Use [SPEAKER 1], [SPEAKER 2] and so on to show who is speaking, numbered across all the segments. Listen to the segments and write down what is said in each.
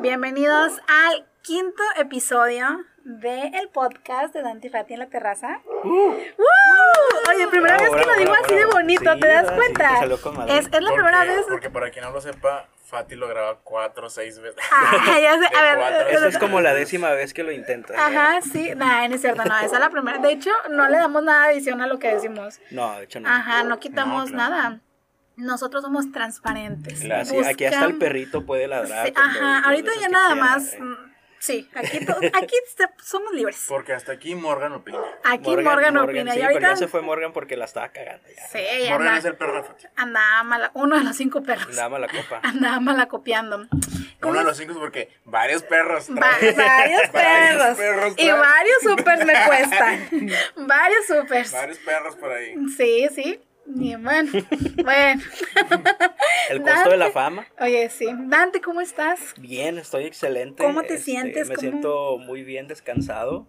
[SPEAKER 1] Bienvenidos al quinto episodio del podcast de Dante y Fati en la terraza.
[SPEAKER 2] Uh,
[SPEAKER 1] ¡Woo! Oye, primera
[SPEAKER 2] Bravo,
[SPEAKER 1] vez que lo
[SPEAKER 2] bravo,
[SPEAKER 1] digo
[SPEAKER 2] bravo,
[SPEAKER 1] así de
[SPEAKER 2] bravo.
[SPEAKER 1] bonito,
[SPEAKER 2] Sí,
[SPEAKER 1] ¿te das
[SPEAKER 2] sí,
[SPEAKER 1] cuenta?
[SPEAKER 2] te salió con madre.
[SPEAKER 1] es, es la
[SPEAKER 3] Porque-
[SPEAKER 1] primera vez.
[SPEAKER 3] Porque para quien no lo sepa, Fati lo graba cuatro o seis veces.
[SPEAKER 1] Ah, ya sé, a
[SPEAKER 3] De
[SPEAKER 1] ver,
[SPEAKER 3] cuatro.
[SPEAKER 2] Esta es como la décima vez que lo intentas.
[SPEAKER 1] Ajá, sí. Nah, no es cierto, no, esa es la primera. De hecho, no le damos nada de adición a lo que decimos.
[SPEAKER 2] No, de hecho no.
[SPEAKER 1] Ajá, no quitamos
[SPEAKER 3] No, claro.
[SPEAKER 1] nada. Nosotros somos transparentes.
[SPEAKER 2] La- sí, Aquí hasta el
[SPEAKER 1] Buscam-
[SPEAKER 2] perrito puede ladrar.
[SPEAKER 1] Sí,
[SPEAKER 2] con los-
[SPEAKER 1] ajá,
[SPEAKER 2] los
[SPEAKER 1] ahorita
[SPEAKER 2] besos
[SPEAKER 1] ya
[SPEAKER 2] que
[SPEAKER 1] nada
[SPEAKER 2] quiera,
[SPEAKER 1] más.
[SPEAKER 2] eh.
[SPEAKER 1] mm, Sí, aquí, to- aquí se- somos libres.
[SPEAKER 3] Porque hasta aquí Morgan opina.
[SPEAKER 1] Aquí Morgan, opina.
[SPEAKER 2] sí,
[SPEAKER 1] y
[SPEAKER 2] pero
[SPEAKER 1] ahorita.
[SPEAKER 2] ya se fue Morgan porque la estaba cagando. Ya.
[SPEAKER 1] Sí, ya
[SPEAKER 3] Morgan
[SPEAKER 1] anda-
[SPEAKER 3] es el perro de Fati.
[SPEAKER 1] andaba mala, uno de los cinco perros.
[SPEAKER 2] Nada más la copa.
[SPEAKER 1] Andaba mala copiando. ¿Cómo
[SPEAKER 3] Uno de
[SPEAKER 1] es?
[SPEAKER 3] los cinco porque varios perros.
[SPEAKER 1] Va- varios perros.
[SPEAKER 3] perros
[SPEAKER 1] y
[SPEAKER 3] traen.
[SPEAKER 1] varios supers me cuestan. varios supers.
[SPEAKER 3] Varios perros por ahí.
[SPEAKER 1] Sí, sí. Y bueno, bueno.
[SPEAKER 2] El costo de la
[SPEAKER 1] Dante.
[SPEAKER 2] fama.
[SPEAKER 1] Oye, sí. Dante, ¿cómo estás?
[SPEAKER 2] Bien, estoy excelente. este,
[SPEAKER 1] ¿Cómo te sientes?
[SPEAKER 2] Me
[SPEAKER 1] ¿Cómo?
[SPEAKER 2] siento muy bien descansado.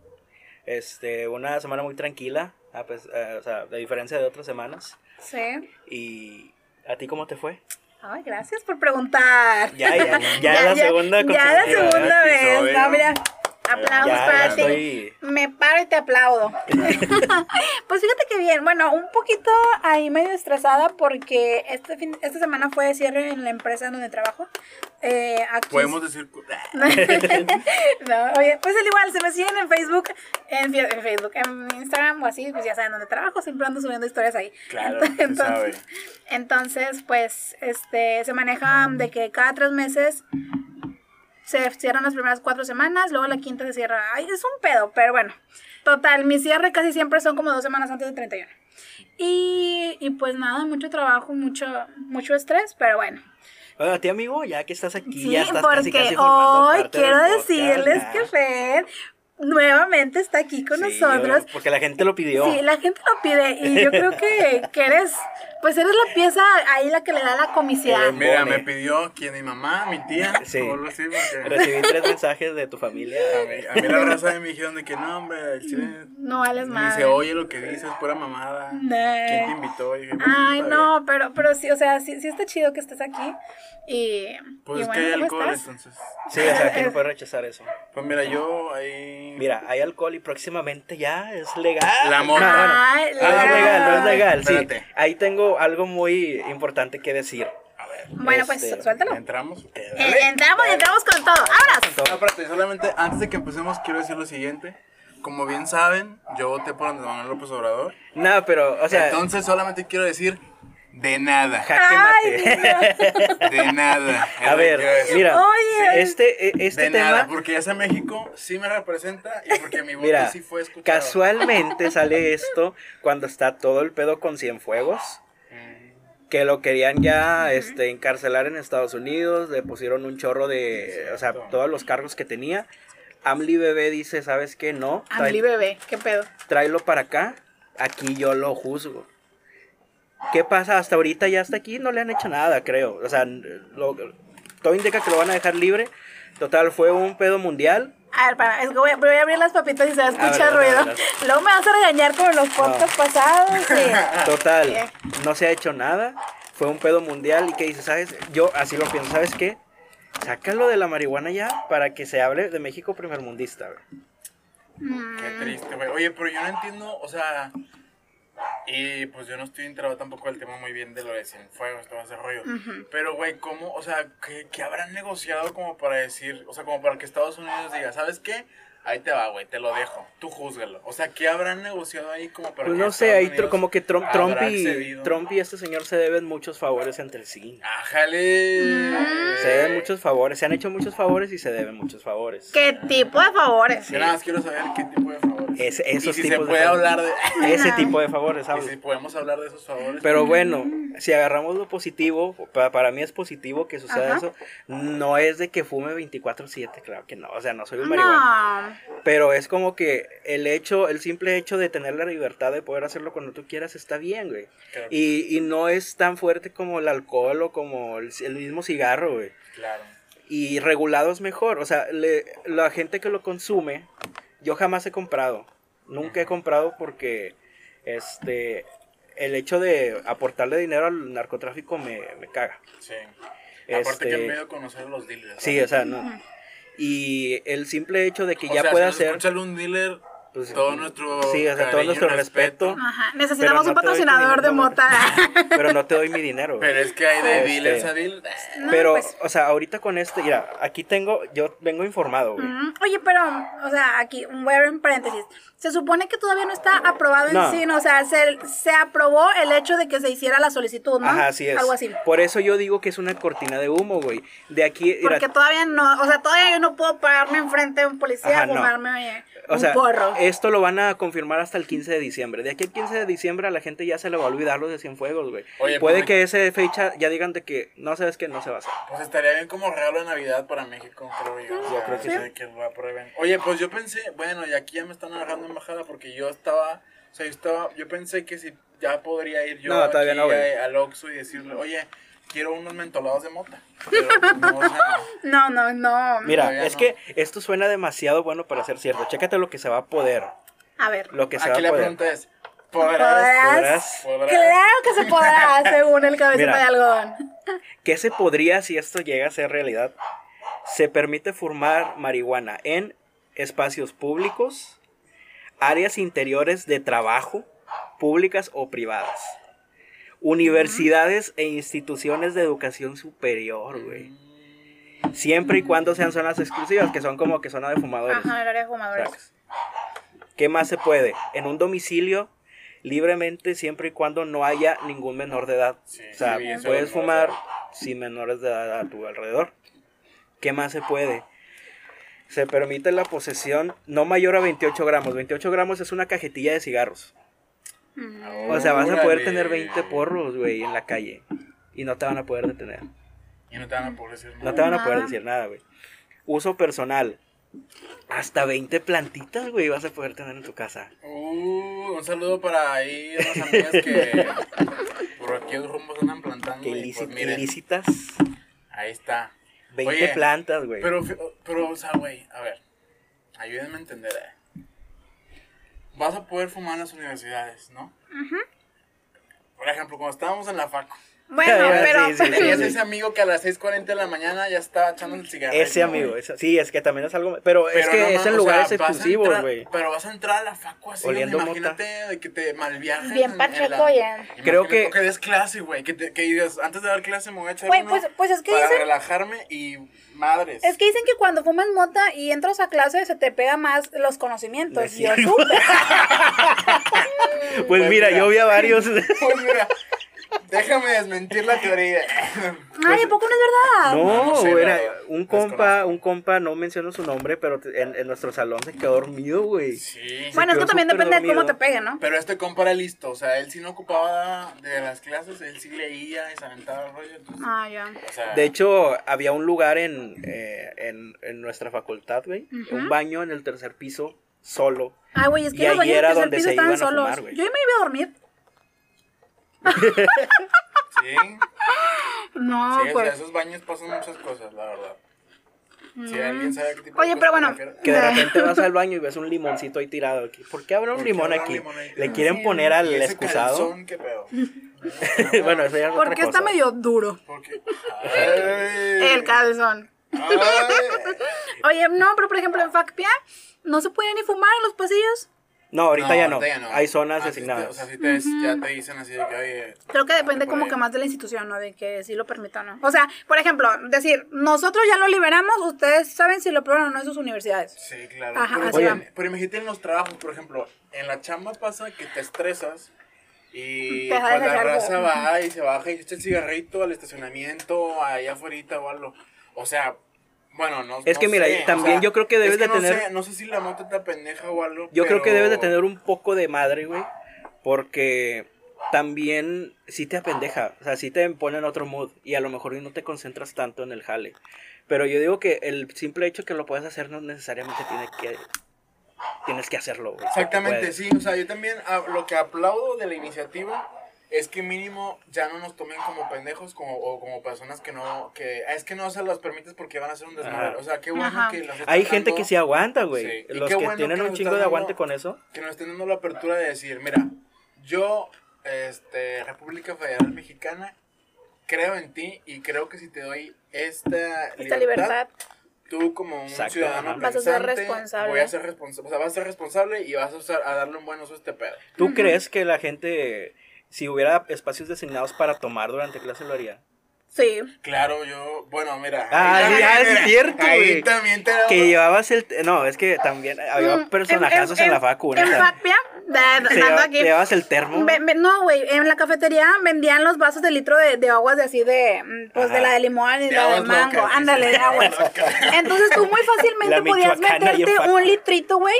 [SPEAKER 2] Este, una semana muy tranquila, a pes- eh, o sea, a diferencia de otras semanas.
[SPEAKER 1] Sí.
[SPEAKER 2] ¿Y a ti cómo te fue?
[SPEAKER 1] Ay, gracias por preguntar.
[SPEAKER 2] Ya, ya, ya, la segunda
[SPEAKER 1] Ya la
[SPEAKER 2] consecutiva,
[SPEAKER 1] segunda
[SPEAKER 3] ¿verdad?
[SPEAKER 1] vez. No,
[SPEAKER 3] Episodio.
[SPEAKER 1] mira. Aplausos
[SPEAKER 2] Ya,
[SPEAKER 1] para
[SPEAKER 2] ya
[SPEAKER 1] ti.
[SPEAKER 2] estoy-
[SPEAKER 1] Me paro y te aplaudo. pues fíjate que bien. Bueno, un poquito ahí medio estresada porque este fin- esta semana fue de cierre en la empresa en donde trabajo. Eh, aquí-
[SPEAKER 3] Podemos decir. ah,
[SPEAKER 1] no, oye, pues al igual, se me siguen en Facebook, en, fi- en Facebook, en Instagram o así, pues ya saben dónde trabajo, siempre ando subiendo historias ahí.
[SPEAKER 3] Claro,
[SPEAKER 1] Ent-
[SPEAKER 3] se sabe.
[SPEAKER 1] entonces, pues, este, se maneja de que cada tres meses se cierran las primeras cuatro semanas, luego la quinta se cierra, ay, es un pedo, pero bueno, total, mi cierre casi siempre son como dos semanas antes del 31. Y, y pues nada, mucho trabajo, mucho, mucho estrés, pero bueno.
[SPEAKER 2] Bueno, a ti, amigo, ya que estás aquí,
[SPEAKER 1] Sí,
[SPEAKER 2] ya estás
[SPEAKER 1] porque
[SPEAKER 2] casi, casi formando
[SPEAKER 1] hoy
[SPEAKER 2] parte
[SPEAKER 1] quiero
[SPEAKER 2] del podcast,
[SPEAKER 1] decirles
[SPEAKER 2] ya.
[SPEAKER 1] que Fer nuevamente está aquí con
[SPEAKER 2] Sí,
[SPEAKER 1] nosotros.
[SPEAKER 2] Porque la gente lo pidió.
[SPEAKER 1] Sí, la gente lo pide y yo creo que, que eres, pues eres la pieza ahí la que le da la comicidad.
[SPEAKER 2] Em-
[SPEAKER 3] Pues Mira,
[SPEAKER 2] Bone.
[SPEAKER 3] me pidió quién mi mamá, mi tía.
[SPEAKER 2] Sí.
[SPEAKER 3] o algo así, porque
[SPEAKER 2] Recibí tres mensajes de tu familia.
[SPEAKER 3] A mí, a mí la raza de mí dijeron de que no, hombre,
[SPEAKER 1] Mm,
[SPEAKER 3] el chile
[SPEAKER 1] No vales
[SPEAKER 3] Ni
[SPEAKER 1] más.
[SPEAKER 3] se oye lo que dices, pura mamada.
[SPEAKER 1] No.
[SPEAKER 3] ¿Quién te invitó? Y dije, bueno,
[SPEAKER 1] Ay,
[SPEAKER 3] está
[SPEAKER 1] no, pero, pero sí, o sea, sí, sí está chido que estés aquí. Y,
[SPEAKER 3] bien. Pues
[SPEAKER 1] y
[SPEAKER 3] es
[SPEAKER 1] bueno,
[SPEAKER 3] que hay
[SPEAKER 1] ¿cómo
[SPEAKER 3] alcohol,
[SPEAKER 1] estás?
[SPEAKER 3] entonces.
[SPEAKER 2] Sí, o sea, que no puede rechazar eso.
[SPEAKER 3] Pues mira, yo ahí.
[SPEAKER 2] Mira, hay alcohol y próximamente ya es legal.
[SPEAKER 3] Ah, La morra.
[SPEAKER 2] No, bueno,
[SPEAKER 1] Ay,
[SPEAKER 2] Ah, no es legal, no es legal. Sí,
[SPEAKER 3] Espérate.
[SPEAKER 2] ahí tengo algo muy importante que decir.
[SPEAKER 3] A ver.
[SPEAKER 1] Bueno, pues
[SPEAKER 2] Este,
[SPEAKER 1] suéltalo.
[SPEAKER 3] ¿Entramos?
[SPEAKER 2] Eh,
[SPEAKER 1] Eh, entramos, entramos con todo. ¡Abras!
[SPEAKER 3] No, espérate, solamente antes de que empecemos, quiero decir lo siguiente. Como bien saben, yo voté por Andrés Manuel López Obrador.
[SPEAKER 2] No, pero, o sea,
[SPEAKER 3] Entonces, solamente quiero decir, de nada.
[SPEAKER 2] jaque Ah, mate.
[SPEAKER 3] De nada. Es
[SPEAKER 2] A
[SPEAKER 3] lo que
[SPEAKER 2] ver,
[SPEAKER 3] quiero decir.
[SPEAKER 2] mira,
[SPEAKER 1] Oye.
[SPEAKER 2] este, e-
[SPEAKER 3] De
[SPEAKER 2] este tema...
[SPEAKER 3] nada, porque ya sea México, sí me representa y porque mi voto
[SPEAKER 2] Mira,
[SPEAKER 3] sí fue escuchado.
[SPEAKER 2] casualmente sale esto cuando está todo el pedo con Cienfuegos.
[SPEAKER 3] Mm.
[SPEAKER 2] Que lo querían ya este, encarcelar en Estados Unidos, le pusieron un chorro de. O sea, todos los cargos que tenía. Amli Bebé dice: ¿Sabes qué? No,
[SPEAKER 1] A mi
[SPEAKER 2] tráelo,
[SPEAKER 1] bebé, qué pedo.
[SPEAKER 2] tráelo para acá. Aquí yo lo juzgo. ¿Qué pasa? Hasta ahorita ya hasta aquí no le han hecho nada, creo. O sea, lo- todo indica que lo van a dejar libre. Total, fue un pedo mundial.
[SPEAKER 1] A ver, para, es que voy a, voy a abrir las papitas y se va a escuchar
[SPEAKER 2] Ábrelas,
[SPEAKER 1] ruido.
[SPEAKER 2] ábrelas.
[SPEAKER 1] Luego me vas a regañar como en los podcasts pasados. sí.
[SPEAKER 2] Total,
[SPEAKER 1] Bien.
[SPEAKER 2] no se ha hecho nada. Fue un pedo mundial y que dice, ¿sabes? Yo así lo pienso, ¿sabes qué? Sácalo de la marihuana ya para que se hable de México primermundista. güey.
[SPEAKER 3] Qué triste, güey. Oye, pero yo no entiendo, o sea. Y pues yo no estoy enterado tampoco del tema muy bien de lo de Cienfuegos, todo ese rollo. Pero, güey, ¿cómo? O sea, ¿qué, qué habrán negociado como para decir? O sea, como para que Estados Unidos diga, ¿sabes qué? Ahí te va, güey, te lo dejo. Tú júzgalo. O sea, ¿qué habrán negociado ahí como para
[SPEAKER 2] Pues
[SPEAKER 3] que
[SPEAKER 2] no sé,
[SPEAKER 3] Estados
[SPEAKER 2] ahí tr-
[SPEAKER 3] Unidos
[SPEAKER 2] como que Trump,
[SPEAKER 3] habrá
[SPEAKER 2] Trump, y,
[SPEAKER 3] accedido?
[SPEAKER 2] Trump y este señor se deben muchos favores entre sí.
[SPEAKER 3] ¡Ájale!
[SPEAKER 2] Se deben muchos favores, se han hecho muchos favores y se deben muchos favores.
[SPEAKER 1] ¿Qué tipo de favores?
[SPEAKER 3] Yo nada más quiero saber qué tipo de favores.
[SPEAKER 2] Es- E-, esos
[SPEAKER 3] y si
[SPEAKER 2] tipos
[SPEAKER 3] se
[SPEAKER 2] de
[SPEAKER 3] puede
[SPEAKER 2] favores.
[SPEAKER 3] hablar de.
[SPEAKER 2] Ese tipo de favores,
[SPEAKER 3] y si
[SPEAKER 2] ¿sabes?
[SPEAKER 3] podemos hablar de esos favores.
[SPEAKER 2] Pero bueno, si agarramos lo positivo, pa- para mí es positivo que suceda
[SPEAKER 1] Ajá.
[SPEAKER 2] eso. No es de que fume 24/7, claro que no. O sea, no soy un marihuana.
[SPEAKER 1] No.
[SPEAKER 2] Pero es como que el hecho, el simple hecho de tener la libertad de poder hacerlo cuando tú quieras está bien, güey.
[SPEAKER 3] Claro.
[SPEAKER 2] Y, y no es tan fuerte como el alcohol o como el, el mismo cigarro, güey.
[SPEAKER 3] Claro.
[SPEAKER 2] Y regulado es mejor. O sea, le- la gente que lo consume, yo jamás he comprado. Nunca he comprado porque este el hecho de aportarle dinero al narcotráfico me, me caga.
[SPEAKER 3] Sí. Aparte
[SPEAKER 2] Este,
[SPEAKER 3] que han medio conocer a los dealers.
[SPEAKER 2] Sí, o sea, no. Y el simple hecho de que
[SPEAKER 3] O
[SPEAKER 2] ya
[SPEAKER 3] sea,
[SPEAKER 2] pueda
[SPEAKER 3] si nos
[SPEAKER 2] hacer.
[SPEAKER 3] escucha algún dealer,
[SPEAKER 2] Pues,
[SPEAKER 3] todo nuestro.
[SPEAKER 2] sí, o sea, todo
[SPEAKER 3] cariño y
[SPEAKER 2] nuestro respeto.
[SPEAKER 1] Ajá. Necesitamos
[SPEAKER 2] no
[SPEAKER 1] un
[SPEAKER 2] te doy tu
[SPEAKER 1] patrocinador de
[SPEAKER 2] dinero,
[SPEAKER 1] mota.
[SPEAKER 2] Pero no te doy mi dinero. güey.
[SPEAKER 3] Pero es que hay de
[SPEAKER 2] Este.
[SPEAKER 3] dealers a dealers. eh,
[SPEAKER 1] No,
[SPEAKER 2] Pero,
[SPEAKER 1] pues.
[SPEAKER 2] o sea, ahorita con este, mira, aquí tengo, yo vengo informado, güey.
[SPEAKER 1] Mm, Oye, pero, o sea, aquí, un ver en paréntesis. Se supone que todavía no está aprobado en
[SPEAKER 2] No.
[SPEAKER 1] sí, ¿no? o sea, se, se aprobó el hecho de que se hiciera la solicitud, ¿no?
[SPEAKER 2] Ajá, así es.
[SPEAKER 1] Algo así.
[SPEAKER 2] Por eso yo digo que es una cortina de humo, güey. De aquí, mira,
[SPEAKER 1] Porque todavía no, o sea, todavía yo no puedo pararme enfrente de un policía
[SPEAKER 2] Ajá,
[SPEAKER 1] a
[SPEAKER 2] no.
[SPEAKER 1] fumarme eh,
[SPEAKER 2] o sea,
[SPEAKER 1] un porro.
[SPEAKER 2] esto lo van a confirmar hasta el 15 de diciembre. De aquí al 15 de diciembre a la gente ya se le va a olvidar los de Cienfuegos, güey.
[SPEAKER 3] Oye,
[SPEAKER 2] Puede
[SPEAKER 3] pues-
[SPEAKER 2] que esa fecha ya digan de que, no sabes que no se va a hacer.
[SPEAKER 3] Pues estaría bien como regalo de Navidad para México, creo yo. O sea,
[SPEAKER 2] creo que
[SPEAKER 3] sí, que lo aprueben. Oye, pues yo pensé, bueno, y aquí ya me están agarrando embajada porque yo estaba, o sea, yo estaba, yo pensé que si ya podría ir yo
[SPEAKER 2] No, todavía
[SPEAKER 3] aquí
[SPEAKER 2] no, güey.
[SPEAKER 3] a- al Oxxo y decirle, oye, quiero unos mentolados de mota. Pero no, o sea,
[SPEAKER 1] No, no, no.
[SPEAKER 2] Mira,
[SPEAKER 3] Todavía
[SPEAKER 2] es
[SPEAKER 3] no.
[SPEAKER 2] que esto suena demasiado bueno para ser cierto. Chécate lo que se va a poder.
[SPEAKER 1] A ver.
[SPEAKER 2] Lo que se
[SPEAKER 3] aquí
[SPEAKER 2] va
[SPEAKER 3] la
[SPEAKER 2] a poder.
[SPEAKER 3] pregunta es, ¿podrás?
[SPEAKER 1] ¿Podrás?
[SPEAKER 2] podrás,
[SPEAKER 3] podrás.
[SPEAKER 1] Claro que se podrá, según el cabecita
[SPEAKER 2] Mira.
[SPEAKER 1] de algodón.
[SPEAKER 2] ¿Qué se podría si esto llega a ser realidad? Se permite fumar marihuana en espacios públicos, áreas interiores de trabajo, públicas o privadas, universidades e instituciones de educación superior, güey. Siempre y cuando sean zonas exclusivas, que son como que zona de fumadores.
[SPEAKER 1] Ajá, el área de fumadores.
[SPEAKER 2] ¿Sacas? ¿Qué más se puede? En un domicilio, libremente, siempre y cuando no haya ningún menor de edad.
[SPEAKER 3] Sí,
[SPEAKER 2] o sea,
[SPEAKER 3] sí, eso
[SPEAKER 2] puedes
[SPEAKER 3] es
[SPEAKER 2] fumar
[SPEAKER 3] verdad.
[SPEAKER 2] sin menores de edad a tu alrededor. ¿Qué más se puede? Se permite la posesión no mayor a 28 gramos. 28 gramos es una cajetilla de cigarros.
[SPEAKER 1] Mm.
[SPEAKER 2] O sea, vas a poder
[SPEAKER 3] Órale.
[SPEAKER 2] tener 20 porros, güey, en la calle. Y no te van a poder detener.
[SPEAKER 3] Y no te van a poder decir
[SPEAKER 2] No te van a
[SPEAKER 1] Ajá.
[SPEAKER 2] poder decir nada, güey. Uso personal. Hasta 20 plantitas, güey, vas a poder tener en tu casa.
[SPEAKER 3] Uh, un saludo para ahí unas amigas que por aquí los rumbos andan plantando.
[SPEAKER 2] Que
[SPEAKER 3] y, pues,
[SPEAKER 2] ilíci-
[SPEAKER 3] miren,
[SPEAKER 2] ilícitas.
[SPEAKER 3] Ahí está.
[SPEAKER 2] 20
[SPEAKER 3] Oye,
[SPEAKER 2] plantas, güey.
[SPEAKER 3] Pero, fi- pero, o sea, güey, a ver, ayúdenme a entender. eh. Vas a poder fumar en las universidades, ¿no? Por ejemplo, cuando estábamos en la FACO,
[SPEAKER 1] Bueno,
[SPEAKER 2] Sí,
[SPEAKER 1] pero.
[SPEAKER 2] sí, sí,
[SPEAKER 3] tenías ese amigo que a las 6:40 de la mañana ya estaba echando el cigarro.
[SPEAKER 2] Ese amigo, ese- sí, es que también es algo. Pero, es que
[SPEAKER 3] no
[SPEAKER 2] es en
[SPEAKER 3] mames, o
[SPEAKER 2] lugares
[SPEAKER 3] sea, vas a
[SPEAKER 2] exclusivos,
[SPEAKER 3] entrar-
[SPEAKER 2] güey.
[SPEAKER 3] Pero vas a entrar a la facu así,
[SPEAKER 2] Oliendo
[SPEAKER 3] güey, imagínate de que te malviajes.
[SPEAKER 1] Bien
[SPEAKER 3] en- en
[SPEAKER 1] pacheco,
[SPEAKER 3] la-
[SPEAKER 1] ya.
[SPEAKER 3] Imagínate
[SPEAKER 2] Creo que-
[SPEAKER 3] que des clase, güey, que, te- que digas, antes de dar clase me voy a echar
[SPEAKER 1] Güey,
[SPEAKER 3] uno
[SPEAKER 1] pues- pues es que
[SPEAKER 3] para
[SPEAKER 1] dicen-
[SPEAKER 3] relajarme y madres.
[SPEAKER 1] Es que dicen que cuando fumas mota y entras a clase se te pega más los
[SPEAKER 2] No
[SPEAKER 1] conocimientos.
[SPEAKER 2] es
[SPEAKER 1] Yo
[SPEAKER 2] cierto.
[SPEAKER 1] supe.
[SPEAKER 2] Pues, mira, yo vi a varios.
[SPEAKER 3] Pues mira, déjame desmentir la teoría.
[SPEAKER 1] Ay, ¿a poco no es verdad?
[SPEAKER 2] No,
[SPEAKER 3] no sé,
[SPEAKER 2] era
[SPEAKER 3] la-
[SPEAKER 2] un
[SPEAKER 3] desconozco.
[SPEAKER 2] compa, un compa, no menciono su nombre, pero te- en, en nuestro salón se quedó dormido, güey.
[SPEAKER 3] Sí.
[SPEAKER 1] bueno, es que
[SPEAKER 2] quedó
[SPEAKER 1] también
[SPEAKER 2] súper
[SPEAKER 1] depende de cómo
[SPEAKER 2] dormido.
[SPEAKER 1] te pegue, ¿no?
[SPEAKER 3] Pero este compa era listo, o sea, él sí no ocupaba de las clases, él sí leía y se aventaba el rollo. entonces,
[SPEAKER 1] Ah, ya.
[SPEAKER 3] o sea,
[SPEAKER 2] De hecho, había un lugar en, eh, en, en nuestra facultad, güey.
[SPEAKER 1] Ujú.
[SPEAKER 2] Un baño en el tercer piso, solo.
[SPEAKER 1] Ay, güey, es que
[SPEAKER 2] Y
[SPEAKER 1] los
[SPEAKER 2] ahí
[SPEAKER 1] baños del
[SPEAKER 2] era
[SPEAKER 1] tercer
[SPEAKER 2] donde
[SPEAKER 1] piso
[SPEAKER 2] se
[SPEAKER 1] estaban
[SPEAKER 2] iban a
[SPEAKER 1] solos.
[SPEAKER 2] fumar, güey.
[SPEAKER 1] Yo ahí me iba a dormir.
[SPEAKER 3] sí, sí,
[SPEAKER 1] No,
[SPEAKER 3] o sea,
[SPEAKER 1] pues.
[SPEAKER 3] esos baños pasan muchas cosas, la verdad. Si alguien sabe a qué tipo de
[SPEAKER 1] Mm. Oye,
[SPEAKER 3] cosas
[SPEAKER 1] pero
[SPEAKER 3] me
[SPEAKER 1] bueno.
[SPEAKER 3] refiero.
[SPEAKER 2] Que de
[SPEAKER 1] Ah.
[SPEAKER 2] repente vas al baño y ves un limoncito ahí tirado. aquí. ¿Por qué habrá un
[SPEAKER 3] ¿Por qué
[SPEAKER 2] limón
[SPEAKER 3] habrá un
[SPEAKER 2] aquí?
[SPEAKER 3] limón ahí
[SPEAKER 2] Le
[SPEAKER 3] tirado?
[SPEAKER 2] quieren
[SPEAKER 1] Sí.
[SPEAKER 2] poner al
[SPEAKER 3] ¿Y ese
[SPEAKER 2] excusado.
[SPEAKER 3] calzón, ¿Qué pedo?
[SPEAKER 2] bueno, eso ya es otra
[SPEAKER 1] Porque está
[SPEAKER 2] cosa.
[SPEAKER 1] medio duro
[SPEAKER 3] Porque. Ay.
[SPEAKER 1] el calzón.
[SPEAKER 3] Ay.
[SPEAKER 1] Oye, no, pero por ejemplo en FACPIA no se puede ni fumar en los pasillos.
[SPEAKER 2] No, ahorita
[SPEAKER 3] No,
[SPEAKER 2] ya no. Hay zonas
[SPEAKER 3] Ah, sí,
[SPEAKER 2] designadas.
[SPEAKER 3] O sea, si te, ya te dicen así de que, oye.
[SPEAKER 1] Creo que depende
[SPEAKER 3] por
[SPEAKER 1] como
[SPEAKER 3] ahí.
[SPEAKER 1] que más de la institución, ¿no? De que si lo permita o no. O sea, por ejemplo, decir, nosotros ya lo liberamos, ustedes saben si lo prueban o no en sus universidades.
[SPEAKER 3] Sí, claro.
[SPEAKER 1] Ajá,
[SPEAKER 3] pero,
[SPEAKER 1] así
[SPEAKER 3] oye,
[SPEAKER 1] va.
[SPEAKER 3] pero imagínate en los trabajos, por ejemplo, en la chamba pasa que te estresas y
[SPEAKER 1] Te dejas
[SPEAKER 3] pues la
[SPEAKER 1] hallar,
[SPEAKER 3] raza
[SPEAKER 1] güey.
[SPEAKER 3] va y se baja y echa el cigarrito al estacionamiento, allá afuera o algo. O sea, bueno, no
[SPEAKER 2] Es que
[SPEAKER 3] no
[SPEAKER 2] mira,
[SPEAKER 3] sé,
[SPEAKER 2] también yo creo que debes de
[SPEAKER 3] no
[SPEAKER 2] tener-
[SPEAKER 3] sé, no sé si la moto está pendeja o algo.
[SPEAKER 2] Yo creo que
[SPEAKER 3] pero-
[SPEAKER 2] debes de tener un poco de madre, güey. Porque también sí te apendeja. O sea, sí te pone en otro mood. Y a lo mejor no te concentras tanto en el jale. Pero yo digo que el simple hecho que lo puedas hacer no necesariamente tiene que... Tienes que hacerlo, güey.
[SPEAKER 3] Exactamente,
[SPEAKER 2] Puedes.
[SPEAKER 3] sí. O sea, yo también ah, lo que aplaudo de la iniciativa es que mínimo ya no nos tomen como pendejos como, o como personas que no, que ah, es que no se las permites porque van a hacer un desmadre.
[SPEAKER 2] Ajá.
[SPEAKER 3] O sea, qué bueno
[SPEAKER 1] Ajá.
[SPEAKER 3] que las
[SPEAKER 2] Hay gente que sí aguanta, güey.
[SPEAKER 3] Sí, y
[SPEAKER 2] Los
[SPEAKER 3] qué
[SPEAKER 2] que
[SPEAKER 3] bueno
[SPEAKER 2] tienen
[SPEAKER 3] que
[SPEAKER 2] un
[SPEAKER 3] nos
[SPEAKER 2] chingo
[SPEAKER 3] estás
[SPEAKER 2] de aguante
[SPEAKER 3] dando-
[SPEAKER 2] con eso.
[SPEAKER 3] Que nos estén dando la apertura de decir, mira, yo, este, República Federal Mexicana, creo en ti y creo que si te doy esta,
[SPEAKER 1] Esta libertad.
[SPEAKER 3] tú como un
[SPEAKER 2] Exacto,
[SPEAKER 3] ciudadano
[SPEAKER 2] ajá.
[SPEAKER 1] Vas a ser
[SPEAKER 3] pensante,
[SPEAKER 1] responsable.
[SPEAKER 3] Voy a ser responsable. O sea, vas a ser responsable y vas a, usar, a darle un buen uso a este pedo.
[SPEAKER 2] ¿Tú crees que la gente, si hubiera espacios designados para tomar durante clase, lo haría?
[SPEAKER 1] Sí.
[SPEAKER 3] Claro, yo, bueno, mira.
[SPEAKER 2] Ah,
[SPEAKER 3] ahí
[SPEAKER 2] sí,
[SPEAKER 3] también,
[SPEAKER 2] ah, es
[SPEAKER 3] mira,
[SPEAKER 2] cierto, güey.
[SPEAKER 3] Ahí también te da
[SPEAKER 2] Que
[SPEAKER 3] un-
[SPEAKER 2] llevabas el... te- No, es que también había
[SPEAKER 1] Mm,
[SPEAKER 2] personajazos en, la facu,
[SPEAKER 1] En
[SPEAKER 2] neta.
[SPEAKER 1] Facpia, da-
[SPEAKER 2] Te
[SPEAKER 1] dando
[SPEAKER 2] lleva-
[SPEAKER 1] aquí.
[SPEAKER 2] te llevabas el termo.
[SPEAKER 1] Ve- ve- no, güey, en la cafetería vendían los vasos de litro de, de aguas de así de, mm, pues
[SPEAKER 2] Ajá.
[SPEAKER 1] de la de limón y la
[SPEAKER 3] De
[SPEAKER 1] de
[SPEAKER 3] aguas
[SPEAKER 1] mango,
[SPEAKER 3] locas,
[SPEAKER 1] ándale, de
[SPEAKER 3] dice.
[SPEAKER 1] aguas. Entonces tú muy fácilmente
[SPEAKER 2] La
[SPEAKER 1] podías
[SPEAKER 2] michoacana y en
[SPEAKER 1] meterte
[SPEAKER 2] facu.
[SPEAKER 1] un litrito, güey,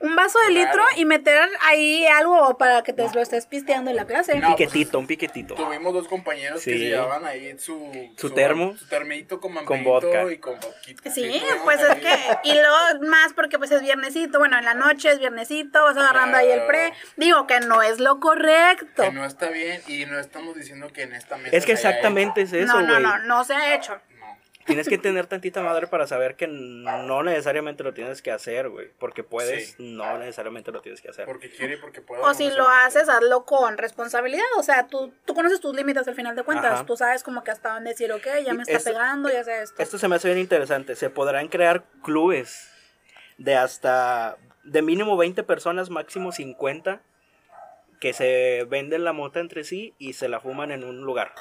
[SPEAKER 1] un vaso de litro
[SPEAKER 3] Claro.
[SPEAKER 1] y meter ahí algo para que te lo estés pisteando en la clase.
[SPEAKER 2] Un
[SPEAKER 3] No,
[SPEAKER 2] piquetito, un piquetito.
[SPEAKER 3] Tuvimos dos compañeros que
[SPEAKER 2] Sí.
[SPEAKER 3] se llevaban ahí su,
[SPEAKER 2] Su termo.
[SPEAKER 3] Su termito con
[SPEAKER 2] Con
[SPEAKER 3] mamberito
[SPEAKER 2] vodka.
[SPEAKER 3] y con vodka.
[SPEAKER 1] Sí, pues es que, y luego más porque pues es viernesito, bueno, en la noche es viernesito, vas agarrando ahí el pre,
[SPEAKER 3] Claro.
[SPEAKER 1] digo que no es lo correcto.
[SPEAKER 3] Que no está bien y no estamos diciendo que en esta mesa.
[SPEAKER 2] Es que
[SPEAKER 3] se haya
[SPEAKER 2] exactamente es eso,
[SPEAKER 1] no,
[SPEAKER 2] güey.
[SPEAKER 1] no, no, no se ha hecho.
[SPEAKER 3] hecho. No.
[SPEAKER 2] Tienes que tener tantita madre para saber que no necesariamente lo tienes que hacer, güey. Porque puedes,
[SPEAKER 3] Sí.
[SPEAKER 2] no necesariamente lo tienes que hacer.
[SPEAKER 3] Porque quiere y porque puede.
[SPEAKER 1] O si lo haces, hazlo con responsabilidad. O sea, tú, tú conoces tus límites al final de cuentas.
[SPEAKER 2] Ajá.
[SPEAKER 1] Tú sabes como que hasta dónde decir, ok, ya me está
[SPEAKER 2] Esto-
[SPEAKER 1] pegando, ya sé esto.
[SPEAKER 2] Esto se me hace bien interesante. Se podrán crear clubes de hasta, de mínimo 20 personas, máximo 50, que se venden la mota entre sí y se la fuman en un lugar.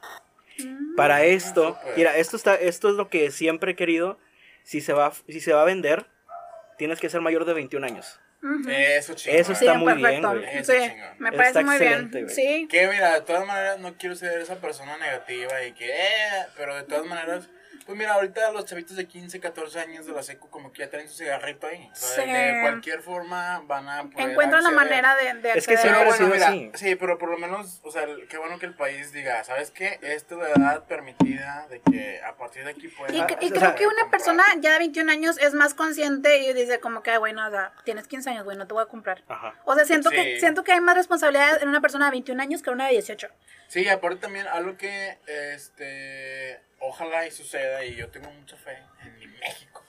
[SPEAKER 1] Mm,
[SPEAKER 3] Ah,
[SPEAKER 2] Para esto,
[SPEAKER 3] súper.
[SPEAKER 2] mira, esto, está, esto es lo que siempre he querido. Si se va, si se va a vender, tienes que ser mayor de 21 años.
[SPEAKER 1] Ujú.
[SPEAKER 3] Eso, chingón.
[SPEAKER 2] Eso Eh, está muy bien, güey.
[SPEAKER 1] sí,
[SPEAKER 3] Eso chingón.
[SPEAKER 1] me
[SPEAKER 2] Eso
[SPEAKER 1] parece
[SPEAKER 2] está
[SPEAKER 1] muy bien.
[SPEAKER 2] excelente, güey.
[SPEAKER 1] Sí.
[SPEAKER 3] Que mira, de todas maneras no quiero ser esa persona negativa y que, eh, pero de todas maneras, pues mira, ahorita los chavitos de 15, 14 años de la secu como que ya tienen su cigarrito ahí. O sea,
[SPEAKER 1] Sí.
[SPEAKER 3] De cualquier forma van a poder
[SPEAKER 1] Encuentran la
[SPEAKER 3] acceder.
[SPEAKER 1] manera de, de
[SPEAKER 2] Es que
[SPEAKER 1] acceder.
[SPEAKER 2] siempre
[SPEAKER 3] Pero
[SPEAKER 2] ha
[SPEAKER 3] bueno,
[SPEAKER 2] sido
[SPEAKER 3] mira,
[SPEAKER 2] así.
[SPEAKER 3] sí, pero por lo menos, o sea, el- qué bueno que el país diga, ¿sabes qué? Esta es la edad permitida de que a partir de aquí puedes...
[SPEAKER 1] Y, cre- y
[SPEAKER 2] o
[SPEAKER 1] creo
[SPEAKER 2] sea,
[SPEAKER 1] que una persona ya de 21 años es más consciente y dice como que, "Ay, güey, no, o sea, tienes 15 años, güey, no te voy a comprar.
[SPEAKER 2] Ajá.
[SPEAKER 1] O sea, siento, que,
[SPEAKER 3] Sí.
[SPEAKER 1] siento que hay más responsabilidad en una persona de 21 años que en una de 18.
[SPEAKER 3] Sí, y aparte también algo que, este, ojalá y suceda, y yo tengo mucha fe en mi México.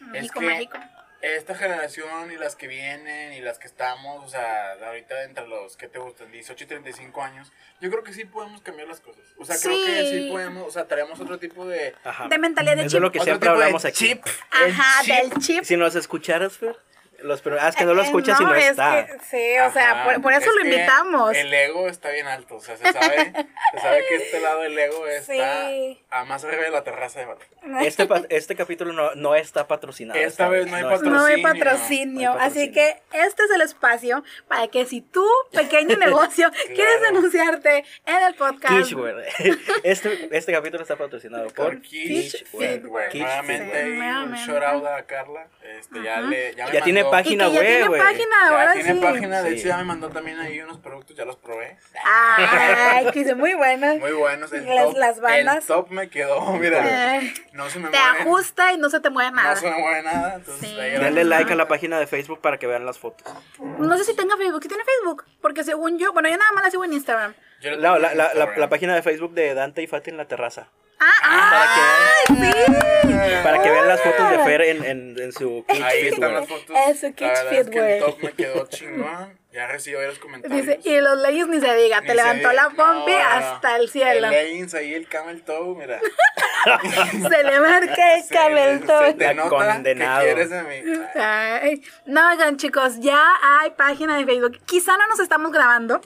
[SPEAKER 3] Es
[SPEAKER 1] México
[SPEAKER 3] que-
[SPEAKER 1] mágico.
[SPEAKER 3] Esta generación y las que vienen y las que estamos, o sea, ahorita entre los que te gustan, 18 y 35 años, yo creo que sí podemos cambiar las cosas. O sea, creo que
[SPEAKER 1] Sí.
[SPEAKER 3] sí podemos, o sea, traemos otro tipo de...
[SPEAKER 2] Ajá.
[SPEAKER 1] De mentalidad de
[SPEAKER 2] Eso
[SPEAKER 1] chip.
[SPEAKER 2] es lo que
[SPEAKER 3] otro
[SPEAKER 2] siempre
[SPEAKER 3] tipo de
[SPEAKER 2] hablamos aquí.
[SPEAKER 3] chip. El
[SPEAKER 1] Ajá,
[SPEAKER 3] chip.
[SPEAKER 1] del chip.
[SPEAKER 2] Si nos escucharas, Fer, los prim- ah, es que no lo
[SPEAKER 1] Eh,
[SPEAKER 2] escuchas y no
[SPEAKER 1] es
[SPEAKER 2] está.
[SPEAKER 1] que- sí, o sea,
[SPEAKER 3] Ajá,
[SPEAKER 1] por, por eso
[SPEAKER 3] es
[SPEAKER 1] lo
[SPEAKER 3] que
[SPEAKER 1] invitamos.
[SPEAKER 3] El ego está bien alto, o sea, se sabe, se sabe que este lado del ego está
[SPEAKER 1] Sí.
[SPEAKER 3] a más arriba de la terraza de Bate.
[SPEAKER 2] Este, pa- este capítulo no, no está patrocinado.
[SPEAKER 3] Esta vez no hay
[SPEAKER 2] está.
[SPEAKER 1] No hay
[SPEAKER 3] patrocinio.
[SPEAKER 1] patrocinio,
[SPEAKER 2] No hay
[SPEAKER 1] así
[SPEAKER 2] patrocinio.
[SPEAKER 1] que este es el espacio para que si tú, pequeño negocio, quieres anunciarte en el podcast,
[SPEAKER 2] Kitschware. Este, este capítulo está patrocinado por
[SPEAKER 3] Por Kitsch
[SPEAKER 1] Kitsch
[SPEAKER 3] Fit, güey.
[SPEAKER 1] Fit,
[SPEAKER 3] Nuevamente,
[SPEAKER 1] sí.
[SPEAKER 3] y un
[SPEAKER 1] Nuevamente.
[SPEAKER 3] shout out a Carla. Este, ya le. Ya, me
[SPEAKER 2] Ya tiene
[SPEAKER 3] mandó-
[SPEAKER 1] y que
[SPEAKER 2] página
[SPEAKER 1] ya
[SPEAKER 2] web,
[SPEAKER 1] tiene
[SPEAKER 2] güey.
[SPEAKER 1] página,
[SPEAKER 3] Ya
[SPEAKER 1] ahora
[SPEAKER 3] tiene
[SPEAKER 1] sí.
[SPEAKER 3] página. De
[SPEAKER 2] Sí.
[SPEAKER 3] hecho, ya me mandó también ahí unos productos, ya los probé.
[SPEAKER 1] Ay, que hice muy buena.
[SPEAKER 3] Muy buenos. El
[SPEAKER 1] Eh, Las-
[SPEAKER 3] top,
[SPEAKER 1] las bandas.
[SPEAKER 3] El top me quedó, mira.
[SPEAKER 1] Eh,
[SPEAKER 3] No se me
[SPEAKER 1] te
[SPEAKER 3] mueve.
[SPEAKER 1] ajusta y no se te mueve
[SPEAKER 3] No se
[SPEAKER 1] nada.
[SPEAKER 3] me mueve nada. Entonces,
[SPEAKER 1] Sí.
[SPEAKER 3] ahí
[SPEAKER 2] Denle
[SPEAKER 3] vamos.
[SPEAKER 2] like a la página de Facebook para que vean las fotos.
[SPEAKER 1] No sé si tenga Facebook, si tiene Facebook, porque según yo, bueno, yo nada más la sigo en Instagram.
[SPEAKER 3] Yo le
[SPEAKER 2] No,
[SPEAKER 3] tengo
[SPEAKER 2] la,
[SPEAKER 3] en
[SPEAKER 2] la- la-
[SPEAKER 3] Instagram.
[SPEAKER 2] la página de Facebook de Dante y Fati en la terraza.
[SPEAKER 1] Ah, ah,
[SPEAKER 2] Para Para que vean las fotos de Fer en, en, en su Kitsch
[SPEAKER 3] Ahí
[SPEAKER 2] Fit,
[SPEAKER 3] están
[SPEAKER 2] güey.
[SPEAKER 3] las fotos.
[SPEAKER 1] Eso,
[SPEAKER 3] La
[SPEAKER 1] Kitsch
[SPEAKER 3] verdad es que
[SPEAKER 1] Fit,
[SPEAKER 3] el
[SPEAKER 1] güey.
[SPEAKER 3] top me quedó chingón. Ya recibí varios comentarios.
[SPEAKER 1] dice, y los leyes ni se diga,
[SPEAKER 3] Ni
[SPEAKER 1] te
[SPEAKER 3] se
[SPEAKER 1] levantó
[SPEAKER 3] diga.
[SPEAKER 1] la pompi
[SPEAKER 3] No, no, no.
[SPEAKER 1] hasta el cielo.
[SPEAKER 3] El leggings ahí, el camel toe, mira.
[SPEAKER 1] Se le marca el
[SPEAKER 3] Se-
[SPEAKER 1] cabeltón.
[SPEAKER 3] Se te
[SPEAKER 2] La
[SPEAKER 3] nota
[SPEAKER 2] condenado.
[SPEAKER 3] que quieres de mí.
[SPEAKER 1] Ay, No, oigan, chicos, ya hay página de Facebook. Quizá no nos estamos grabando,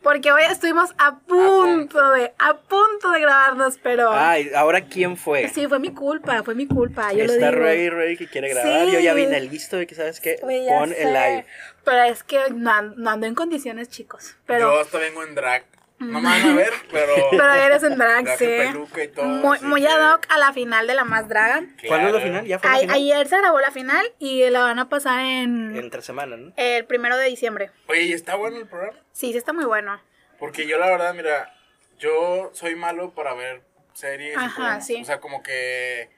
[SPEAKER 1] porque hoy estuvimos a punto
[SPEAKER 3] punto.
[SPEAKER 1] de, a punto de grabarnos, pero
[SPEAKER 2] Ay, ahora quién fue.
[SPEAKER 1] sí, fue mi culpa, fue mi culpa, yo
[SPEAKER 2] Está
[SPEAKER 1] lo
[SPEAKER 2] ready,
[SPEAKER 1] digo.
[SPEAKER 2] ready que quiere grabar.
[SPEAKER 1] Sí.
[SPEAKER 2] Yo ya vine listo de que sabes que
[SPEAKER 1] Güey, ya
[SPEAKER 2] pon
[SPEAKER 1] sé.
[SPEAKER 2] el live.
[SPEAKER 1] Pero es que no, an- no ando en condiciones, chicos.
[SPEAKER 3] Yo
[SPEAKER 1] Pero,
[SPEAKER 3] hasta vengo en drag. No me van a ver, pero.
[SPEAKER 1] pero eres en drag,
[SPEAKER 3] Drag y
[SPEAKER 1] sí.
[SPEAKER 3] peluca y todo,
[SPEAKER 1] muy
[SPEAKER 3] así
[SPEAKER 1] muy
[SPEAKER 3] que-
[SPEAKER 1] ad hoc a la final de la más draga.
[SPEAKER 2] ¿Cuándo es la
[SPEAKER 3] Claro.
[SPEAKER 2] final? ¿Ya fue la
[SPEAKER 1] Ay,
[SPEAKER 2] final?
[SPEAKER 1] ayer se grabó la final y la van a pasar en
[SPEAKER 2] Entre semana, ¿no?
[SPEAKER 1] el primero de diciembre.
[SPEAKER 3] Oye, ¿y está bueno el programa?
[SPEAKER 1] Sí, sí está muy bueno.
[SPEAKER 3] Porque yo, la verdad, mira, yo soy malo para ver series. y
[SPEAKER 1] Ajá,
[SPEAKER 3] programas.
[SPEAKER 1] sí.
[SPEAKER 3] O sea, como que.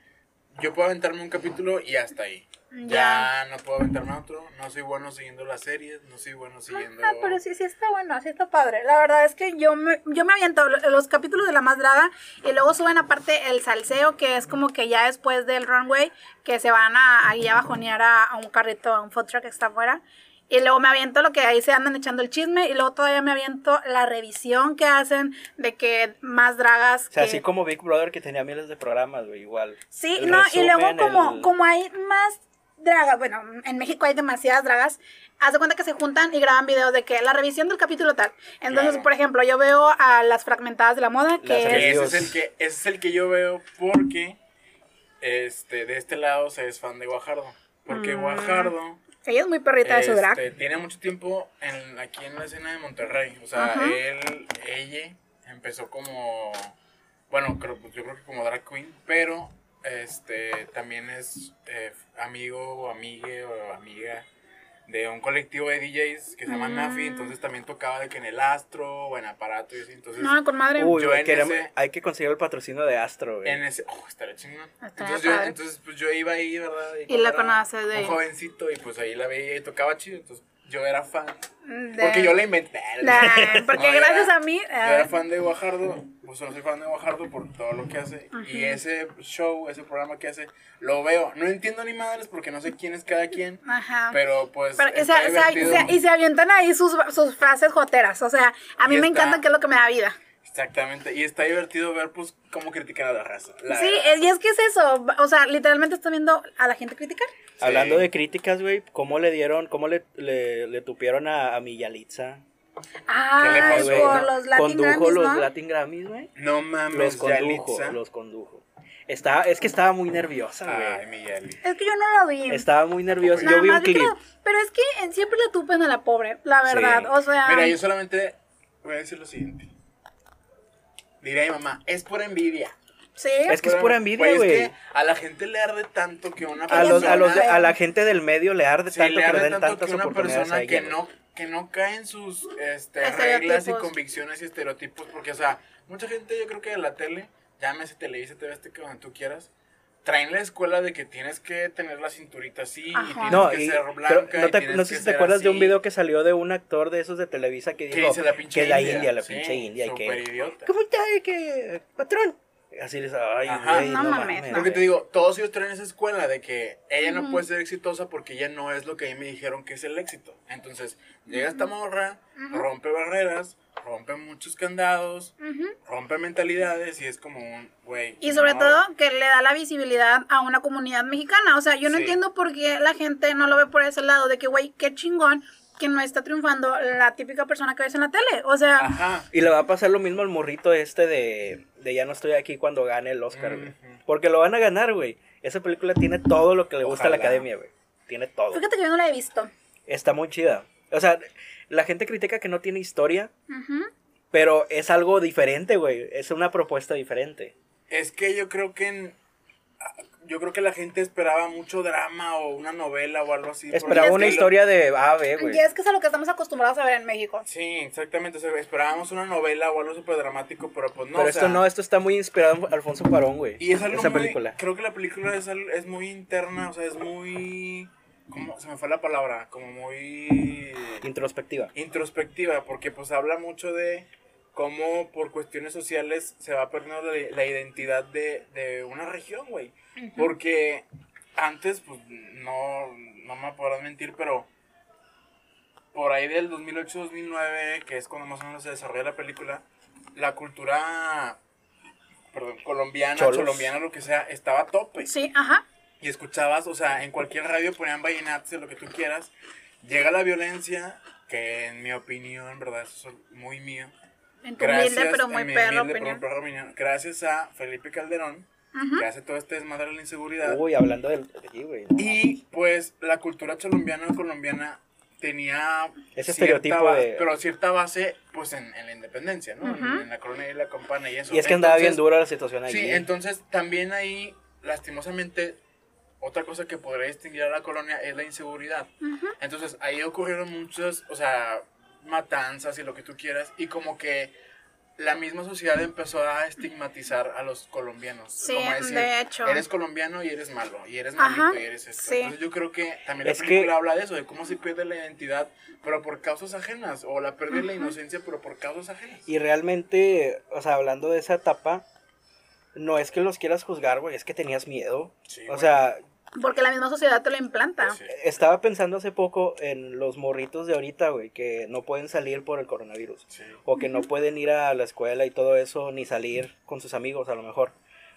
[SPEAKER 3] Yo puedo aventarme un capítulo y hasta ahí.
[SPEAKER 1] Ya.
[SPEAKER 3] Ya, no puedo aventarme otro. No soy bueno siguiendo las series. No soy bueno siguiendo.
[SPEAKER 1] Ah, pero sí, sí está bueno, sí está padre. La verdad es que yo me, yo me aviento lo- los capítulos de La Más Draga y luego suben aparte el salseo, que es como que ya después del runway, que se van a, ahí a bajonear a, a un carrito, a un food truck que está afuera. Y luego me aviento lo que ahí se andan echando el chisme. Y luego todavía me aviento la revisión que hacen de que más dragas.
[SPEAKER 2] O sea,
[SPEAKER 1] que-
[SPEAKER 2] así como Big Brother que tenía miles de programas, güey, igual.
[SPEAKER 1] Sí,
[SPEAKER 2] El
[SPEAKER 1] no, y luego
[SPEAKER 2] resumen,
[SPEAKER 1] como,
[SPEAKER 2] el-
[SPEAKER 1] como hay más dragas, bueno, en México hay demasiadas dragas, haz de cuenta que se juntan y graban videos de que la revisión del capítulo tal. Entonces,
[SPEAKER 3] Claro.
[SPEAKER 1] por ejemplo, yo veo a las fragmentadas de la moda,
[SPEAKER 2] Las
[SPEAKER 1] que
[SPEAKER 3] Que
[SPEAKER 1] es...
[SPEAKER 3] ese
[SPEAKER 2] Dios.
[SPEAKER 3] es el que ese es el que yo veo porque este de este lado se es fan de Guajardo, porque
[SPEAKER 1] Mm.
[SPEAKER 3] Guajardo
[SPEAKER 1] Ella es muy perrita de su drag.
[SPEAKER 3] este, tiene mucho tiempo en, aquí en la escena de Monterrey, o sea,
[SPEAKER 1] Ajá.
[SPEAKER 3] él ella empezó como bueno, creo- pues, yo creo que como drag queen, pero este también es eh, amigo o amigue o amiga de un colectivo de DJs que se llama
[SPEAKER 1] Mm.
[SPEAKER 3] Nafi, entonces también tocaba de que en el Astro o en Aparato y así, entonces
[SPEAKER 1] No, con madre.
[SPEAKER 2] Uy,
[SPEAKER 3] yo
[SPEAKER 2] güey,
[SPEAKER 3] en
[SPEAKER 2] queremos-
[SPEAKER 3] ese-
[SPEAKER 2] hay que conseguir el patrocinio de Astro, güey.
[SPEAKER 3] en ese, oh, estaría chingón.
[SPEAKER 1] Estaría
[SPEAKER 3] Entonces, yo,
[SPEAKER 1] Ah, padre.
[SPEAKER 3] entonces, pues yo iba ahí, ¿verdad?
[SPEAKER 1] Y la
[SPEAKER 3] cuando era
[SPEAKER 1] conoces de-
[SPEAKER 3] Un jovencito y pues ahí la veía y tocaba chido. Entonces yo era fan.
[SPEAKER 1] De-
[SPEAKER 3] Porque yo la inventé.
[SPEAKER 1] de- porque
[SPEAKER 3] No, yo
[SPEAKER 1] gracias
[SPEAKER 3] era-
[SPEAKER 1] a mí... ah.
[SPEAKER 3] Yo era fan de Guajardo. Pues no soy fan de Guajardo por todo lo que hace. Y ese show, ese programa que hace, lo veo. No entiendo ni madres porque no sé quién es cada quien.
[SPEAKER 1] Ajá.
[SPEAKER 3] Pero pues.
[SPEAKER 1] Pero, o
[SPEAKER 3] está
[SPEAKER 1] sea, o sea,
[SPEAKER 3] divertido.
[SPEAKER 1] y se- y se avientan ahí sus, sus frases joteras. O sea, a mí
[SPEAKER 3] Y
[SPEAKER 1] me
[SPEAKER 3] está-
[SPEAKER 1] encanta que es lo que me da vida.
[SPEAKER 3] Exactamente. Y está divertido ver, pues, cómo critican a la raza. la
[SPEAKER 1] Sí,
[SPEAKER 3] verdad.
[SPEAKER 1] es- y es que es eso. O sea, literalmente están viendo a la gente criticar.
[SPEAKER 2] Hablando
[SPEAKER 3] Sí.
[SPEAKER 2] de críticas, güey, ¿cómo le dieron, cómo le, le, le tupieron a, a mi Yalitza?
[SPEAKER 3] le
[SPEAKER 1] Ah,
[SPEAKER 3] pasó,
[SPEAKER 2] güey,
[SPEAKER 1] por
[SPEAKER 2] ¿no?
[SPEAKER 1] los Latin
[SPEAKER 2] Condujo
[SPEAKER 1] Grammys,
[SPEAKER 2] los
[SPEAKER 1] ¿no?
[SPEAKER 2] Latin Grammys, güey.
[SPEAKER 3] No
[SPEAKER 2] Los
[SPEAKER 3] mames,
[SPEAKER 2] condujo,
[SPEAKER 3] Yalitza.
[SPEAKER 2] los condujo. Estaba, es que estaba muy nerviosa, güey.
[SPEAKER 3] Ay, mi Yali.
[SPEAKER 1] Es que yo no lo vi.
[SPEAKER 2] Estaba muy
[SPEAKER 3] Pues,
[SPEAKER 2] nerviosa.
[SPEAKER 1] Nada
[SPEAKER 2] Yo vi un
[SPEAKER 1] más
[SPEAKER 2] clip.
[SPEAKER 1] creo- pero es que en- siempre la tupen a la pobre, la
[SPEAKER 2] Sí.
[SPEAKER 1] verdad. O sea, um,
[SPEAKER 3] Mira, yo solamente voy a decir lo siguiente. Diré a mi mamá, es por envidia.
[SPEAKER 1] sí.
[SPEAKER 2] Es que es pura envidia,
[SPEAKER 3] Güey,
[SPEAKER 2] güey.
[SPEAKER 3] Es que a la gente le arde tanto que una persona...
[SPEAKER 2] A, los, a, los de-
[SPEAKER 1] güey.
[SPEAKER 2] a la gente del medio le arde
[SPEAKER 3] sí,
[SPEAKER 2] tanto que
[SPEAKER 3] le
[SPEAKER 2] le
[SPEAKER 3] arde
[SPEAKER 2] den
[SPEAKER 3] tanto
[SPEAKER 2] tantas
[SPEAKER 3] que una
[SPEAKER 2] oportunidades a
[SPEAKER 3] persona
[SPEAKER 2] ella,
[SPEAKER 3] que
[SPEAKER 2] güey.
[SPEAKER 3] no, que no cae en sus este,
[SPEAKER 1] Estereotipos.
[SPEAKER 3] reglas y convicciones y estereotipos. Porque, o sea, mucha gente yo creo que de la tele, llámese Televisa, TV Azteca, donde tú quieras, traen la escuela de que tienes que tener la cinturita así
[SPEAKER 1] Ajá.
[SPEAKER 3] y tienes
[SPEAKER 2] No,
[SPEAKER 3] que
[SPEAKER 2] y
[SPEAKER 3] ser
[SPEAKER 2] creo-
[SPEAKER 3] blanca. y
[SPEAKER 2] no, te-
[SPEAKER 3] tienes
[SPEAKER 2] no
[SPEAKER 3] que
[SPEAKER 2] sé si te
[SPEAKER 3] ser
[SPEAKER 2] acuerdas de un
[SPEAKER 3] así.
[SPEAKER 2] video que salió de un actor de esos de Televisa que
[SPEAKER 3] que
[SPEAKER 2] dijo
[SPEAKER 3] dice la pinche
[SPEAKER 2] que la
[SPEAKER 3] india,
[SPEAKER 2] India, la
[SPEAKER 3] sí,
[SPEAKER 2] pinche India y que
[SPEAKER 3] superidiota.
[SPEAKER 2] ¿Cómo está? eh, que patrón? Así les ay,
[SPEAKER 3] Ajá.
[SPEAKER 2] güey,
[SPEAKER 1] No
[SPEAKER 2] no,
[SPEAKER 1] mames,
[SPEAKER 2] mames.
[SPEAKER 1] no.
[SPEAKER 3] Porque te
[SPEAKER 2] güey.
[SPEAKER 3] digo, todos ellos traen esa escuela de que ella no puede ser exitosa porque ella no es lo que a mí me dijeron que es el éxito. Entonces, llega esta morra, rompe barreras, rompe muchos candados, rompe mentalidades y es como un, güey.
[SPEAKER 1] Y sobre
[SPEAKER 3] no.
[SPEAKER 1] todo que le da la visibilidad a una comunidad mexicana. O sea, yo no
[SPEAKER 3] Sí.
[SPEAKER 1] entiendo por qué la gente no lo ve por ese lado de que, güey, qué chingón que no está triunfando la típica persona que ves en la tele. O sea,
[SPEAKER 3] Ajá.
[SPEAKER 2] Y le va a pasar lo mismo al morrito este de, de Ya no estoy aquí cuando gane el Oscar, güey.
[SPEAKER 3] Ujú.
[SPEAKER 2] Porque lo van a ganar, güey. Esa película tiene todo lo que le gusta a la
[SPEAKER 3] Ojalá.
[SPEAKER 2] academia, güey. Tiene todo.
[SPEAKER 1] fíjate que yo no la he visto.
[SPEAKER 2] Está muy chida. O sea, la gente critica que no tiene historia,
[SPEAKER 1] Ujú.
[SPEAKER 2] pero es algo diferente, güey. Es una propuesta diferente.
[SPEAKER 3] Es que yo creo que en- ah, yo creo que la gente esperaba mucho drama o una novela o algo así. por el
[SPEAKER 2] Esperaba una
[SPEAKER 3] estilo.
[SPEAKER 2] historia de A a B, güey.
[SPEAKER 1] Y es que es a lo que estamos acostumbrados a ver en México.
[SPEAKER 3] Sí, exactamente. o sea, esperábamos una novela o algo súper dramático, pero pues no.
[SPEAKER 2] pero
[SPEAKER 3] o
[SPEAKER 2] esto
[SPEAKER 3] sea,
[SPEAKER 2] no, esto está muy inspirado en Alfonso Parón, güey.
[SPEAKER 3] Y es algo
[SPEAKER 2] Esa
[SPEAKER 3] muy-
[SPEAKER 2] película.
[SPEAKER 3] Creo que la película es, al- es muy interna, o sea, es muy... ¿Cómo? Se me fue la palabra, como muy
[SPEAKER 2] Introspectiva.
[SPEAKER 3] introspectiva, porque pues habla mucho de cómo por cuestiones sociales se va perdiendo la, la identidad de, de una región, güey. Porque antes, pues no, no me podrás mentir, pero por ahí del 2008-2009, que es cuando más o menos se desarrolla la película, la cultura, perdón, colombiana,
[SPEAKER 2] Cholos.
[SPEAKER 3] colombiana, lo que sea, estaba a tope.
[SPEAKER 1] Sí, ajá.
[SPEAKER 3] Y escuchabas, o sea, en cualquier radio ponían vallenatos, lo que tú quieras. Llega la violencia, que en mi opinión, ¿verdad? Eso es muy mío.
[SPEAKER 1] En tu
[SPEAKER 3] Gracias,
[SPEAKER 1] humilde, pero muy
[SPEAKER 3] en mi
[SPEAKER 1] perro
[SPEAKER 3] humilde, pero
[SPEAKER 1] opinión.
[SPEAKER 3] perro opinión, Gracias a Felipe Calderón,
[SPEAKER 1] Ujú.
[SPEAKER 3] que hace todo este desmadre de la inseguridad.
[SPEAKER 2] Uy, hablando del- de aquí, güey. no
[SPEAKER 3] Y pues la cultura cholombiana o colombiana tenía
[SPEAKER 2] Ese
[SPEAKER 3] cierta
[SPEAKER 2] estereotipo
[SPEAKER 3] ba-
[SPEAKER 2] de-
[SPEAKER 3] pero cierta base pues en, en la independencia, ¿no? En-
[SPEAKER 1] Ujú.
[SPEAKER 3] En la colonia y la campana y eso.
[SPEAKER 2] Y es que andaba bien
[SPEAKER 3] Entonces,
[SPEAKER 2] dura la situación allí.
[SPEAKER 3] Sí, entonces también ahí, lastimosamente, otra cosa que podría distinguir a la colonia es la inseguridad. Entonces ahí ocurrieron muchas, o sea, matanzas y lo que tú quieras, y como que la misma sociedad empezó a estigmatizar a los colombianos.
[SPEAKER 1] Sí,
[SPEAKER 3] como a
[SPEAKER 1] de hecho.
[SPEAKER 3] Eres colombiano y eres malo, y eres
[SPEAKER 1] Ajá,
[SPEAKER 3] malito, y eres esto.
[SPEAKER 1] sí.
[SPEAKER 3] Entonces yo creo que también la
[SPEAKER 2] Es que-
[SPEAKER 3] película habla de eso, de cómo se pierde la identidad, pero por causas ajenas, o la pierde la inocencia, pero por causas ajenas.
[SPEAKER 2] Y realmente, o sea, hablando de esa etapa, no es que los quieras juzgar, güey, es que tenías miedo.
[SPEAKER 3] Sí,
[SPEAKER 2] o
[SPEAKER 3] güey.
[SPEAKER 2] sea,
[SPEAKER 1] Porque la misma sociedad te lo implanta.
[SPEAKER 3] Sí.
[SPEAKER 2] Estaba pensando hace poco en los morritos de ahorita, güey, que no pueden salir por el coronavirus.
[SPEAKER 3] Sí.
[SPEAKER 2] O que no pueden ir a la escuela y todo eso, ni salir con sus amigos a lo mejor.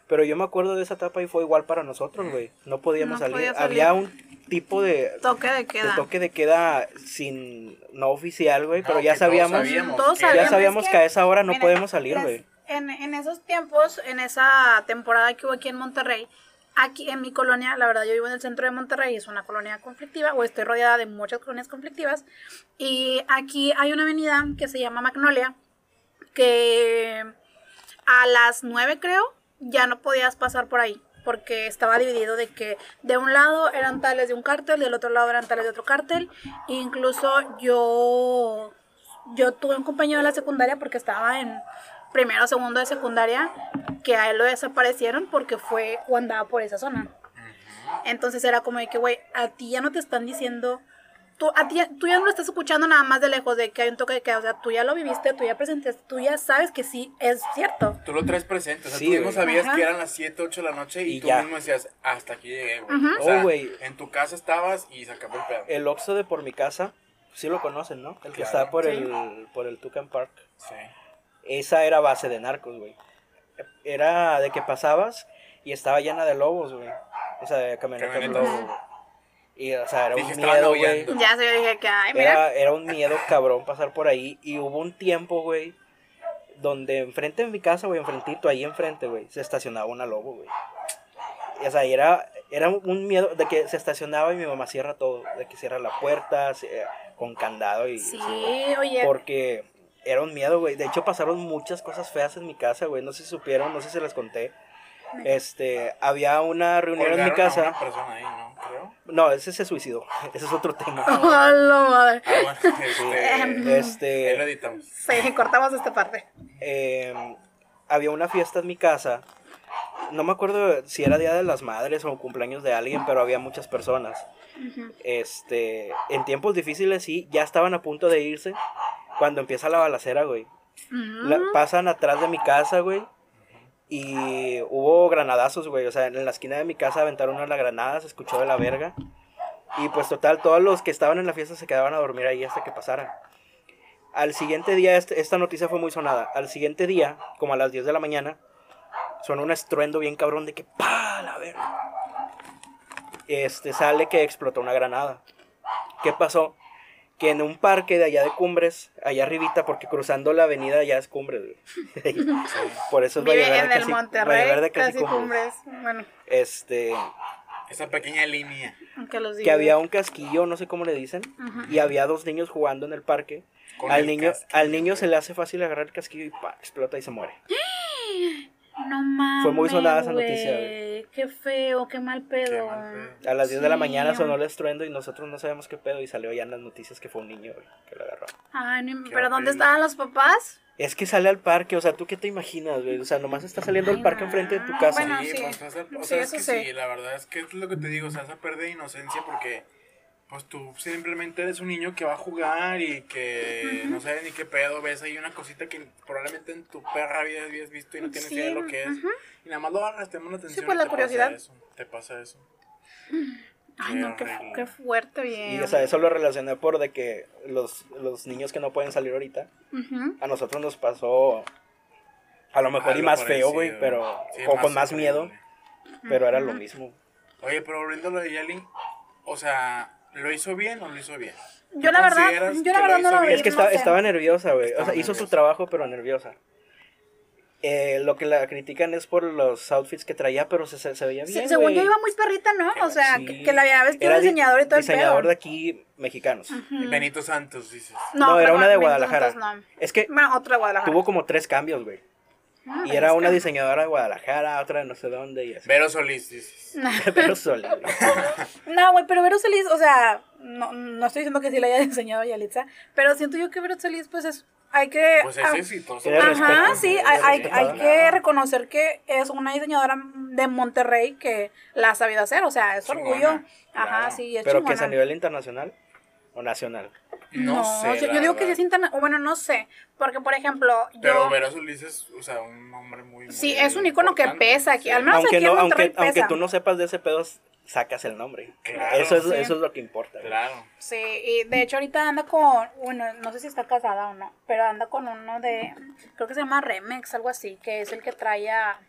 [SPEAKER 2] Pero yo me acuerdo de esa etapa y fue igual para nosotros, güey. No podíamos
[SPEAKER 1] No
[SPEAKER 2] salir.
[SPEAKER 1] podía salir.
[SPEAKER 2] Había un tipo de,
[SPEAKER 1] Toque de
[SPEAKER 2] de
[SPEAKER 1] queda.
[SPEAKER 2] toque de queda sin, no oficial, güey, pero
[SPEAKER 3] No,
[SPEAKER 2] ya
[SPEAKER 3] que todos
[SPEAKER 2] sabíamos,
[SPEAKER 3] sabíamos
[SPEAKER 1] Todos
[SPEAKER 3] que-
[SPEAKER 1] sabíamos.
[SPEAKER 2] ya sabíamos
[SPEAKER 1] que-
[SPEAKER 2] que a esa hora no
[SPEAKER 1] Mira,
[SPEAKER 2] podemos salir,
[SPEAKER 1] las-
[SPEAKER 2] güey.
[SPEAKER 1] En, en esos tiempos, en esa temporada que hubo aquí en Monterrey, aquí en mi colonia, la verdad yo vivo en el centro de Monterrey, es una colonia conflictiva, o estoy rodeada de muchas colonias conflictivas, y aquí hay una avenida que se llama Magnolia, que a las 9 creo ya no podías pasar por ahí. Porque estaba dividido de que de un lado eran tales de un cártel, del otro lado eran tales de otro cártel. Incluso yo yo tuve un compañero de la secundaria porque estaba en primero o segundo de secundaria que a él lo desaparecieron porque fue o andaba por esa zona. Entonces era como de que, güey, a ti ya no te están diciendo, tú, a ti ya, tú ya no lo estás escuchando nada más de lejos de que hay un toque de queda, o sea, tú ya lo viviste, tú ya presentaste, tú ya sabes que sí es cierto.
[SPEAKER 3] Tú lo traes presente, o sea,
[SPEAKER 2] Sí,
[SPEAKER 3] tú mismo
[SPEAKER 2] güey.
[SPEAKER 3] sabías
[SPEAKER 1] Ajá.
[SPEAKER 3] que eran las 7, 8 de la noche y,
[SPEAKER 2] Y
[SPEAKER 3] tú
[SPEAKER 2] ya.
[SPEAKER 3] mismo decías, hasta aquí llegué, güey.
[SPEAKER 1] Ujú.
[SPEAKER 3] O sea,
[SPEAKER 2] Oh, güey. Eh,
[SPEAKER 3] en tu casa estabas y se acabó el pedo.
[SPEAKER 2] El Oxxo de por mi casa, sí lo conocen, ¿no? El que
[SPEAKER 3] Claro.
[SPEAKER 2] está por
[SPEAKER 3] Sí.
[SPEAKER 2] el por el Tucan Park.
[SPEAKER 3] Sí.
[SPEAKER 2] Esa era base de narcos, güey. Era de que pasabas y estaba llena de lobos, güey. O sea, de camionetas
[SPEAKER 3] Camionetas. "Ah,
[SPEAKER 2] lobos, güey. Y, o sea, era
[SPEAKER 3] Dije,
[SPEAKER 2] un
[SPEAKER 3] estaban
[SPEAKER 2] miedo, güey.
[SPEAKER 3] aullando.
[SPEAKER 1] Ya se yo dije que, ay, Eh, mira,
[SPEAKER 2] Era, era un miedo cabrón pasar por ahí. Y hubo un tiempo, güey, donde enfrente de mi casa, güey, enfrentito, ahí enfrente, güey, se estacionaba una lobo, güey. Y, O sea, y era, era un miedo de que se estacionaba y mi mamá cierra todo, de que cierra la puerta se- con candado y...
[SPEAKER 1] sí,
[SPEAKER 2] sí.
[SPEAKER 1] oye,
[SPEAKER 2] Porque era un miedo, güey. De hecho, pasaron muchas cosas feas en mi casa, güey. No sé si supieron, no sé si les conté. Este, había una reunión en mi
[SPEAKER 3] Colgaron a
[SPEAKER 2] casa.
[SPEAKER 3] una persona ahí, ¿no? Creo.
[SPEAKER 2] No, ese se suicidó. Ese es otro tema.
[SPEAKER 1] ¡A la madre.
[SPEAKER 3] Ah, bueno,
[SPEAKER 1] Em.
[SPEAKER 3] este, ahí
[SPEAKER 2] Este,
[SPEAKER 3] lo editamos.
[SPEAKER 1] Sí, cortamos esta parte.
[SPEAKER 2] eh, había una fiesta en mi casa. No me acuerdo si era Día de las Madres o cumpleaños de alguien, pero había muchas personas. Este, en tiempos difíciles sí, ya estaban a punto de irse cuando empieza la balacera, güey.
[SPEAKER 1] Ujú.
[SPEAKER 2] La- pasan atrás de mi casa, güey. Y hubo granadazos, güey. O sea, en la esquina de mi casa aventaron una granada, se escuchó de la verga. Y pues total, todos los que estaban en la fiesta se quedaban a dormir ahí hasta que pasara. Al siguiente día, este- esta noticia fue muy sonada. Al siguiente día, como a las 10 de la mañana, sonó un estruendo bien cabrón de que ¡pa! La verga. Este sale que explotó una granada. ¿Qué pasó? que en un parque de allá de Cumbres, allá arribita, porque cruzando la avenida allá es Cumbres, güey. Por eso es
[SPEAKER 1] Vive
[SPEAKER 2] Valle Verde
[SPEAKER 1] en el
[SPEAKER 2] casi-
[SPEAKER 1] Monterrey,
[SPEAKER 2] Valle Verde
[SPEAKER 1] casi,
[SPEAKER 2] Cumbres.
[SPEAKER 1] cumbres. Bueno,
[SPEAKER 2] Este,
[SPEAKER 3] Esa pequeña línea.
[SPEAKER 1] aunque los digo.
[SPEAKER 2] que había un casquillo, no sé cómo le dicen,
[SPEAKER 1] Ajá.
[SPEAKER 2] y había dos niños jugando en el parque.
[SPEAKER 3] con
[SPEAKER 2] Al
[SPEAKER 3] el
[SPEAKER 2] niño,
[SPEAKER 3] casco.
[SPEAKER 2] al niño se le hace fácil agarrar el casquillo y pa, explota y se muere.
[SPEAKER 1] No mames.
[SPEAKER 2] Fue muy sonada esa noticia,
[SPEAKER 1] güey. Qué feo, qué mal pedo.
[SPEAKER 3] Qué mal pedo.
[SPEAKER 2] A las 10 de la
[SPEAKER 1] Sí,
[SPEAKER 2] mañana sonó el
[SPEAKER 1] hombre.
[SPEAKER 2] estruendo y nosotros no sabemos qué pedo y salió ya en las noticias que fue un niño güey, que lo agarró.
[SPEAKER 1] Ay, no,
[SPEAKER 3] Qué
[SPEAKER 1] pero ¿dónde
[SPEAKER 3] horrible.
[SPEAKER 1] estaban los papás?
[SPEAKER 2] Es que sale al parque, o sea, ¿tú qué te imaginas, güey? O sea, nomás está saliendo al
[SPEAKER 1] Ay,
[SPEAKER 2] parque
[SPEAKER 1] no.
[SPEAKER 2] enfrente de tu casa.
[SPEAKER 1] Bueno,
[SPEAKER 3] sí,
[SPEAKER 1] sí.
[SPEAKER 3] pues, vas a-
[SPEAKER 1] Sí,
[SPEAKER 3] o sea, es
[SPEAKER 1] eso
[SPEAKER 3] que
[SPEAKER 1] sí.
[SPEAKER 3] sí. la verdad es que es lo que te digo, o sea, esa pérdida de inocencia porque pues tú simplemente eres un niño que va a jugar y que no sabe ni qué pedo, ves ahí una cosita que probablemente en tu perra vida habías visto y no tienes
[SPEAKER 1] Sí,
[SPEAKER 3] idea de lo que es.
[SPEAKER 1] ujú.
[SPEAKER 3] Y nada más lo agarras, te llama la atención.
[SPEAKER 1] pues,
[SPEAKER 3] y
[SPEAKER 1] la
[SPEAKER 3] te
[SPEAKER 1] curiosidad.
[SPEAKER 3] Pasa eso, te pasa eso.
[SPEAKER 1] Ay,
[SPEAKER 3] Qué
[SPEAKER 1] no, qué,
[SPEAKER 3] horrible.
[SPEAKER 1] qué fuerte, bien.
[SPEAKER 2] Y o sea, eso lo relacioné por de que los, los niños que no pueden salir ahorita,
[SPEAKER 1] Ujú.
[SPEAKER 2] a nosotros nos pasó a lo mejor y
[SPEAKER 3] Algo
[SPEAKER 2] más feo, güey,
[SPEAKER 3] parecido.
[SPEAKER 2] pero
[SPEAKER 3] Sí,
[SPEAKER 2] con, con más
[SPEAKER 3] horrible.
[SPEAKER 2] miedo, pero era lo mismo.
[SPEAKER 3] Oye, pero volviendo a lo de Yali, o sea, ¿lo hizo bien o lo hizo bien?
[SPEAKER 1] Yo
[SPEAKER 3] ¿Tú
[SPEAKER 1] la verdad,
[SPEAKER 3] consideras
[SPEAKER 1] yo
[SPEAKER 3] que
[SPEAKER 1] la
[SPEAKER 3] lo
[SPEAKER 1] verdad no
[SPEAKER 3] hizo
[SPEAKER 1] lo vi.
[SPEAKER 3] bien?
[SPEAKER 2] Es que
[SPEAKER 1] no
[SPEAKER 2] esta-
[SPEAKER 1] sé.
[SPEAKER 2] estaba nerviosa, güey, o sea,
[SPEAKER 3] Estaba
[SPEAKER 2] hizo su
[SPEAKER 3] nerviosa.
[SPEAKER 2] trabajo, pero nerviosa. Eh, lo que la critican es por los outfits que traía, pero se, se, se veía
[SPEAKER 1] Se-
[SPEAKER 2] bien,
[SPEAKER 1] según
[SPEAKER 2] güey.
[SPEAKER 1] yo iba muy perrita, ¿no? O sea,
[SPEAKER 2] Sí.
[SPEAKER 1] que, que la había vestido
[SPEAKER 2] Era di-
[SPEAKER 1] diseñador y todo
[SPEAKER 2] Diseñador de
[SPEAKER 1] el pedo. Ah.
[SPEAKER 2] aquí, mexicanos.
[SPEAKER 3] Benito Santos, dices.
[SPEAKER 2] No, era
[SPEAKER 1] perdón,
[SPEAKER 2] una de
[SPEAKER 1] Benito
[SPEAKER 2] Guadalajara.
[SPEAKER 1] Santos, no.
[SPEAKER 2] Es que
[SPEAKER 1] Bueno, otra de Guadalajara.
[SPEAKER 2] tuvo como tres cambios, güey.
[SPEAKER 1] Ah,
[SPEAKER 2] Y era
[SPEAKER 1] es
[SPEAKER 2] una
[SPEAKER 1] que-
[SPEAKER 2] diseñadora de Guadalajara, otra de no sé dónde y así.
[SPEAKER 3] Vero Solís, dices.
[SPEAKER 2] Pero sola. ¿no?
[SPEAKER 1] No, güey, pero Vero Solís, o sea, no, no estoy diciendo que sí la haya diseñado Yalitza, pero siento yo que Vero Solís, pues es. Hay que.
[SPEAKER 3] Pues
[SPEAKER 1] ah,
[SPEAKER 3] es exitoso.
[SPEAKER 2] Tiene
[SPEAKER 3] Ajá,
[SPEAKER 1] Ajá,
[SPEAKER 2] respeto,
[SPEAKER 1] sí,
[SPEAKER 2] ¿no?
[SPEAKER 1] hay,
[SPEAKER 2] Es
[SPEAKER 1] hay-
[SPEAKER 2] respetada.
[SPEAKER 1] hay que reconocer que es una diseñadora de Monterrey que la ha sabido hacer, o sea, es
[SPEAKER 3] Chingona,
[SPEAKER 1] orgullo. Ajá,
[SPEAKER 3] claro.
[SPEAKER 1] sí, es
[SPEAKER 2] Pero que es
[SPEAKER 1] chingona.
[SPEAKER 2] a nivel internacional o nacional.
[SPEAKER 1] No, yo, yo
[SPEAKER 3] la
[SPEAKER 1] digo que sí
[SPEAKER 3] verdad.
[SPEAKER 1] es internacional, bueno, no sé, porque por ejemplo,
[SPEAKER 3] Pero
[SPEAKER 1] yo...
[SPEAKER 3] Vero Solís es, o sea, un hombre muy.
[SPEAKER 1] Sí,
[SPEAKER 3] muy
[SPEAKER 1] es un icono que
[SPEAKER 3] importante.
[SPEAKER 1] pesa aquí, al menos- No sé,
[SPEAKER 2] aunque
[SPEAKER 1] aquí en
[SPEAKER 2] no, aunque,
[SPEAKER 1] Monterrey
[SPEAKER 2] aunque
[SPEAKER 1] pesa.
[SPEAKER 2] tú no sepas de ese pedo, sacas el nombre.
[SPEAKER 3] Claro.
[SPEAKER 2] eso, es,
[SPEAKER 1] Sí.
[SPEAKER 2] eso es lo que importa. güey.
[SPEAKER 3] Claro.
[SPEAKER 1] Sí, y de hecho ahorita anda con, bueno, no sé si está casada o no, pero anda con uno de, creo que se llama Remex, algo así, que es el que trae a,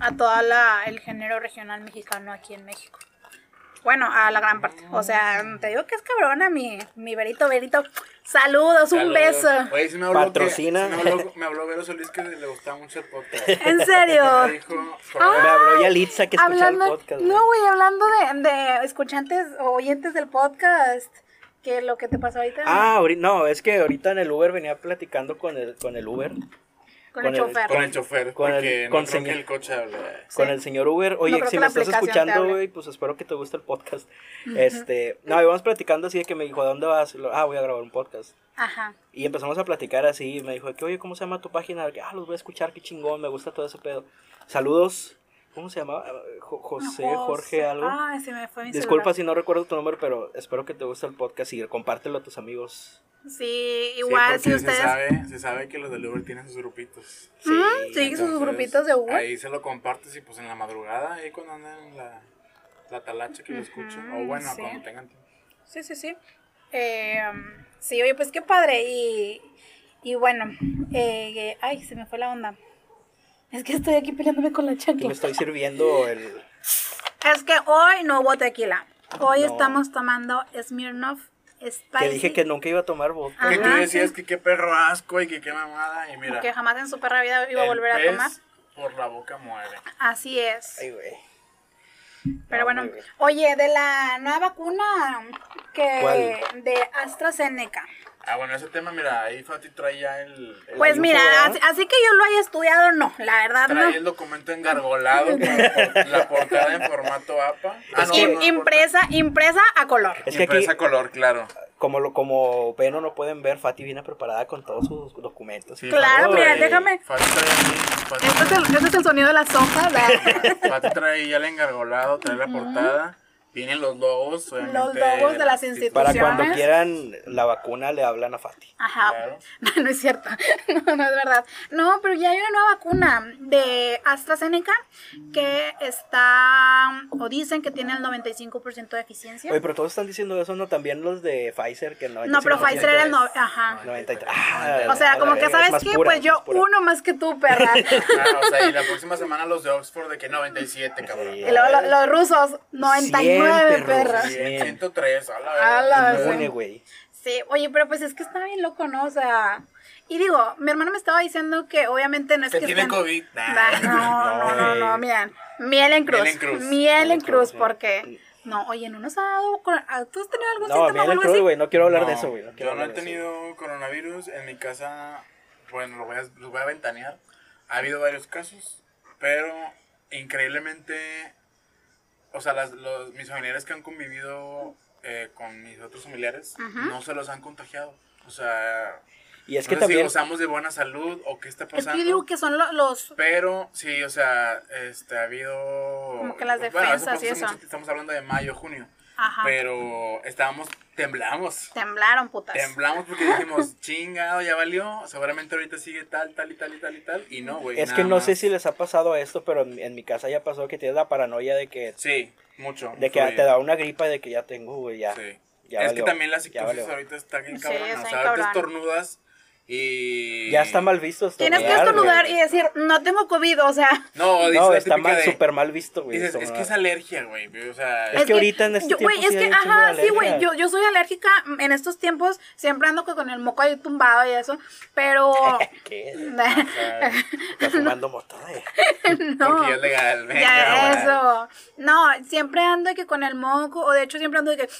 [SPEAKER 1] a toda la, el género regional mexicano aquí en México. Bueno, a la gran parte. O sea, te digo que es cabrona mi, mi Berito, Berito. Saludos, un
[SPEAKER 3] Saludos.
[SPEAKER 1] beso.
[SPEAKER 3] Oye, sí me habló que-
[SPEAKER 2] Patrocina.
[SPEAKER 3] sí me, habló, me habló Vero Solís que le gustaba mucho el podcast.
[SPEAKER 1] En serio.
[SPEAKER 3] Me dijo,
[SPEAKER 2] Me
[SPEAKER 1] Ah,
[SPEAKER 2] habló Yalitza que escuchaba el
[SPEAKER 1] Hablando,
[SPEAKER 2] podcast. güey.
[SPEAKER 1] no, güey, hablando de, de escuchantes o oyentes del podcast, que lo que te pasó ahorita
[SPEAKER 2] Ah, ahori- no, es que ahorita en el Uber venía platicando con el, con el Uber,
[SPEAKER 1] con, el
[SPEAKER 2] con el-
[SPEAKER 1] chofer.
[SPEAKER 3] con el chofer,
[SPEAKER 2] Con el-
[SPEAKER 3] porque no
[SPEAKER 2] con
[SPEAKER 3] creo que
[SPEAKER 2] señal.
[SPEAKER 3] el coche hable.
[SPEAKER 2] con
[SPEAKER 1] Sí.
[SPEAKER 2] el señor Uber. Oye,
[SPEAKER 1] creo
[SPEAKER 2] si
[SPEAKER 1] que
[SPEAKER 2] me
[SPEAKER 1] la
[SPEAKER 2] estás
[SPEAKER 1] aplicación te
[SPEAKER 2] escuchando,
[SPEAKER 1] hable.
[SPEAKER 2] güey, pues espero que te guste el podcast. Este, no, íbamos platicando así de que me dijo, "¿A dónde vas? Y lo- ah, voy a grabar un podcast.
[SPEAKER 1] Ajá.
[SPEAKER 2] Y empezamos a platicar así, y me dijo, que, oye, ¿cómo se llama tu página? Que, ah, los voy a escuchar, qué chingón, me gusta todo ese pedo. Saludos, ¿cómo se llamaba? Jo- José, Jorge, algo.
[SPEAKER 1] Ay, se me fue Ah, mi
[SPEAKER 2] Disculpa
[SPEAKER 1] celular.
[SPEAKER 2] si no recuerdo tu nombre, pero espero que te guste el podcast y compártelo a tus amigos.
[SPEAKER 1] Sí,
[SPEAKER 3] Sí,
[SPEAKER 1] igual
[SPEAKER 3] porque
[SPEAKER 1] si ustedes.
[SPEAKER 3] se sabe, se sabe que los del Uber tienen sus grupitos.
[SPEAKER 1] Mm, sí, sus
[SPEAKER 3] Entonces,
[SPEAKER 1] grupitos de Uber.
[SPEAKER 3] Ahí se lo compartes y pues en la madrugada, ahí cuando andan en la, la talacha que lo escuchen. O bueno,
[SPEAKER 1] sí.
[SPEAKER 3] cuando tengan tiempo.
[SPEAKER 1] Sí, sí, sí. Eh, sí, oye, pues qué padre. Y, y bueno, eh, eh, ay, se me fue la onda. Es que estoy aquí peleándome con la
[SPEAKER 2] Que me
[SPEAKER 1] chancla.
[SPEAKER 2] estoy sirviendo el...
[SPEAKER 1] Es que hoy no hubo tequila. Hoy
[SPEAKER 2] No.
[SPEAKER 1] estamos tomando Smirnoff Spicy.
[SPEAKER 2] Que dije que nunca iba a tomar vodka.
[SPEAKER 1] Ajá,
[SPEAKER 3] Que tú decías
[SPEAKER 1] sí.
[SPEAKER 3] que qué perro asco y que qué mamada. Y mira,
[SPEAKER 1] que jamás en su perra vida iba a
[SPEAKER 3] el
[SPEAKER 1] volver a
[SPEAKER 3] pez
[SPEAKER 1] tomar.
[SPEAKER 3] por la boca muere.
[SPEAKER 1] Así es.
[SPEAKER 2] Ay, güey.
[SPEAKER 1] Pero
[SPEAKER 2] Ah,
[SPEAKER 1] bueno,
[SPEAKER 2] muy bien.
[SPEAKER 1] oye, de la nueva vacuna que
[SPEAKER 2] ¿Cuál?
[SPEAKER 1] de AstraZeneca.
[SPEAKER 3] Ah, bueno, ese tema, mira, ahí Fati trae ya el... el-
[SPEAKER 1] Pues
[SPEAKER 2] Ayuso,
[SPEAKER 1] mira,
[SPEAKER 2] ¿verdad?
[SPEAKER 1] así, así que yo lo haya estudiado, no, la verdad
[SPEAKER 3] Trae el
[SPEAKER 1] Ah, no.
[SPEAKER 3] documento engargolado con la por- la portada en formato APA. Ah, no,
[SPEAKER 1] Im-
[SPEAKER 3] no, no,
[SPEAKER 1] impresa, impresa a color.
[SPEAKER 2] Es que aquí,
[SPEAKER 3] Impresa color, claro.
[SPEAKER 2] como, lo, como ven o no pueden ver, Fati viene preparada con todos sus documentos.
[SPEAKER 3] Sí,
[SPEAKER 1] Claro,
[SPEAKER 3] Fati
[SPEAKER 1] mira,
[SPEAKER 3] trae-
[SPEAKER 1] déjame.
[SPEAKER 3] Fati trae, ahí- Fati-
[SPEAKER 1] Este es el, este es el sonido de las hojas. ¿verdad?
[SPEAKER 3] Fati trae ya el engargolado, trae la portada. Vienen los logos, obviamente,
[SPEAKER 1] Los logos de las
[SPEAKER 2] Para
[SPEAKER 1] Infusiones.
[SPEAKER 2] cuando quieran la vacuna le hablan a Fati.
[SPEAKER 1] Ajá.
[SPEAKER 3] Claro.
[SPEAKER 1] No, no es cierto. No, no es verdad. No, pero ya hay una nueva vacuna de AstraZeneca que está, o dicen que tiene el 95% de eficiencia.
[SPEAKER 2] Oye, pero todos están diciendo eso, ¿no? También los de Pfizer, que el 95%
[SPEAKER 1] No, pero Pfizer era el... No,
[SPEAKER 2] es-
[SPEAKER 1] ajá.
[SPEAKER 2] 93. Ah,
[SPEAKER 1] O sea,
[SPEAKER 2] a
[SPEAKER 1] como
[SPEAKER 2] la
[SPEAKER 1] que
[SPEAKER 2] verga, es
[SPEAKER 1] sabes
[SPEAKER 2] más
[SPEAKER 1] qué,
[SPEAKER 2] pura,
[SPEAKER 1] pues
[SPEAKER 2] es
[SPEAKER 1] yo
[SPEAKER 2] más pura.
[SPEAKER 1] uno más que tú, perra.
[SPEAKER 3] Claro, o sea, y la próxima semana los de Oxford de que 97, cabrón.
[SPEAKER 1] y luego lo- los rusos, 99,
[SPEAKER 2] Cien perros.
[SPEAKER 1] perra.
[SPEAKER 3] Sí, 103, a la
[SPEAKER 1] A la
[SPEAKER 3] verga.
[SPEAKER 1] verga.
[SPEAKER 2] Inmune, güey.
[SPEAKER 1] Sí, oye, pero pues es que está bien loco, ¿no? O sea, y digo, mi hermano me estaba diciendo que obviamente no es
[SPEAKER 3] Que
[SPEAKER 1] que,
[SPEAKER 3] tiene
[SPEAKER 1] estén-
[SPEAKER 3] COVID.
[SPEAKER 1] Nah,
[SPEAKER 3] Nah.
[SPEAKER 1] no, no, no, no, miren, miel en cruz,
[SPEAKER 3] Miel en cruz.
[SPEAKER 1] miel en cruz,
[SPEAKER 2] sí.
[SPEAKER 1] porque no, oye, no nos ha dado, cor- ah, ¿tú has tenido algún
[SPEAKER 2] No, a mí
[SPEAKER 1] síntoma o
[SPEAKER 2] el
[SPEAKER 1] algo
[SPEAKER 2] crudo,
[SPEAKER 1] así?
[SPEAKER 2] güey. No quiero hablar de
[SPEAKER 3] No,
[SPEAKER 2] eso, güey. quiero
[SPEAKER 3] yo no he
[SPEAKER 2] hablar de eso.
[SPEAKER 3] tenido coronavirus. En mi casa, bueno, lo voy a, lo voy a ventanear. Ha habido varios casos, pero increíblemente, o sea, las- los- mis familiares que han convivido eh, con mis otros familiares no se los han contagiado. O sea,
[SPEAKER 2] Y es que
[SPEAKER 3] no sé si
[SPEAKER 2] también.
[SPEAKER 3] gozamos de buena salud o qué está
[SPEAKER 1] Es
[SPEAKER 3] pasando.
[SPEAKER 1] que yo digo que son lo- los,
[SPEAKER 3] Pero sí, o sea, este, ha habido... Como
[SPEAKER 1] que las defensas y eso. Ah,
[SPEAKER 3] Estamos hablando de mayo, junio.
[SPEAKER 1] ajá,
[SPEAKER 3] Pero estábamos, temblamos.
[SPEAKER 1] temblaron, putas.
[SPEAKER 3] Temblamos porque dijimos, chingado, ya valió. Seguramente ahorita sigue tal, tal y tal y tal y tal. Y no, güey.
[SPEAKER 2] Es
[SPEAKER 3] nada
[SPEAKER 2] que no
[SPEAKER 3] más.
[SPEAKER 2] sé si les ha pasado esto, pero en, en mi casa ya pasó que tienes la paranoia de que,
[SPEAKER 3] Sí, mucho.
[SPEAKER 2] de que
[SPEAKER 3] influye.
[SPEAKER 2] te da una gripa y de que ya tengo, güey, ya.
[SPEAKER 3] Sí.
[SPEAKER 2] ya
[SPEAKER 3] es
[SPEAKER 2] valió,
[SPEAKER 3] que también las
[SPEAKER 2] ya
[SPEAKER 3] psicosis
[SPEAKER 2] valió.
[SPEAKER 3] ahorita están bien
[SPEAKER 1] Sí,
[SPEAKER 3] cabronas.
[SPEAKER 1] está
[SPEAKER 3] o
[SPEAKER 1] bien
[SPEAKER 3] sea, ahorita
[SPEAKER 1] cabrón.
[SPEAKER 3] estornudas y.
[SPEAKER 2] Ya está mal visto
[SPEAKER 1] Tienes que
[SPEAKER 2] estornudar, güey.
[SPEAKER 1] estornudar y decir, no tengo COVID, o sea...
[SPEAKER 3] No, dice
[SPEAKER 2] No,
[SPEAKER 3] la
[SPEAKER 2] está
[SPEAKER 3] típica
[SPEAKER 2] mal,
[SPEAKER 3] de-
[SPEAKER 2] súper mal visto, güey.
[SPEAKER 3] Dices, es que
[SPEAKER 2] estornudar.
[SPEAKER 3] es alergia, güey. O sea,
[SPEAKER 2] Es que ahorita en este
[SPEAKER 1] yo- güey,
[SPEAKER 2] tiempo sí
[SPEAKER 1] es
[SPEAKER 2] hay
[SPEAKER 1] que,
[SPEAKER 2] un chingo de
[SPEAKER 1] ajá, sí, güey,
[SPEAKER 2] alergia.
[SPEAKER 1] yo, yo soy alérgica mm, en estos tiempos, siempre ando co- con el moco ahí tumbado y eso, pero...
[SPEAKER 2] ¿Qué?
[SPEAKER 3] sea,
[SPEAKER 2] Está fumando motor, eh.
[SPEAKER 1] no.
[SPEAKER 3] Porque es legal. venga,
[SPEAKER 1] Ya
[SPEAKER 3] güey.
[SPEAKER 1] eso. No, siempre ando de que con el moco, o de hecho siempre ando de que...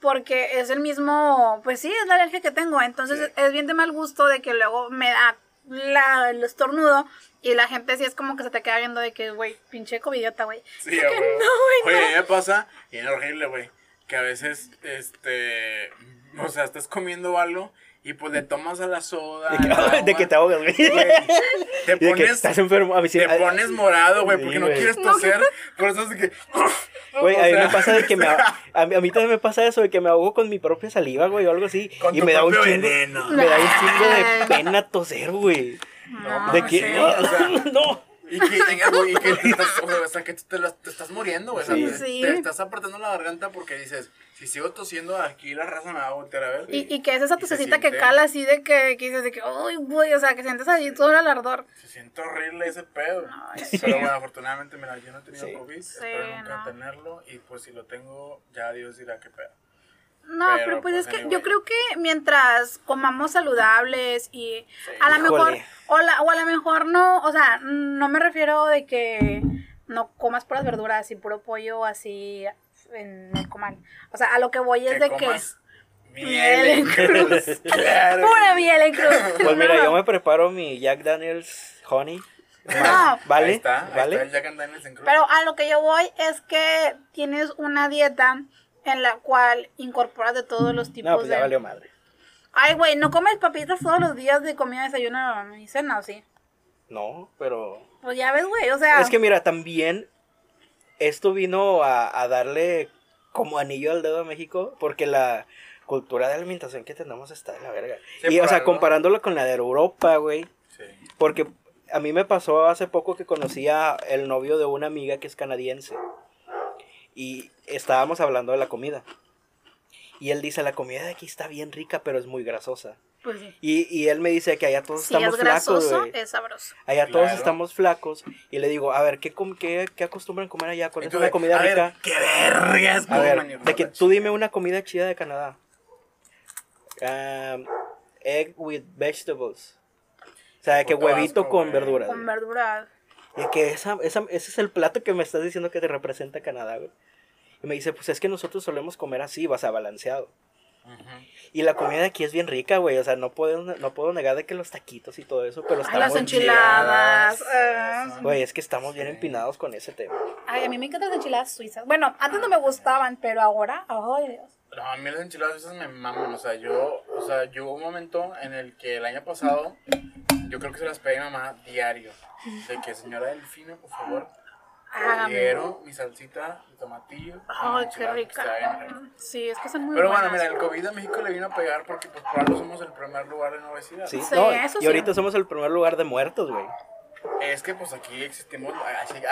[SPEAKER 1] Porque es el mismo, pues sí, es la alergia que tengo, entonces
[SPEAKER 3] Sí.
[SPEAKER 1] es bien de mal gusto de que luego me da la, el estornudo y la gente sí es como que se te queda viendo de que, güey, pinche covidiota, güey.
[SPEAKER 3] Sí,
[SPEAKER 1] Que
[SPEAKER 3] a huevo.
[SPEAKER 1] no, güey,
[SPEAKER 3] Oye,
[SPEAKER 1] no.
[SPEAKER 3] me pasa, y es horrible, güey, que a veces, este, o sea, estás comiendo algo y pues le tomas a la soda.
[SPEAKER 2] De que-
[SPEAKER 3] al agua,
[SPEAKER 2] de que te ahogas, güey.
[SPEAKER 3] Ah, güey, Te
[SPEAKER 2] Y de que
[SPEAKER 3] pones,
[SPEAKER 2] estás enfermo. A mí sí-
[SPEAKER 3] te
[SPEAKER 2] a-
[SPEAKER 3] pones morado, güey,
[SPEAKER 2] Sí,
[SPEAKER 3] porque no
[SPEAKER 2] güey.
[SPEAKER 3] quieres
[SPEAKER 1] No,
[SPEAKER 3] toser. Por eso es de que.
[SPEAKER 2] Güey,
[SPEAKER 3] o
[SPEAKER 2] a mí
[SPEAKER 3] sea,
[SPEAKER 2] me pasa de que me ahogo- a mí, a mí también me pasa eso de que me ahogo con mi propia saliva, güey, o algo así.
[SPEAKER 3] Con
[SPEAKER 2] y
[SPEAKER 3] tu
[SPEAKER 2] me da un
[SPEAKER 3] propio
[SPEAKER 2] chingo.
[SPEAKER 3] veneno.
[SPEAKER 2] Me da un chingo de pena toser, güey.
[SPEAKER 1] No,
[SPEAKER 2] de que.
[SPEAKER 3] sí, Ah, o sea.
[SPEAKER 2] no.
[SPEAKER 3] Y que, y que, güey, y que te estás, güey, o sea, que te, lo- te estás muriendo, güey. o sea,
[SPEAKER 1] Sí.
[SPEAKER 3] te,
[SPEAKER 1] Sí.
[SPEAKER 3] te estás apretando la garganta porque dices, si sigo tosiendo aquí, la raza me va a voltear a ver.
[SPEAKER 1] Y, y que es esa
[SPEAKER 3] Y se
[SPEAKER 1] tosecita que
[SPEAKER 3] siente-
[SPEAKER 1] cala así de que, que dices de que, uy, güey, o sea, que sientes ahí todo el ardor.
[SPEAKER 3] Se siente horrible ese pedo.
[SPEAKER 1] Ay,
[SPEAKER 3] Pero bueno, afortunadamente, mira, yo no he tenido
[SPEAKER 2] Sí.
[SPEAKER 3] COVID,
[SPEAKER 1] Sí,
[SPEAKER 3] espero nunca
[SPEAKER 1] no.
[SPEAKER 3] tenerlo. Y pues si lo tengo, ya Dios dirá qué pedo.
[SPEAKER 1] No, pero,
[SPEAKER 3] Pero,
[SPEAKER 1] pues, es
[SPEAKER 3] pues,
[SPEAKER 1] que yo
[SPEAKER 3] anyway.
[SPEAKER 1] creo que mientras comamos saludables y a lo
[SPEAKER 2] Híjole.
[SPEAKER 1] mejor, o, la- o a lo mejor no, o sea, no me refiero de que no comas puras verduras y puro pollo así en el comal. O sea, a lo que voy es de
[SPEAKER 3] comas
[SPEAKER 1] que...
[SPEAKER 3] Miel en cruz. Claro.
[SPEAKER 1] Pura miel en cruz.
[SPEAKER 2] Pues mira,
[SPEAKER 1] No.
[SPEAKER 2] yo me preparo mi Jack Daniels Honey.
[SPEAKER 1] No.
[SPEAKER 2] ¿Vale?
[SPEAKER 3] Ahí está, ahí
[SPEAKER 2] ¿Vale?
[SPEAKER 3] está el Jack and Daniels en cruz.
[SPEAKER 1] Pero a lo que yo voy es que tienes una dieta en la cual incorporas de todos los tipos
[SPEAKER 2] No, pues
[SPEAKER 1] de...
[SPEAKER 2] ya valió madre.
[SPEAKER 1] Ay, güey, ¿no comes papitas todos los días de comida, desayuno y cena o sí?
[SPEAKER 2] No, pero.
[SPEAKER 1] Pues ya ves, güey, o sea...
[SPEAKER 2] Es que mira, también esto vino a, a darle como anillo al dedo a México, porque la cultura de alimentación que tenemos está de la verga.
[SPEAKER 3] Sí,
[SPEAKER 2] y, o
[SPEAKER 3] por
[SPEAKER 2] sea,
[SPEAKER 3] algo.
[SPEAKER 2] comparándolo con la de Europa, güey,
[SPEAKER 3] Sí.
[SPEAKER 2] porque a mí me pasó hace poco que conocía el novio de una amiga que es canadiense. Y estábamos hablando de la comida. Y él dice, la comida de aquí está bien rica, pero es muy grasosa.
[SPEAKER 1] Pues sí.
[SPEAKER 2] Y, y él me dice que allá todos
[SPEAKER 1] Si
[SPEAKER 2] estamos
[SPEAKER 1] es grasoso,
[SPEAKER 2] flacos, güey.
[SPEAKER 1] es sabroso.
[SPEAKER 2] Allá todos
[SPEAKER 3] Claro.
[SPEAKER 2] estamos flacos y le digo, a ver, ¿qué, com- qué, qué acostumbran comer allá? ¿Cuál es
[SPEAKER 3] Entonces,
[SPEAKER 2] una comida
[SPEAKER 3] a ver,
[SPEAKER 2] rica?
[SPEAKER 3] ¿Qué vergas
[SPEAKER 2] A ver,
[SPEAKER 3] comen, hijo
[SPEAKER 2] de que
[SPEAKER 3] la
[SPEAKER 2] tú dime una comida chida de Canadá. Um, egg with vegetables. O sea, de que
[SPEAKER 3] Puto
[SPEAKER 2] huevito
[SPEAKER 3] asco,
[SPEAKER 2] con
[SPEAKER 3] güey.
[SPEAKER 2] verduras.
[SPEAKER 1] Con verduras.
[SPEAKER 2] Y que esa, esa- ese es el plato que me estás diciendo que te representa Canadá, güey. Y me dice, pues es que nosotros solemos comer así, vas a balanceado.
[SPEAKER 3] Ujú.
[SPEAKER 2] Y la comida de aquí es bien rica, güey. O sea, no puedo, no puedo negar de que los taquitos y todo eso, pero
[SPEAKER 1] Ay, las
[SPEAKER 2] estamos
[SPEAKER 1] enchiladas.
[SPEAKER 3] enchiladas,
[SPEAKER 1] ah.
[SPEAKER 3] eso.
[SPEAKER 2] Güey, es que estamos bien
[SPEAKER 3] Sí.
[SPEAKER 2] empinados con ese tema.
[SPEAKER 1] Ay, a mí me encantan las enchiladas suizas. Bueno, antes no me gustaban, pero ahora, ay Dios.
[SPEAKER 3] No, a mí las enchiladas esas me maman. O sea, yo, o sea, yo hubo un momento en el que el año pasado, yo creo que se las pedí a mi mamá diario. De que, señora Delfina, por favor,
[SPEAKER 1] Hágame.
[SPEAKER 3] quiero mi salsita, mi tomatillo. mi
[SPEAKER 1] Ah, Ay, qué
[SPEAKER 3] enchilada, que está bien rica.
[SPEAKER 1] rica. Sí, es que son muy
[SPEAKER 3] Pero bueno,
[SPEAKER 1] buenas.
[SPEAKER 3] mira, el COVID a México le vino a pegar porque, pues, por algo somos el primer lugar en obesidad.
[SPEAKER 2] Sí,
[SPEAKER 1] Sí,
[SPEAKER 2] no,
[SPEAKER 1] eso
[SPEAKER 2] y
[SPEAKER 1] sí.
[SPEAKER 2] ahorita somos el primer lugar de muertos, güey.
[SPEAKER 3] Es que, pues, aquí existimos,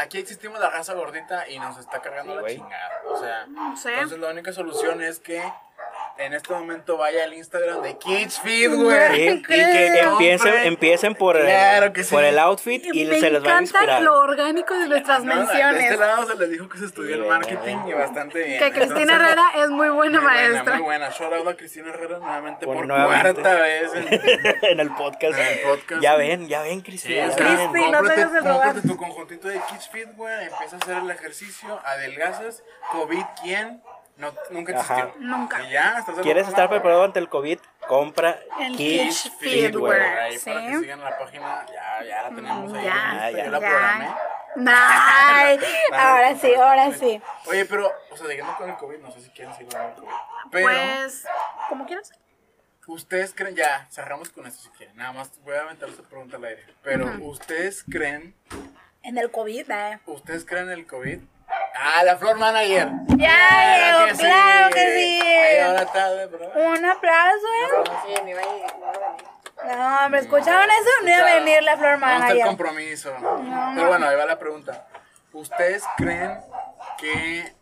[SPEAKER 3] aquí existimos la raza gordita y nos está cargando
[SPEAKER 2] Sí,
[SPEAKER 3] la
[SPEAKER 2] güey.
[SPEAKER 3] chingada. O sea,
[SPEAKER 1] No sé.
[SPEAKER 3] Entonces la única solución es que en este momento vaya al Instagram de Kids Feed,
[SPEAKER 2] Sí,
[SPEAKER 3] güey.
[SPEAKER 1] Ay,
[SPEAKER 2] y que
[SPEAKER 1] qué
[SPEAKER 2] empiecen,
[SPEAKER 3] hombre.
[SPEAKER 2] empiecen por, el,
[SPEAKER 3] Claro que sí.
[SPEAKER 2] por el outfit
[SPEAKER 1] Y
[SPEAKER 2] y
[SPEAKER 1] me
[SPEAKER 2] se les va a
[SPEAKER 1] encanta
[SPEAKER 2] inspirar.
[SPEAKER 1] lo orgánico de nuestras
[SPEAKER 3] No, De
[SPEAKER 1] menciones.
[SPEAKER 3] este lado se les dijo que se estudió el
[SPEAKER 2] Sí,
[SPEAKER 3] marketing
[SPEAKER 2] no.
[SPEAKER 3] y bastante bien.
[SPEAKER 1] que Cristina
[SPEAKER 3] Entonces,
[SPEAKER 1] Herrera es muy buena
[SPEAKER 3] muy
[SPEAKER 1] maestra.
[SPEAKER 3] Muy buena. Shout out a Cristina Herrera nuevamente
[SPEAKER 2] Por
[SPEAKER 3] por
[SPEAKER 2] nuevamente.
[SPEAKER 3] cuarta vez. en-
[SPEAKER 2] en el podcast.
[SPEAKER 3] En el podcast.
[SPEAKER 2] Ya ven, ya ven,
[SPEAKER 3] Sí,
[SPEAKER 2] Cristina.
[SPEAKER 3] o
[SPEAKER 2] ya
[SPEAKER 3] sea,
[SPEAKER 2] ven.
[SPEAKER 1] Cristi, no te
[SPEAKER 3] cómprate,
[SPEAKER 1] hagas el rogar.
[SPEAKER 3] cómprate tu conjuntito de Kids Feed, güey. Empieza a hacer el ejercicio, adelgazas. COVID, ¿quién? No, nunca
[SPEAKER 2] Ajá.
[SPEAKER 3] existió.
[SPEAKER 1] Nunca.
[SPEAKER 3] Y ya, estás del
[SPEAKER 2] ¿Quieres
[SPEAKER 3] otro
[SPEAKER 2] estar
[SPEAKER 3] lado.
[SPEAKER 2] preparado ante el COVID? Compra
[SPEAKER 1] El
[SPEAKER 2] Kids
[SPEAKER 1] Kids Feed,
[SPEAKER 2] Feed, güey.
[SPEAKER 1] güey.
[SPEAKER 3] Ahí para
[SPEAKER 1] sí.
[SPEAKER 3] que sigan la página, ya, ya la tenemos ahí.
[SPEAKER 1] Ya,
[SPEAKER 3] lista,
[SPEAKER 2] ya,
[SPEAKER 3] yo la
[SPEAKER 1] ya.
[SPEAKER 3] programé.
[SPEAKER 1] Ay, ahora sí, ahora sí.
[SPEAKER 3] Oye, pero, o sea, siguiendo con el COVID, no sé si quieren seguir con el COVID. Pero,
[SPEAKER 1] Pues, como quieras. Pues-
[SPEAKER 3] ¿ustedes creen, ya, cerramos con esto si quieren, nada más voy a aventar esta pregunta al aire. Pero, ¿ustedes creen,
[SPEAKER 1] En el COVID, eh.
[SPEAKER 3] ustedes creen el COVID? Ah, la floor manager.
[SPEAKER 1] Ya, Diego, claro que
[SPEAKER 3] Ay,
[SPEAKER 1] sí.
[SPEAKER 3] ahora tarde, bro.
[SPEAKER 1] Un aplauso, eh.
[SPEAKER 4] Sí, me iba a ir, no lo gané.
[SPEAKER 1] No, hombre, ¿escucharon eso? No iba a venir la flor
[SPEAKER 3] Vamos el
[SPEAKER 1] manager.
[SPEAKER 3] compromiso. Pero bueno, ahí va la pregunta. ¿Ustedes creen que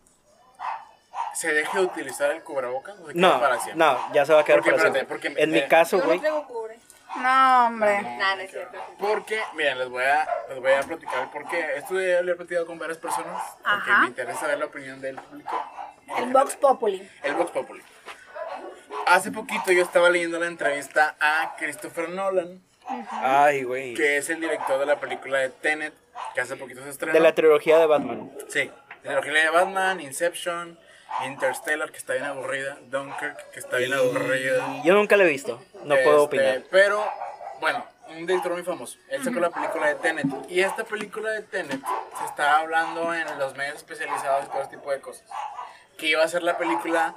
[SPEAKER 3] se deje de utilizar el cubrebocas? ¿O se quede
[SPEAKER 2] No,
[SPEAKER 3] para siempre?
[SPEAKER 2] no, ya se va a quedar
[SPEAKER 3] Porque,
[SPEAKER 2] para
[SPEAKER 3] espérate,
[SPEAKER 2] siempre.
[SPEAKER 3] porque
[SPEAKER 2] En
[SPEAKER 3] me-
[SPEAKER 2] mi caso,
[SPEAKER 4] Yo no
[SPEAKER 2] güey,
[SPEAKER 4] traigo cubre.
[SPEAKER 1] No, hombre.
[SPEAKER 4] Nada, no es cierto.
[SPEAKER 3] Porque, miren, les voy a, les voy a platicar porque esto ya lo he platicado con varias personas. Porque
[SPEAKER 1] Ajá.
[SPEAKER 3] me interesa saber la opinión del público. Eh,
[SPEAKER 1] El Vox Populi.
[SPEAKER 3] El Vox Populi. Hace poquito yo estaba leyendo la entrevista a Christopher Nolan,
[SPEAKER 2] ay, güey.
[SPEAKER 3] que es el director de la película de Tenet, que hace poquito se estrenó.
[SPEAKER 2] De la trilogía de Batman.
[SPEAKER 3] Sí, trilogía de Batman, Inception, Interstellar, que está bien aburrida, Dunkirk, que está bien aburrida.
[SPEAKER 2] Yo nunca la he visto, no puedo
[SPEAKER 3] Este,
[SPEAKER 2] opinar.
[SPEAKER 3] Pero, bueno, un director muy famoso. Él sacó la película de Tenet. Y esta película de Tenet se está hablando en los medios especializados y todo ese tipo de cosas. Que iba a ser la película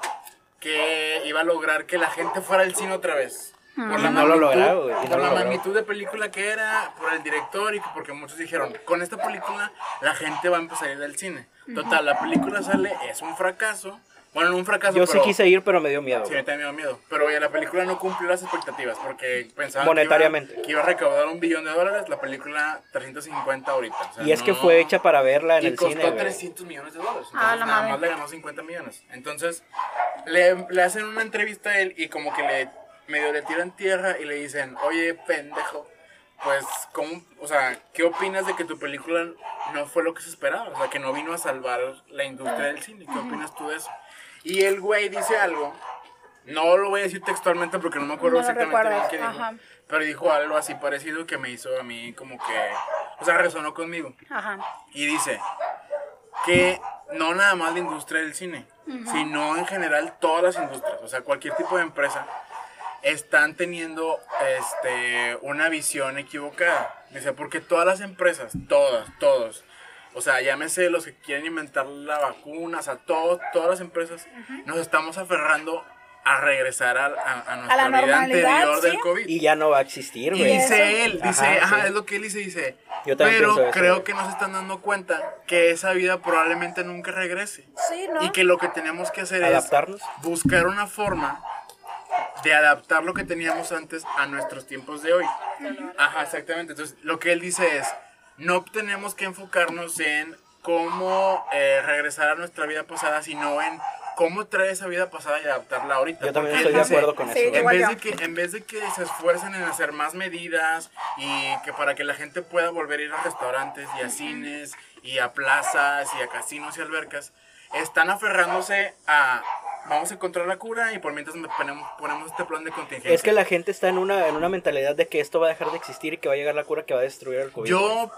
[SPEAKER 3] que iba a lograr que la gente fuera al cine otra vez. Por
[SPEAKER 2] Y no lo lograron, güey, y no
[SPEAKER 3] por
[SPEAKER 2] lo
[SPEAKER 3] la
[SPEAKER 2] lograron.
[SPEAKER 3] magnitud de película que era, por el director y porque muchos dijeron, con esta película la gente va a empezar a ir al cine. Total, la película sale, es un fracaso. Bueno, no un fracaso.
[SPEAKER 2] Yo sí
[SPEAKER 3] pero,
[SPEAKER 2] quise ir, pero me dio miedo.
[SPEAKER 3] Sí, a mí también me dio miedo. Pero oye, la película no cumplió las expectativas porque pensaban
[SPEAKER 2] Monetariamente.
[SPEAKER 3] Que, iba, que iba a recaudar un billón de dólares, la película 350 ahorita. o sea,
[SPEAKER 2] Y es que
[SPEAKER 3] no-
[SPEAKER 2] fue hecha para verla en
[SPEAKER 3] y
[SPEAKER 2] el
[SPEAKER 3] costó
[SPEAKER 2] cine. güey.
[SPEAKER 3] 300 millones de dólares.
[SPEAKER 1] Ah,
[SPEAKER 3] Entonces,
[SPEAKER 1] la
[SPEAKER 3] nada
[SPEAKER 1] madre.
[SPEAKER 3] más le ganó 50 millones. Entonces, le, le hacen una entrevista a él y como que le medio le tiran tierra y le dicen, oye, pendejo, pues, ¿cómo, o sea, ¿qué opinas de que tu película no fue lo que se esperaba? O sea, que no vino a salvar la industria del cine. ¿Qué opinas tú de eso? Y el güey dice algo. No lo voy a decir textualmente porque no me acuerdo
[SPEAKER 1] No lo
[SPEAKER 3] exactamente bien
[SPEAKER 1] recuerdas,
[SPEAKER 3] qué dijo.
[SPEAKER 1] ajá.
[SPEAKER 3] Pero dijo algo así parecido que me hizo a mí como que... O sea, resonó conmigo
[SPEAKER 1] Ajá.
[SPEAKER 3] y dice que no nada más la industria del cine, sino en general todas las industrias, o sea, cualquier tipo de empresa, están teniendo este, una visión equivocada. Dice, porque todas las empresas, todas, todos, o sea, llámese los que quieren inventar la vacuna, o sea, todos, todas las empresas, nos estamos aferrando a regresar a, a- a nuestra
[SPEAKER 1] la
[SPEAKER 3] vida
[SPEAKER 1] normalidad,
[SPEAKER 3] anterior del
[SPEAKER 1] sí.
[SPEAKER 3] COVID.
[SPEAKER 2] Y ya no va a existir,
[SPEAKER 3] Y
[SPEAKER 2] güey.
[SPEAKER 3] dice él,
[SPEAKER 2] Ajá,
[SPEAKER 3] dice, ajá,
[SPEAKER 2] sí.
[SPEAKER 3] es lo que él dice, dice.
[SPEAKER 2] Yo también
[SPEAKER 3] pero
[SPEAKER 2] pienso eso,
[SPEAKER 3] creo
[SPEAKER 2] güey.
[SPEAKER 3] que no se están dando cuenta que esa vida probablemente nunca regrese.
[SPEAKER 1] Sí, ¿no?
[SPEAKER 3] Y que lo que tenemos que hacer
[SPEAKER 2] Adaptarnos.
[SPEAKER 3] es buscar una forma de adaptar lo que teníamos antes a nuestros tiempos de hoy. Ajá, exactamente. Entonces, lo que él dice es, no tenemos que enfocarnos en cómo eh, regresar a nuestra vida pasada, sino en cómo traer esa vida pasada y adaptarla ahorita.
[SPEAKER 2] Yo también
[SPEAKER 3] Porque él
[SPEAKER 2] estoy de
[SPEAKER 3] dice,
[SPEAKER 2] acuerdo con
[SPEAKER 1] Sí,
[SPEAKER 2] eso. güey.
[SPEAKER 3] en
[SPEAKER 1] Igual
[SPEAKER 3] vez,
[SPEAKER 1] yo.
[SPEAKER 3] de que, en vez de que se esfuercen en hacer más medidas y que para que la gente pueda volver a ir a restaurantes y a cines y a plazas y a casinos y albercas, están aferrándose a vamos a encontrar la cura y por mientras me- ponemos, ponemos este plan de contingencia.
[SPEAKER 2] Es que la gente está en una, en una mentalidad de que esto va a dejar de existir y que va a llegar la cura que va a destruir el COVID. güey.
[SPEAKER 3] Yo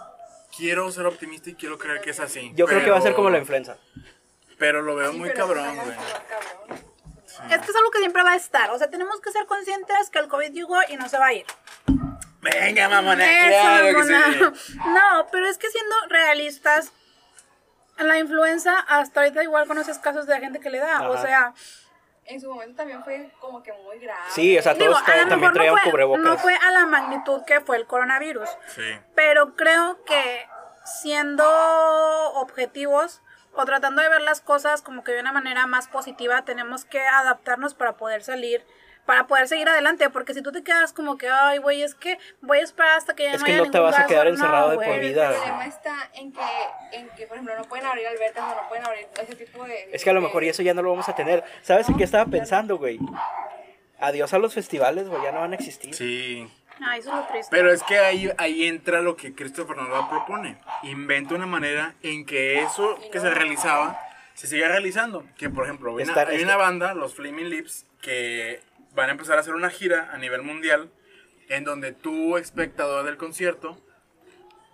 [SPEAKER 3] quiero ser optimista y quiero creer que es así.
[SPEAKER 2] Yo creo que va a ser
[SPEAKER 3] pero-
[SPEAKER 2] como la influenza.
[SPEAKER 3] Pero lo veo muy cabrón, güey.
[SPEAKER 1] Es que es algo que siempre va a estar. O sea, tenemos que ser conscientes que el COVID llegó y no se va a ir.
[SPEAKER 3] Venga, mamona,
[SPEAKER 1] Eso,
[SPEAKER 3] Ah, claro que
[SPEAKER 1] mamona.
[SPEAKER 3] sí.
[SPEAKER 1] No, pero es que siendo realistas, la influenza hasta ahorita igual conoces casos de la gente que le da. O
[SPEAKER 2] Ajá.
[SPEAKER 1] sea,
[SPEAKER 4] En su momento también fue como que muy grave.
[SPEAKER 2] Sí, o sea,
[SPEAKER 1] digo,
[SPEAKER 2] todos
[SPEAKER 1] a lo
[SPEAKER 2] también
[SPEAKER 1] mejor
[SPEAKER 2] traían
[SPEAKER 1] no fue,
[SPEAKER 2] cubrebocas.
[SPEAKER 1] no fue a la magnitud que fue el coronavirus.
[SPEAKER 3] Sí.
[SPEAKER 1] Pero creo que siendo objetivos o tratando de ver las cosas como que de una manera más positiva, tenemos que adaptarnos para poder salir, para poder seguir adelante. Porque si tú te quedas como que, ay, güey, es que voy a esperar hasta que ya
[SPEAKER 2] Es
[SPEAKER 1] no
[SPEAKER 2] que
[SPEAKER 1] haya
[SPEAKER 2] no te
[SPEAKER 1] ningún
[SPEAKER 2] vas a
[SPEAKER 1] caso",
[SPEAKER 2] quedar
[SPEAKER 1] no,
[SPEAKER 2] encerrado de por
[SPEAKER 1] güey.
[SPEAKER 4] Pero
[SPEAKER 2] vida.
[SPEAKER 4] El problema está en que, en que, por ejemplo, no pueden abrir albertas o no pueden abrir ese tipo de.
[SPEAKER 2] Es que a lo mejor y eso ya no lo vamos a tener. ¿Sabes en qué estaba pensando, güey? Adiós a los festivales, güey, ya no van a existir.
[SPEAKER 3] Sí.
[SPEAKER 1] Ay, eso es lo triste.
[SPEAKER 3] Pero es que ahí, ahí entra lo que Christopher Nolan propone. Inventa una manera en que eso que se realizaba se siga realizando. Que, por ejemplo, hay una,
[SPEAKER 2] Está- este
[SPEAKER 3] hay
[SPEAKER 2] está-
[SPEAKER 3] una banda, los Flaming Lips, que van a empezar a hacer una gira a nivel mundial en donde tú, espectador del concierto,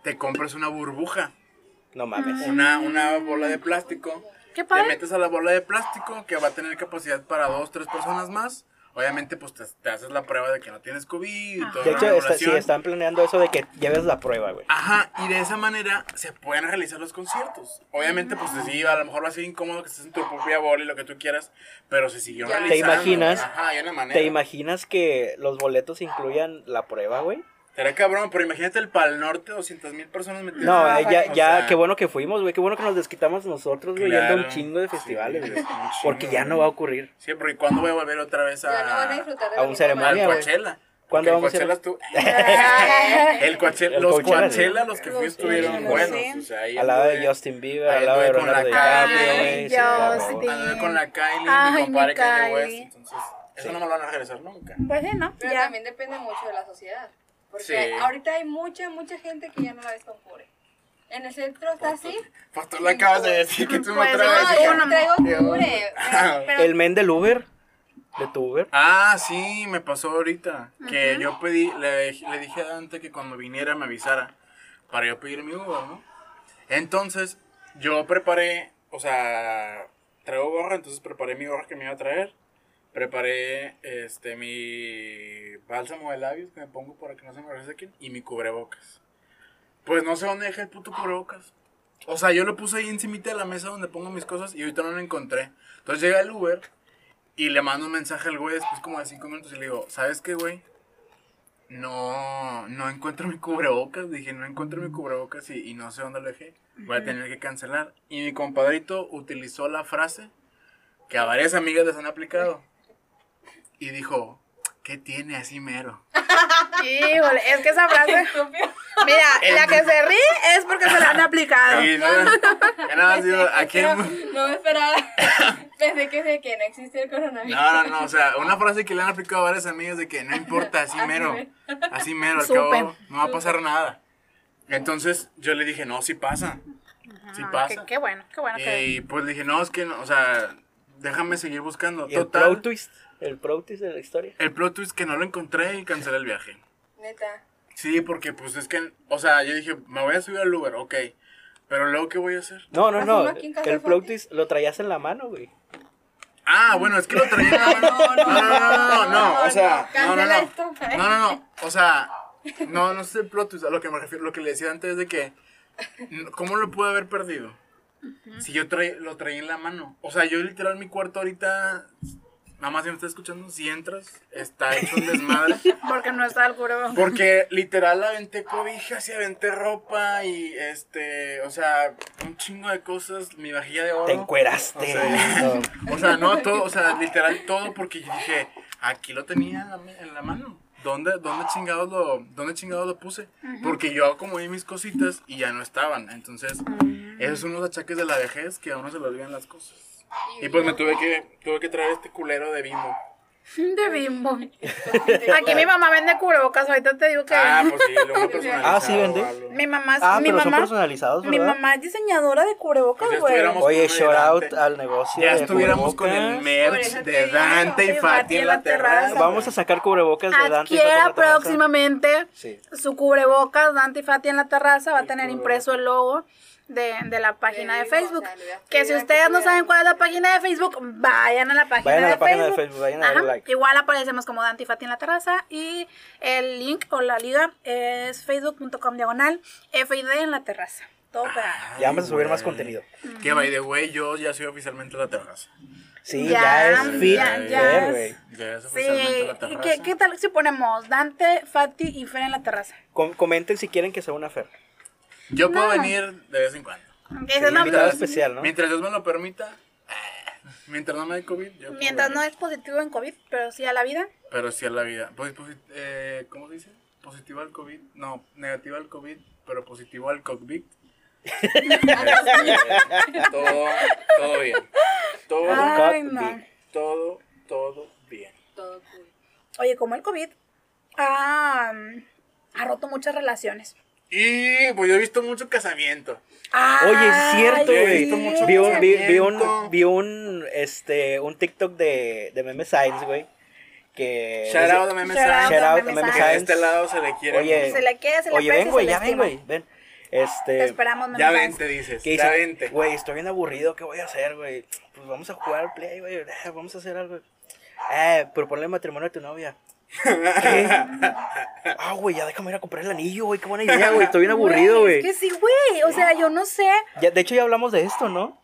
[SPEAKER 3] te compras una burbuja,
[SPEAKER 2] No mames.
[SPEAKER 3] una, una bola de plástico.
[SPEAKER 1] Qué
[SPEAKER 3] Te
[SPEAKER 1] padre.
[SPEAKER 3] metes a la bola de plástico que va a tener capacidad para dos, tres personas más. Obviamente, pues te, te haces la prueba de que no tienes COVID y toda
[SPEAKER 2] De
[SPEAKER 3] la
[SPEAKER 2] hecho, está- sí,
[SPEAKER 3] regulación. Ah,
[SPEAKER 2] están planeando eso de que lleves la prueba, güey.
[SPEAKER 3] Ajá, y de esa manera se pueden realizar los conciertos. Obviamente, pues sí, a lo mejor va a ser incómodo que estés en tu propia bola y lo que tú quieras, pero se siguió
[SPEAKER 4] Ya. ¿Te
[SPEAKER 3] realizando.
[SPEAKER 2] imaginas?
[SPEAKER 3] Ajá, hay una manera.
[SPEAKER 2] ¿Te imaginas que los boletos incluyan la prueba, güey?
[SPEAKER 3] Será cabrón, pero imagínate el Pal Norte, 200 mil personas metidas.
[SPEAKER 2] No, eh, ya,
[SPEAKER 3] O
[SPEAKER 2] ya,
[SPEAKER 3] sea,
[SPEAKER 2] qué bueno que fuimos, güey. Qué bueno que nos desquitamos nosotros, güey,
[SPEAKER 3] claro.
[SPEAKER 2] yendo a un chingo de festivales,
[SPEAKER 3] Sí,
[SPEAKER 2] güey.
[SPEAKER 3] un chingo,
[SPEAKER 2] Porque ya no
[SPEAKER 3] güey.
[SPEAKER 2] va a ocurrir.
[SPEAKER 3] Sí, porque ¿cuándo voy a volver otra vez a.
[SPEAKER 4] Ya no van a disfrutar de
[SPEAKER 2] a
[SPEAKER 4] la
[SPEAKER 2] un
[SPEAKER 4] misma
[SPEAKER 2] ceremonia,
[SPEAKER 3] al
[SPEAKER 4] manera.
[SPEAKER 2] güey.
[SPEAKER 3] Coachella?
[SPEAKER 2] ¿Cuándo
[SPEAKER 3] Porque
[SPEAKER 2] vamos a ir?
[SPEAKER 3] el Coachella tú. el Coachella,
[SPEAKER 2] El
[SPEAKER 3] los
[SPEAKER 2] Coachella,
[SPEAKER 3] Coachella,
[SPEAKER 2] sí.
[SPEAKER 3] los que
[SPEAKER 4] Los
[SPEAKER 3] fui estuvieron
[SPEAKER 1] Coachella,
[SPEAKER 3] buenos.
[SPEAKER 1] sí.
[SPEAKER 3] O sea, ahí
[SPEAKER 2] Al lado de
[SPEAKER 3] anduve-
[SPEAKER 2] Justin Bieber,
[SPEAKER 3] ahí
[SPEAKER 2] al lado de
[SPEAKER 3] anduve con la
[SPEAKER 2] Leonardo DiCaprio,
[SPEAKER 1] Ay,
[SPEAKER 2] güey. sí, a huevo.
[SPEAKER 1] Justin.
[SPEAKER 3] Anduve con la Kylie, mi
[SPEAKER 1] Ay,
[SPEAKER 3] compadre
[SPEAKER 1] mi
[SPEAKER 3] Kanye West.
[SPEAKER 1] Kylie.
[SPEAKER 3] Entonces, eso no me lo van a regresar nunca.
[SPEAKER 1] Pues sí, ¿no?
[SPEAKER 4] Pero
[SPEAKER 1] Ya.
[SPEAKER 4] también depende mucho de la sociedad. Porque
[SPEAKER 3] Sí.
[SPEAKER 4] ahorita hay mucha, mucha gente que ya no la ves con cure. En el centro está así.
[SPEAKER 3] Pues tú le acabas de decir que tú no
[SPEAKER 1] Pues,
[SPEAKER 3] traes.
[SPEAKER 1] ay,
[SPEAKER 4] No,
[SPEAKER 3] hija.
[SPEAKER 4] yo no traigo
[SPEAKER 3] Qué bueno.
[SPEAKER 4] cure. Pero, pero-
[SPEAKER 2] El men del Uber, de tu Uber.
[SPEAKER 3] Ah, sí, me pasó ahorita. Que yo pedí, le, le dije a Dante que cuando viniera me avisara para yo pedir mi Uber, ¿no? Entonces, yo preparé, o sea, traigo gorra, entonces preparé mi gorra que me iba a traer. Preparé este mi bálsamo de labios que me pongo para que no se me resequen y mi cubrebocas. Pues no sé dónde dejé el puto cubrebocas. O sea, yo lo puse ahí encimita de la mesa donde pongo mis cosas y ahorita no lo encontré. Entonces llega el Uber y le mando un mensaje al güey después como de cinco minutos y le digo, ¿sabes qué, güey? No, no encuentro mi cubrebocas. Dije, no encuentro mi cubrebocas y, y no sé dónde lo dejé. Voy a tener que cancelar. Y mi compadrito utilizó la frase que a varias amigas les han aplicado. Y dijo, ¿qué tiene así mero?
[SPEAKER 1] Híjole, es que esa frase. Mira, la que se ríe es porque se la han aplicado.
[SPEAKER 3] Y no, ya nada más digo, ¿a
[SPEAKER 4] Pero
[SPEAKER 3] quién?
[SPEAKER 4] no me esperaba. Pensé que, de que no existe el coronavirus.
[SPEAKER 3] No, no, no, o sea, una frase que le han aplicado a varias amigas de que no importa, así
[SPEAKER 4] Así
[SPEAKER 3] mero,
[SPEAKER 4] mero.
[SPEAKER 3] así mero, al
[SPEAKER 1] Súper.
[SPEAKER 3] cabo no va a pasar nada. Entonces yo le dije, no, sí pasa, sí
[SPEAKER 1] Ah,
[SPEAKER 3] pasa.
[SPEAKER 1] qué, qué bueno, qué bueno. que-
[SPEAKER 3] Y pues le dije, no, es que, no, o sea, déjame seguir buscando.
[SPEAKER 2] Y el
[SPEAKER 3] Total,
[SPEAKER 2] plot twist, el plot twist de la historia.
[SPEAKER 3] el plot twist que no lo encontré y cancelé el viaje.
[SPEAKER 4] Neta.
[SPEAKER 3] Sí, porque pues es que, o sea, yo dije, me voy a subir al Uber, ok, pero luego, ¿qué voy a hacer?
[SPEAKER 2] No, no,
[SPEAKER 4] ¿Hace
[SPEAKER 2] no.
[SPEAKER 4] uno aquí en Casa
[SPEAKER 2] El plot
[SPEAKER 4] Fuerte?
[SPEAKER 2] twist lo traías en la mano, güey.
[SPEAKER 3] Ah, bueno, es que lo traía. No, no, no, no, no, no, no, o sea, no, no,
[SPEAKER 4] Cancela
[SPEAKER 3] no,
[SPEAKER 4] esto.
[SPEAKER 3] no, no, no, o sea, no, no sé, plot twist, a lo que me refiero, lo que le decía antes de que, ¿cómo lo pude haber perdido? Si yo traí- lo traía en la mano, o sea, yo literal mi cuarto ahorita, mamá si me está escuchando, si entras, está hecho un desmadre.
[SPEAKER 1] Porque no está el curo.
[SPEAKER 3] Porque literal aventé cobijas y aventé ropa y este, o sea, un chingo de cosas, mi vajilla de oro.
[SPEAKER 2] Te encueraste.
[SPEAKER 3] O sea, O sea, no, todo, o sea, literal todo porque yo dije, aquí lo tenía en la, me- en la mano. ¿Dónde, dónde, chingados lo, ¿Dónde chingados lo puse? Porque yo acomodé mis cositas y ya no estaban. Entonces, esos son los achaques de la vejez que a uno se le olvidan las cosas. Y pues me tuve que, tuve que traer este culero de bimbo.
[SPEAKER 1] De bimbo. Aquí mi mamá vende cubrebocas, ahorita te digo que.
[SPEAKER 3] Ah, pues sí, lo uno personalizado,
[SPEAKER 2] Ah, ¿sí vende?
[SPEAKER 3] algo.
[SPEAKER 1] mi mamá, es-
[SPEAKER 2] Ah,
[SPEAKER 1] mi
[SPEAKER 2] pero son
[SPEAKER 1] mamá.
[SPEAKER 2] personalizados,
[SPEAKER 1] Mi
[SPEAKER 2] ¿verdad?
[SPEAKER 1] mamá es diseñadora de cubrebocas,
[SPEAKER 3] Pues ya
[SPEAKER 1] güey.
[SPEAKER 3] estuviéramos-
[SPEAKER 2] Oye,
[SPEAKER 3] con
[SPEAKER 2] shout out
[SPEAKER 3] Dante.
[SPEAKER 2] al negocio.
[SPEAKER 3] Ya
[SPEAKER 2] de
[SPEAKER 3] estuviéramos con el
[SPEAKER 2] cubrebocas.
[SPEAKER 4] Por
[SPEAKER 3] merch
[SPEAKER 4] eso te
[SPEAKER 3] de
[SPEAKER 4] digo,
[SPEAKER 3] Dante y
[SPEAKER 1] sí,
[SPEAKER 3] Fati en la terraza.
[SPEAKER 2] Vamos a sacar cubrebocas de Dante. y Fátima
[SPEAKER 1] Adquiera
[SPEAKER 2] Terraza.
[SPEAKER 1] próximamente
[SPEAKER 2] Sí.
[SPEAKER 1] su cubrebocas Dante y Fati en la terraza. Va a tener impreso el logo de, de la página de
[SPEAKER 4] Digo, o sea,
[SPEAKER 1] Facebook.
[SPEAKER 4] le voy a
[SPEAKER 1] que
[SPEAKER 4] pedir
[SPEAKER 1] si
[SPEAKER 4] a que
[SPEAKER 1] ustedes no
[SPEAKER 4] cuiden.
[SPEAKER 1] saben cuál es la página de Facebook, vayan a la página,
[SPEAKER 2] Vayan a
[SPEAKER 1] de,
[SPEAKER 2] la
[SPEAKER 1] Facebook.
[SPEAKER 2] página de Facebook, vayan a darle
[SPEAKER 1] Ajá.
[SPEAKER 2] like.
[SPEAKER 1] Igual aparecemos como Dante y Fati en la terraza. Y el link o la liga es facebook.com diagonal FID en la terraza. Todo
[SPEAKER 2] Ah,
[SPEAKER 1] pegado.
[SPEAKER 2] Ya vamos a subir más
[SPEAKER 3] Ay,
[SPEAKER 2] contenido.
[SPEAKER 3] güey. Que by the way, yo ya soy oficialmente la terraza.
[SPEAKER 2] Sí,
[SPEAKER 1] Ya, ya,
[SPEAKER 2] ya, es fit.
[SPEAKER 1] ya
[SPEAKER 2] Fer,
[SPEAKER 1] es-
[SPEAKER 2] güey.
[SPEAKER 3] Ya es
[SPEAKER 1] Sí,
[SPEAKER 3] oficialmente la terraza.
[SPEAKER 1] ¿qué, ¿qué tal si ponemos Dante, Fati y Fer en la terraza?
[SPEAKER 2] Com- comenten si quieren que sea una Fer.
[SPEAKER 3] Yo puedo
[SPEAKER 1] No.
[SPEAKER 3] venir de vez en cuando.
[SPEAKER 1] Esa no-
[SPEAKER 2] invitada especial, ¿no?
[SPEAKER 3] Mientras Dios me lo permita. ah, Mientras no me dé COVID, yo puedo
[SPEAKER 1] Mientras no
[SPEAKER 3] venir.
[SPEAKER 1] es positivo en COVID, pero sí a la vida.
[SPEAKER 3] Pero sí a la vida. Pues, posi- eh, ¿Cómo se dice? Positivo al COVID. No, negativo al COVID, pero positivo al COVID. Este, todo, todo bien. Todo,
[SPEAKER 1] Ay,
[SPEAKER 2] cock
[SPEAKER 1] no.
[SPEAKER 2] dick.
[SPEAKER 3] todo, todo bien.
[SPEAKER 4] Todo cool.
[SPEAKER 1] Oye, como el COVID ah, ha roto muchas relaciones.
[SPEAKER 3] Y pues yo he visto mucho casamiento.
[SPEAKER 2] Oye, es cierto,
[SPEAKER 3] Ay,
[SPEAKER 2] güey.
[SPEAKER 3] sí. mucho
[SPEAKER 2] Vi, un- vi- vi
[SPEAKER 3] pensamiento.
[SPEAKER 2] un, vi un, este, un TikTok de, de Meme Science, güey. Que.
[SPEAKER 3] Shout out a Meme
[SPEAKER 1] Shout out
[SPEAKER 3] Science,
[SPEAKER 2] Shout out a
[SPEAKER 1] Meme Science.
[SPEAKER 2] Meme
[SPEAKER 3] Que de
[SPEAKER 2] Science.
[SPEAKER 3] este lado se le quiere.
[SPEAKER 2] Oye,
[SPEAKER 1] Se le quiere, se le
[SPEAKER 2] Oye,
[SPEAKER 1] aprecia,
[SPEAKER 2] ven, güey,
[SPEAKER 1] se le
[SPEAKER 2] ya ven,
[SPEAKER 1] estima.
[SPEAKER 2] güey. Ven.
[SPEAKER 1] Te
[SPEAKER 2] Este.
[SPEAKER 1] esperamos, Meme
[SPEAKER 3] ya
[SPEAKER 1] Science.
[SPEAKER 3] vente, dices.
[SPEAKER 2] Que
[SPEAKER 3] ya
[SPEAKER 2] dice,
[SPEAKER 3] vente.
[SPEAKER 2] güey, estoy bien aburrido, ¿qué voy a hacer, güey? Pues vamos a jugar al play, güey, eh, vamos a hacer algo. Eh, proponle matrimonio a tu novia. ¿Qué? Ah, güey, ya déjame ir a comprar el anillo, güey, qué buena idea, güey, estoy bien aburrido,
[SPEAKER 1] Es que
[SPEAKER 2] güey.
[SPEAKER 1] sí, güey. O sea, yo no sé.
[SPEAKER 2] Ya, de hecho, ya hablamos de esto, ¿no?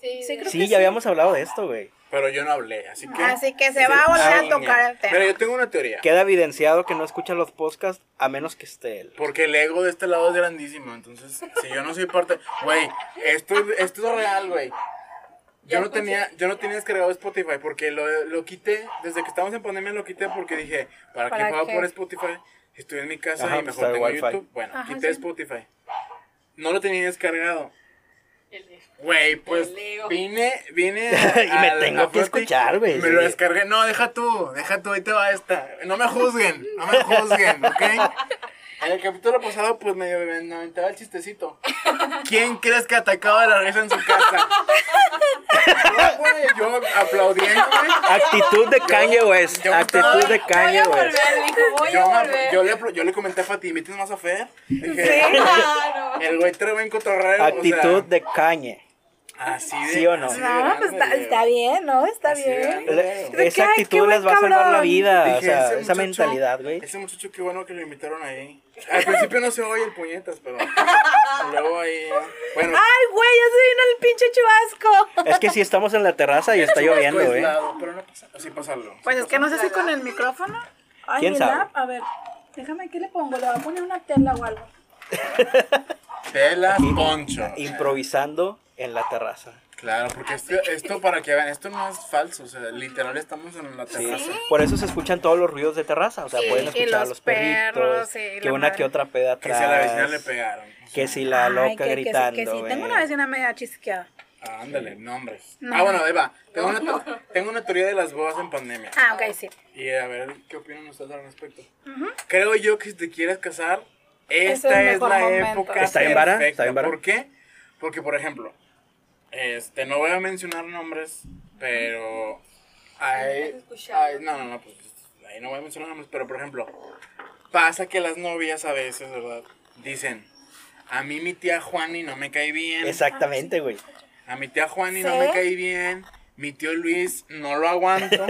[SPEAKER 4] Sí,
[SPEAKER 1] Sí, creo
[SPEAKER 2] Sí,
[SPEAKER 1] que
[SPEAKER 2] ya habíamos hablado de esto, güey.
[SPEAKER 3] Pero yo no hablé, así que.
[SPEAKER 1] Así que se va a volver a tocar el
[SPEAKER 3] Pero
[SPEAKER 1] tema.
[SPEAKER 3] yo tengo una teoría.
[SPEAKER 2] Queda evidenciado que no escucha los podcasts a menos que esté él.
[SPEAKER 3] Porque el ego de este lado es grandísimo. Entonces, si yo no soy parte. Güey, esto, esto es real, güey. Yo no, tenía, yo no tenía descargado Spotify porque lo, lo quité. Desde que estábamos en pandemia lo quité porque dije, ¿para,
[SPEAKER 1] ¿Para
[SPEAKER 3] qué pago
[SPEAKER 1] qué?
[SPEAKER 3] por Spotify? Estoy en mi casa
[SPEAKER 2] Ajá,
[SPEAKER 3] y
[SPEAKER 2] pues,
[SPEAKER 3] mejor
[SPEAKER 2] está el
[SPEAKER 3] tengo
[SPEAKER 2] Wi-Fi.
[SPEAKER 3] YouTube. Bueno,
[SPEAKER 1] Ajá,
[SPEAKER 3] quité
[SPEAKER 1] sí.
[SPEAKER 3] Spotify. No lo tenía descargado.
[SPEAKER 4] El-
[SPEAKER 3] Güey, pues
[SPEAKER 4] Leo.
[SPEAKER 3] vine, vine
[SPEAKER 2] Y me
[SPEAKER 3] al-
[SPEAKER 2] tengo
[SPEAKER 3] a
[SPEAKER 2] que
[SPEAKER 3] Forti,
[SPEAKER 2] escuchar, güey.
[SPEAKER 3] Me lo descargué. No, deja tú, deja tú, ahí te va esta. No me juzguen, no me juzguen, ¿ok? En el capítulo pasado, pues me, me aventaba el chistecito. ¿Quién crees que atacaba de la risa en su casa? No, güey, yo aplaudiendo, güey.
[SPEAKER 2] Actitud de Kanye West,
[SPEAKER 3] yo-
[SPEAKER 2] actitud de
[SPEAKER 4] Voy
[SPEAKER 2] Kanye
[SPEAKER 4] a
[SPEAKER 2] West.
[SPEAKER 4] volver, dijo, voy
[SPEAKER 3] Yo,
[SPEAKER 4] a
[SPEAKER 3] me-
[SPEAKER 4] volver.
[SPEAKER 3] yo le, apl- yo le comenté a Fati, ¿metes más a Fer? Dije,
[SPEAKER 4] Claro.
[SPEAKER 3] el güey trae buen cotorreo.
[SPEAKER 2] Actitud
[SPEAKER 3] o sea,
[SPEAKER 2] de Kanye.
[SPEAKER 3] Así de.
[SPEAKER 2] ¿Sí o no?
[SPEAKER 3] así de
[SPEAKER 1] No, pues
[SPEAKER 3] grande,
[SPEAKER 1] está, está bien, ¿no? Está
[SPEAKER 3] Así de
[SPEAKER 1] bien.
[SPEAKER 3] grande.
[SPEAKER 2] Le-
[SPEAKER 1] ¿De qué?
[SPEAKER 2] Esa
[SPEAKER 1] Ay, qué
[SPEAKER 2] actitud les
[SPEAKER 1] buen
[SPEAKER 2] va a salvar la
[SPEAKER 1] cabrón.
[SPEAKER 2] vida.
[SPEAKER 3] Dije,
[SPEAKER 2] o sea,
[SPEAKER 3] ese
[SPEAKER 2] esa
[SPEAKER 3] muchacho-
[SPEAKER 2] mentalidad, güey.
[SPEAKER 3] Ese muchacho, qué bueno que lo invitaron ahí. Al principio no se oye el puñetas, pero. luego ahí. Bueno,
[SPEAKER 1] Ay, güey, ya se vino el pinche chubasco.
[SPEAKER 2] Es que si estamos en la terraza y está lloviendo,
[SPEAKER 3] fue
[SPEAKER 2] güey.
[SPEAKER 3] aislado, Pues, pero no pasa. Así pasa algo.
[SPEAKER 1] Pues es que no sé si con el micrófono. Ay,
[SPEAKER 2] ¿Quién
[SPEAKER 1] el
[SPEAKER 2] sabe?
[SPEAKER 1] app, A ver, déjame, ¿qué le pongo? Le voy a poner una tela o algo.
[SPEAKER 3] Tela Poncho.
[SPEAKER 2] Improvisando en la terraza.
[SPEAKER 3] Claro, porque esto, esto, para que vean, esto no es falso, o sea, literal estamos en la terraza.
[SPEAKER 2] Por eso se escuchan todos los ruidos de terraza. O sea,
[SPEAKER 1] Sí,
[SPEAKER 2] pueden
[SPEAKER 1] y
[SPEAKER 2] escuchar a
[SPEAKER 1] los
[SPEAKER 2] los perritos.
[SPEAKER 1] perros, sí,
[SPEAKER 2] que
[SPEAKER 1] la
[SPEAKER 2] una
[SPEAKER 1] madre.
[SPEAKER 2] que otra peda
[SPEAKER 3] Que si a la
[SPEAKER 2] atrás,
[SPEAKER 3] vecina le pegaron.
[SPEAKER 2] Que si la
[SPEAKER 1] Ay,
[SPEAKER 2] loca
[SPEAKER 1] que- que sí,
[SPEAKER 2] gritando.
[SPEAKER 1] Que sí, tengo
[SPEAKER 2] eh.
[SPEAKER 1] una vecina media chisqueada.
[SPEAKER 3] Ah, ándale, nombres. Ah, bueno, ahí va. Tengo una, te- tengo una teoría de las bodas en pandemia.
[SPEAKER 1] Ah, ok, sí.
[SPEAKER 3] Y a ver, ¿qué opinan ustedes al respecto? Creo yo que si te quieres casar, esta
[SPEAKER 1] Es el
[SPEAKER 3] es,
[SPEAKER 1] mejor
[SPEAKER 3] la
[SPEAKER 1] momento.
[SPEAKER 3] época.
[SPEAKER 2] Está bien vara,
[SPEAKER 3] perfecta.
[SPEAKER 2] está bien vara.
[SPEAKER 3] ¿Por qué? Porque, por ejemplo, este, no voy a mencionar nombres, pero. Hay,
[SPEAKER 4] escuchado.
[SPEAKER 3] hay- no, no, no, pues ahí no voy a mencionar nombres, pero por ejemplo, pasa que las novias a veces, ¿verdad? Dicen. A mí mi tía Juani no me cae bien.
[SPEAKER 2] Exactamente, güey.
[SPEAKER 3] A mi tía Juani
[SPEAKER 1] Sí.
[SPEAKER 3] no me cae bien. Mi tío Luis no lo aguanto.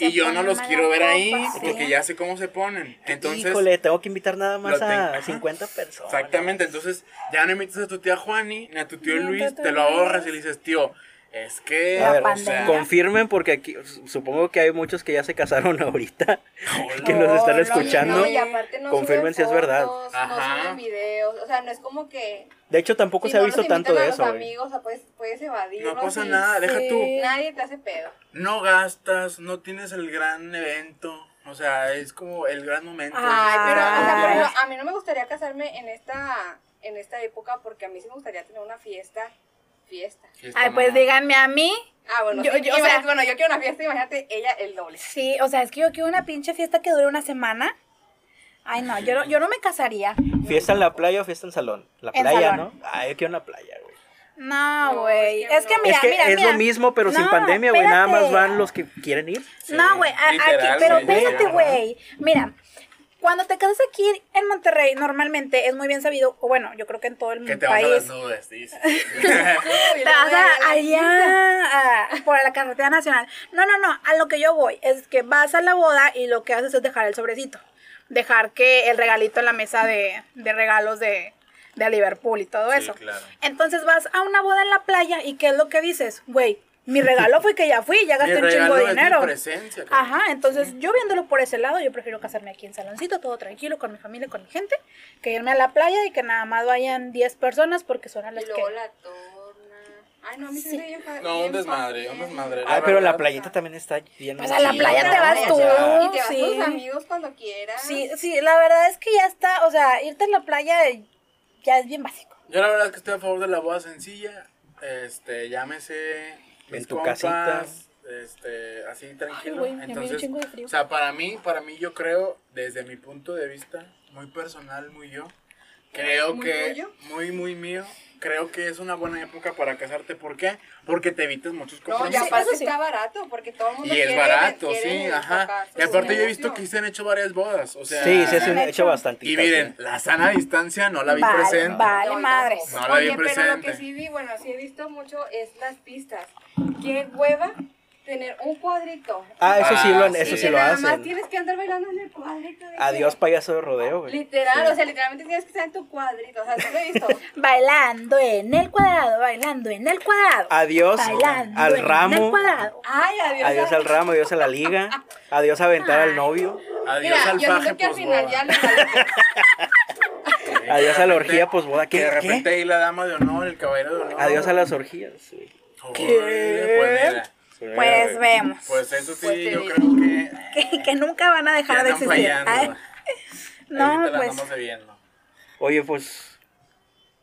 [SPEAKER 3] y
[SPEAKER 1] Se
[SPEAKER 3] yo no
[SPEAKER 1] pone
[SPEAKER 3] los
[SPEAKER 1] mala
[SPEAKER 3] quiero ver
[SPEAKER 1] copa,
[SPEAKER 3] ahí
[SPEAKER 1] sí.
[SPEAKER 3] porque ya sé cómo se ponen. Entonces,
[SPEAKER 2] Híjole, tengo que invitar nada más
[SPEAKER 3] lo
[SPEAKER 2] a
[SPEAKER 3] tengo.
[SPEAKER 2] 50 personas.
[SPEAKER 3] exactamente. Entonces, ya no invitas a tu tía Juani ni a tu tío
[SPEAKER 1] Ni a tu
[SPEAKER 3] Luis.
[SPEAKER 1] tío
[SPEAKER 3] Te lo
[SPEAKER 1] Luis.
[SPEAKER 3] ahorras y le dices, tío, es que.
[SPEAKER 2] A ver,
[SPEAKER 3] o sea,
[SPEAKER 2] confirmen porque aquí su- supongo que hay muchos que ya se casaron ahorita.
[SPEAKER 3] híjole,
[SPEAKER 2] que nos están
[SPEAKER 1] Oh, no,
[SPEAKER 2] escuchando.
[SPEAKER 4] No, y aparte no
[SPEAKER 2] confirmen
[SPEAKER 4] suben
[SPEAKER 2] si es verdad.
[SPEAKER 4] fotos,
[SPEAKER 3] Ajá.
[SPEAKER 4] No suben videos, o sea, no es como que...
[SPEAKER 2] De hecho, tampoco
[SPEAKER 4] si
[SPEAKER 2] se ha
[SPEAKER 4] no
[SPEAKER 2] visto
[SPEAKER 4] los
[SPEAKER 2] tanto
[SPEAKER 4] invitan a
[SPEAKER 2] de
[SPEAKER 4] los
[SPEAKER 2] eso, güey.
[SPEAKER 4] amigos, o sea, puedes, puedes evadirlos
[SPEAKER 3] no pasa
[SPEAKER 4] y
[SPEAKER 3] nada, deja tú.
[SPEAKER 4] Nadie te hace pedo.
[SPEAKER 3] No gastas, no tienes el gran evento. O sea, es como el gran momento.
[SPEAKER 1] Ay,
[SPEAKER 3] es-
[SPEAKER 4] Pero, o sea, por
[SPEAKER 1] Ah.
[SPEAKER 4] ejemplo, a mí no me gustaría casarme en esta, en esta época porque a mí sí me gustaría tener una fiesta, fiesta.
[SPEAKER 3] Fiesta,
[SPEAKER 1] Ay, pues
[SPEAKER 3] mamá.
[SPEAKER 1] díganme a mí.
[SPEAKER 4] Ah, bueno,
[SPEAKER 1] Yo-
[SPEAKER 4] sí,
[SPEAKER 1] yo, o
[SPEAKER 4] imagínate,
[SPEAKER 1] sea-
[SPEAKER 4] bueno, yo quiero una fiesta, imagínate, ella el doble.
[SPEAKER 1] Sí, o sea, es que yo quiero una pinche fiesta que dure una semana. Ay, no, yo no, yo no me casaría.
[SPEAKER 2] ¿Fiesta en la playa o fiesta en salón? La
[SPEAKER 1] En
[SPEAKER 2] playa,
[SPEAKER 1] salón.
[SPEAKER 2] ¿no? Ah, yo quiero una playa, güey.
[SPEAKER 1] No,
[SPEAKER 4] No,
[SPEAKER 1] güey.
[SPEAKER 4] es que
[SPEAKER 1] es que
[SPEAKER 4] no.
[SPEAKER 1] mira,
[SPEAKER 2] es que
[SPEAKER 1] mira,
[SPEAKER 2] es
[SPEAKER 1] mira.
[SPEAKER 2] lo mismo, pero sin
[SPEAKER 1] No,
[SPEAKER 2] pandemia, güey. Nada más
[SPEAKER 1] espérate.
[SPEAKER 2] van los que quieren ir.
[SPEAKER 1] No, güey, a-
[SPEAKER 3] literal,
[SPEAKER 1] aquí, pero
[SPEAKER 3] güey,
[SPEAKER 1] espérate,
[SPEAKER 3] literal.
[SPEAKER 1] güey. Mira, cuando te casas aquí en Monterrey, normalmente es muy bien sabido, o bueno, yo creo que en todo el
[SPEAKER 3] Que te vas a las
[SPEAKER 1] país.
[SPEAKER 3] nubes, dices.
[SPEAKER 1] Te vas a- allá a- ah, por la carretera nacional. No, no, no, a lo que yo voy es que vas a la boda y lo que haces es dejar el sobrecito. Dejar que el regalito en la mesa de, de regalos de, de Liverpool y todo
[SPEAKER 3] Sí,
[SPEAKER 1] eso.
[SPEAKER 3] claro.
[SPEAKER 1] Entonces vas a una boda en la playa y ¿qué es lo que dices? Güey, mi regalo fue que ya fui, ya
[SPEAKER 3] Mi
[SPEAKER 1] gasté un
[SPEAKER 3] regalo
[SPEAKER 1] chingo de
[SPEAKER 3] es mi
[SPEAKER 1] dinero.
[SPEAKER 3] presencia, cabrón.
[SPEAKER 1] Ajá, entonces yo viéndolo por ese lado, yo prefiero casarme aquí en Saloncito, todo tranquilo, con mi familia, con mi gente, que irme a la playa y que nada más vayan 10 personas porque son a las
[SPEAKER 4] Y
[SPEAKER 1] que...
[SPEAKER 4] luego la torna. Ay, no, a mí se me bien fa-
[SPEAKER 3] No, un
[SPEAKER 4] bien
[SPEAKER 3] desmadre,
[SPEAKER 4] fa-
[SPEAKER 3] un desmadre.
[SPEAKER 2] Ay, Ah, pero la
[SPEAKER 3] verdad.
[SPEAKER 2] playita también está bien.
[SPEAKER 1] Pues a la
[SPEAKER 2] chida,
[SPEAKER 1] playa
[SPEAKER 2] ¿no?
[SPEAKER 1] te vas tú.
[SPEAKER 2] O sea,
[SPEAKER 4] Y te vas
[SPEAKER 1] Sí.
[SPEAKER 4] con tus amigos cuando quieras.
[SPEAKER 1] Sí, sí, la verdad es que ya está, o sea, irte a la playa eh, ya es bien básico.
[SPEAKER 3] Yo la verdad es que estoy a favor de la boda sencilla. Este, llámese. mis
[SPEAKER 2] tu casita.
[SPEAKER 3] Este, así tranquilo.
[SPEAKER 1] Ay, güey, ya me dio
[SPEAKER 3] Entonces,
[SPEAKER 1] chingo de frío.
[SPEAKER 3] o sea, para mí, para mí yo creo, desde mi punto de vista, muy personal, muy yo, creo
[SPEAKER 4] ¿Muy
[SPEAKER 3] que
[SPEAKER 4] tuyo?
[SPEAKER 3] muy muy mío, creo que es una buena época para casarte, ¿por qué? Porque te evitas muchos
[SPEAKER 4] No, y
[SPEAKER 3] compromisos.
[SPEAKER 4] aparte
[SPEAKER 1] Eso sí.
[SPEAKER 4] está barato, porque todo el mundo
[SPEAKER 3] y es
[SPEAKER 4] quiere-
[SPEAKER 3] barato,
[SPEAKER 4] quiere
[SPEAKER 3] sí, ajá.
[SPEAKER 4] enfocarse
[SPEAKER 3] Y
[SPEAKER 4] en su
[SPEAKER 3] aparte yo he visto que
[SPEAKER 4] negocio.
[SPEAKER 3] se han hecho varias bodas, o sea,
[SPEAKER 2] Sí, sí, es
[SPEAKER 1] se
[SPEAKER 2] un
[SPEAKER 1] han
[SPEAKER 2] hecho
[SPEAKER 1] hecho.
[SPEAKER 2] bastante.
[SPEAKER 3] Y miren, la sana distancia no la vi
[SPEAKER 1] Vale,
[SPEAKER 3] presente.
[SPEAKER 1] vale. madres.
[SPEAKER 3] No la vi
[SPEAKER 4] Oye, pero lo
[SPEAKER 3] presente.
[SPEAKER 4] que sí vi, bueno, sí he visto mucho es las pistas. Qué hueva tener un cuadrito.
[SPEAKER 2] Ah, eso sí lo,
[SPEAKER 3] Ah,
[SPEAKER 2] eso
[SPEAKER 4] Y
[SPEAKER 2] sí
[SPEAKER 4] que
[SPEAKER 2] lo
[SPEAKER 4] nada más
[SPEAKER 2] hacen.
[SPEAKER 4] tienes que andar bailando en el cuadrito. de que-
[SPEAKER 2] Adiós, payaso de rodeo, güey.
[SPEAKER 4] Literal,
[SPEAKER 2] Sí.
[SPEAKER 4] o sea, literalmente tienes que estar en tu cuadrito. O sea, sí lo he visto.
[SPEAKER 1] Bailando en el cuadrado, bailando en el cuadrado.
[SPEAKER 2] Adiós
[SPEAKER 1] bailando en
[SPEAKER 2] al
[SPEAKER 1] el
[SPEAKER 2] ramo.
[SPEAKER 1] cuadrado.
[SPEAKER 4] Ay, adiós.
[SPEAKER 2] Adiós al ramo, adiós a la liga. Adiós a aventar al novio.
[SPEAKER 3] Adiós
[SPEAKER 4] Mira,
[SPEAKER 3] al faje
[SPEAKER 4] yo
[SPEAKER 3] pues,
[SPEAKER 4] siento que al
[SPEAKER 3] posboda.
[SPEAKER 4] final ya le valió.
[SPEAKER 2] Adiós a Ah, la orgía posboda.
[SPEAKER 3] Que
[SPEAKER 2] ¿Qué?
[SPEAKER 3] de
[SPEAKER 2] ¿Qué?
[SPEAKER 3] repente ahí la dama de honor, el caballero de honor.
[SPEAKER 2] Adiós a las orgías. güey.
[SPEAKER 3] Uy, Pues mira,
[SPEAKER 2] Eh,
[SPEAKER 1] Pues vemos.
[SPEAKER 3] pues eso sí,
[SPEAKER 4] Pues te
[SPEAKER 3] yo
[SPEAKER 4] digo.
[SPEAKER 3] creo que
[SPEAKER 1] Que, que nunca van a
[SPEAKER 3] ya
[SPEAKER 1] dejar eh, de
[SPEAKER 3] andan
[SPEAKER 1] existir.
[SPEAKER 3] fallando.
[SPEAKER 1] Ay,
[SPEAKER 3] Ahí
[SPEAKER 1] no,
[SPEAKER 3] te la
[SPEAKER 1] pues,
[SPEAKER 3] andamos debiendo.
[SPEAKER 2] Oye, pues,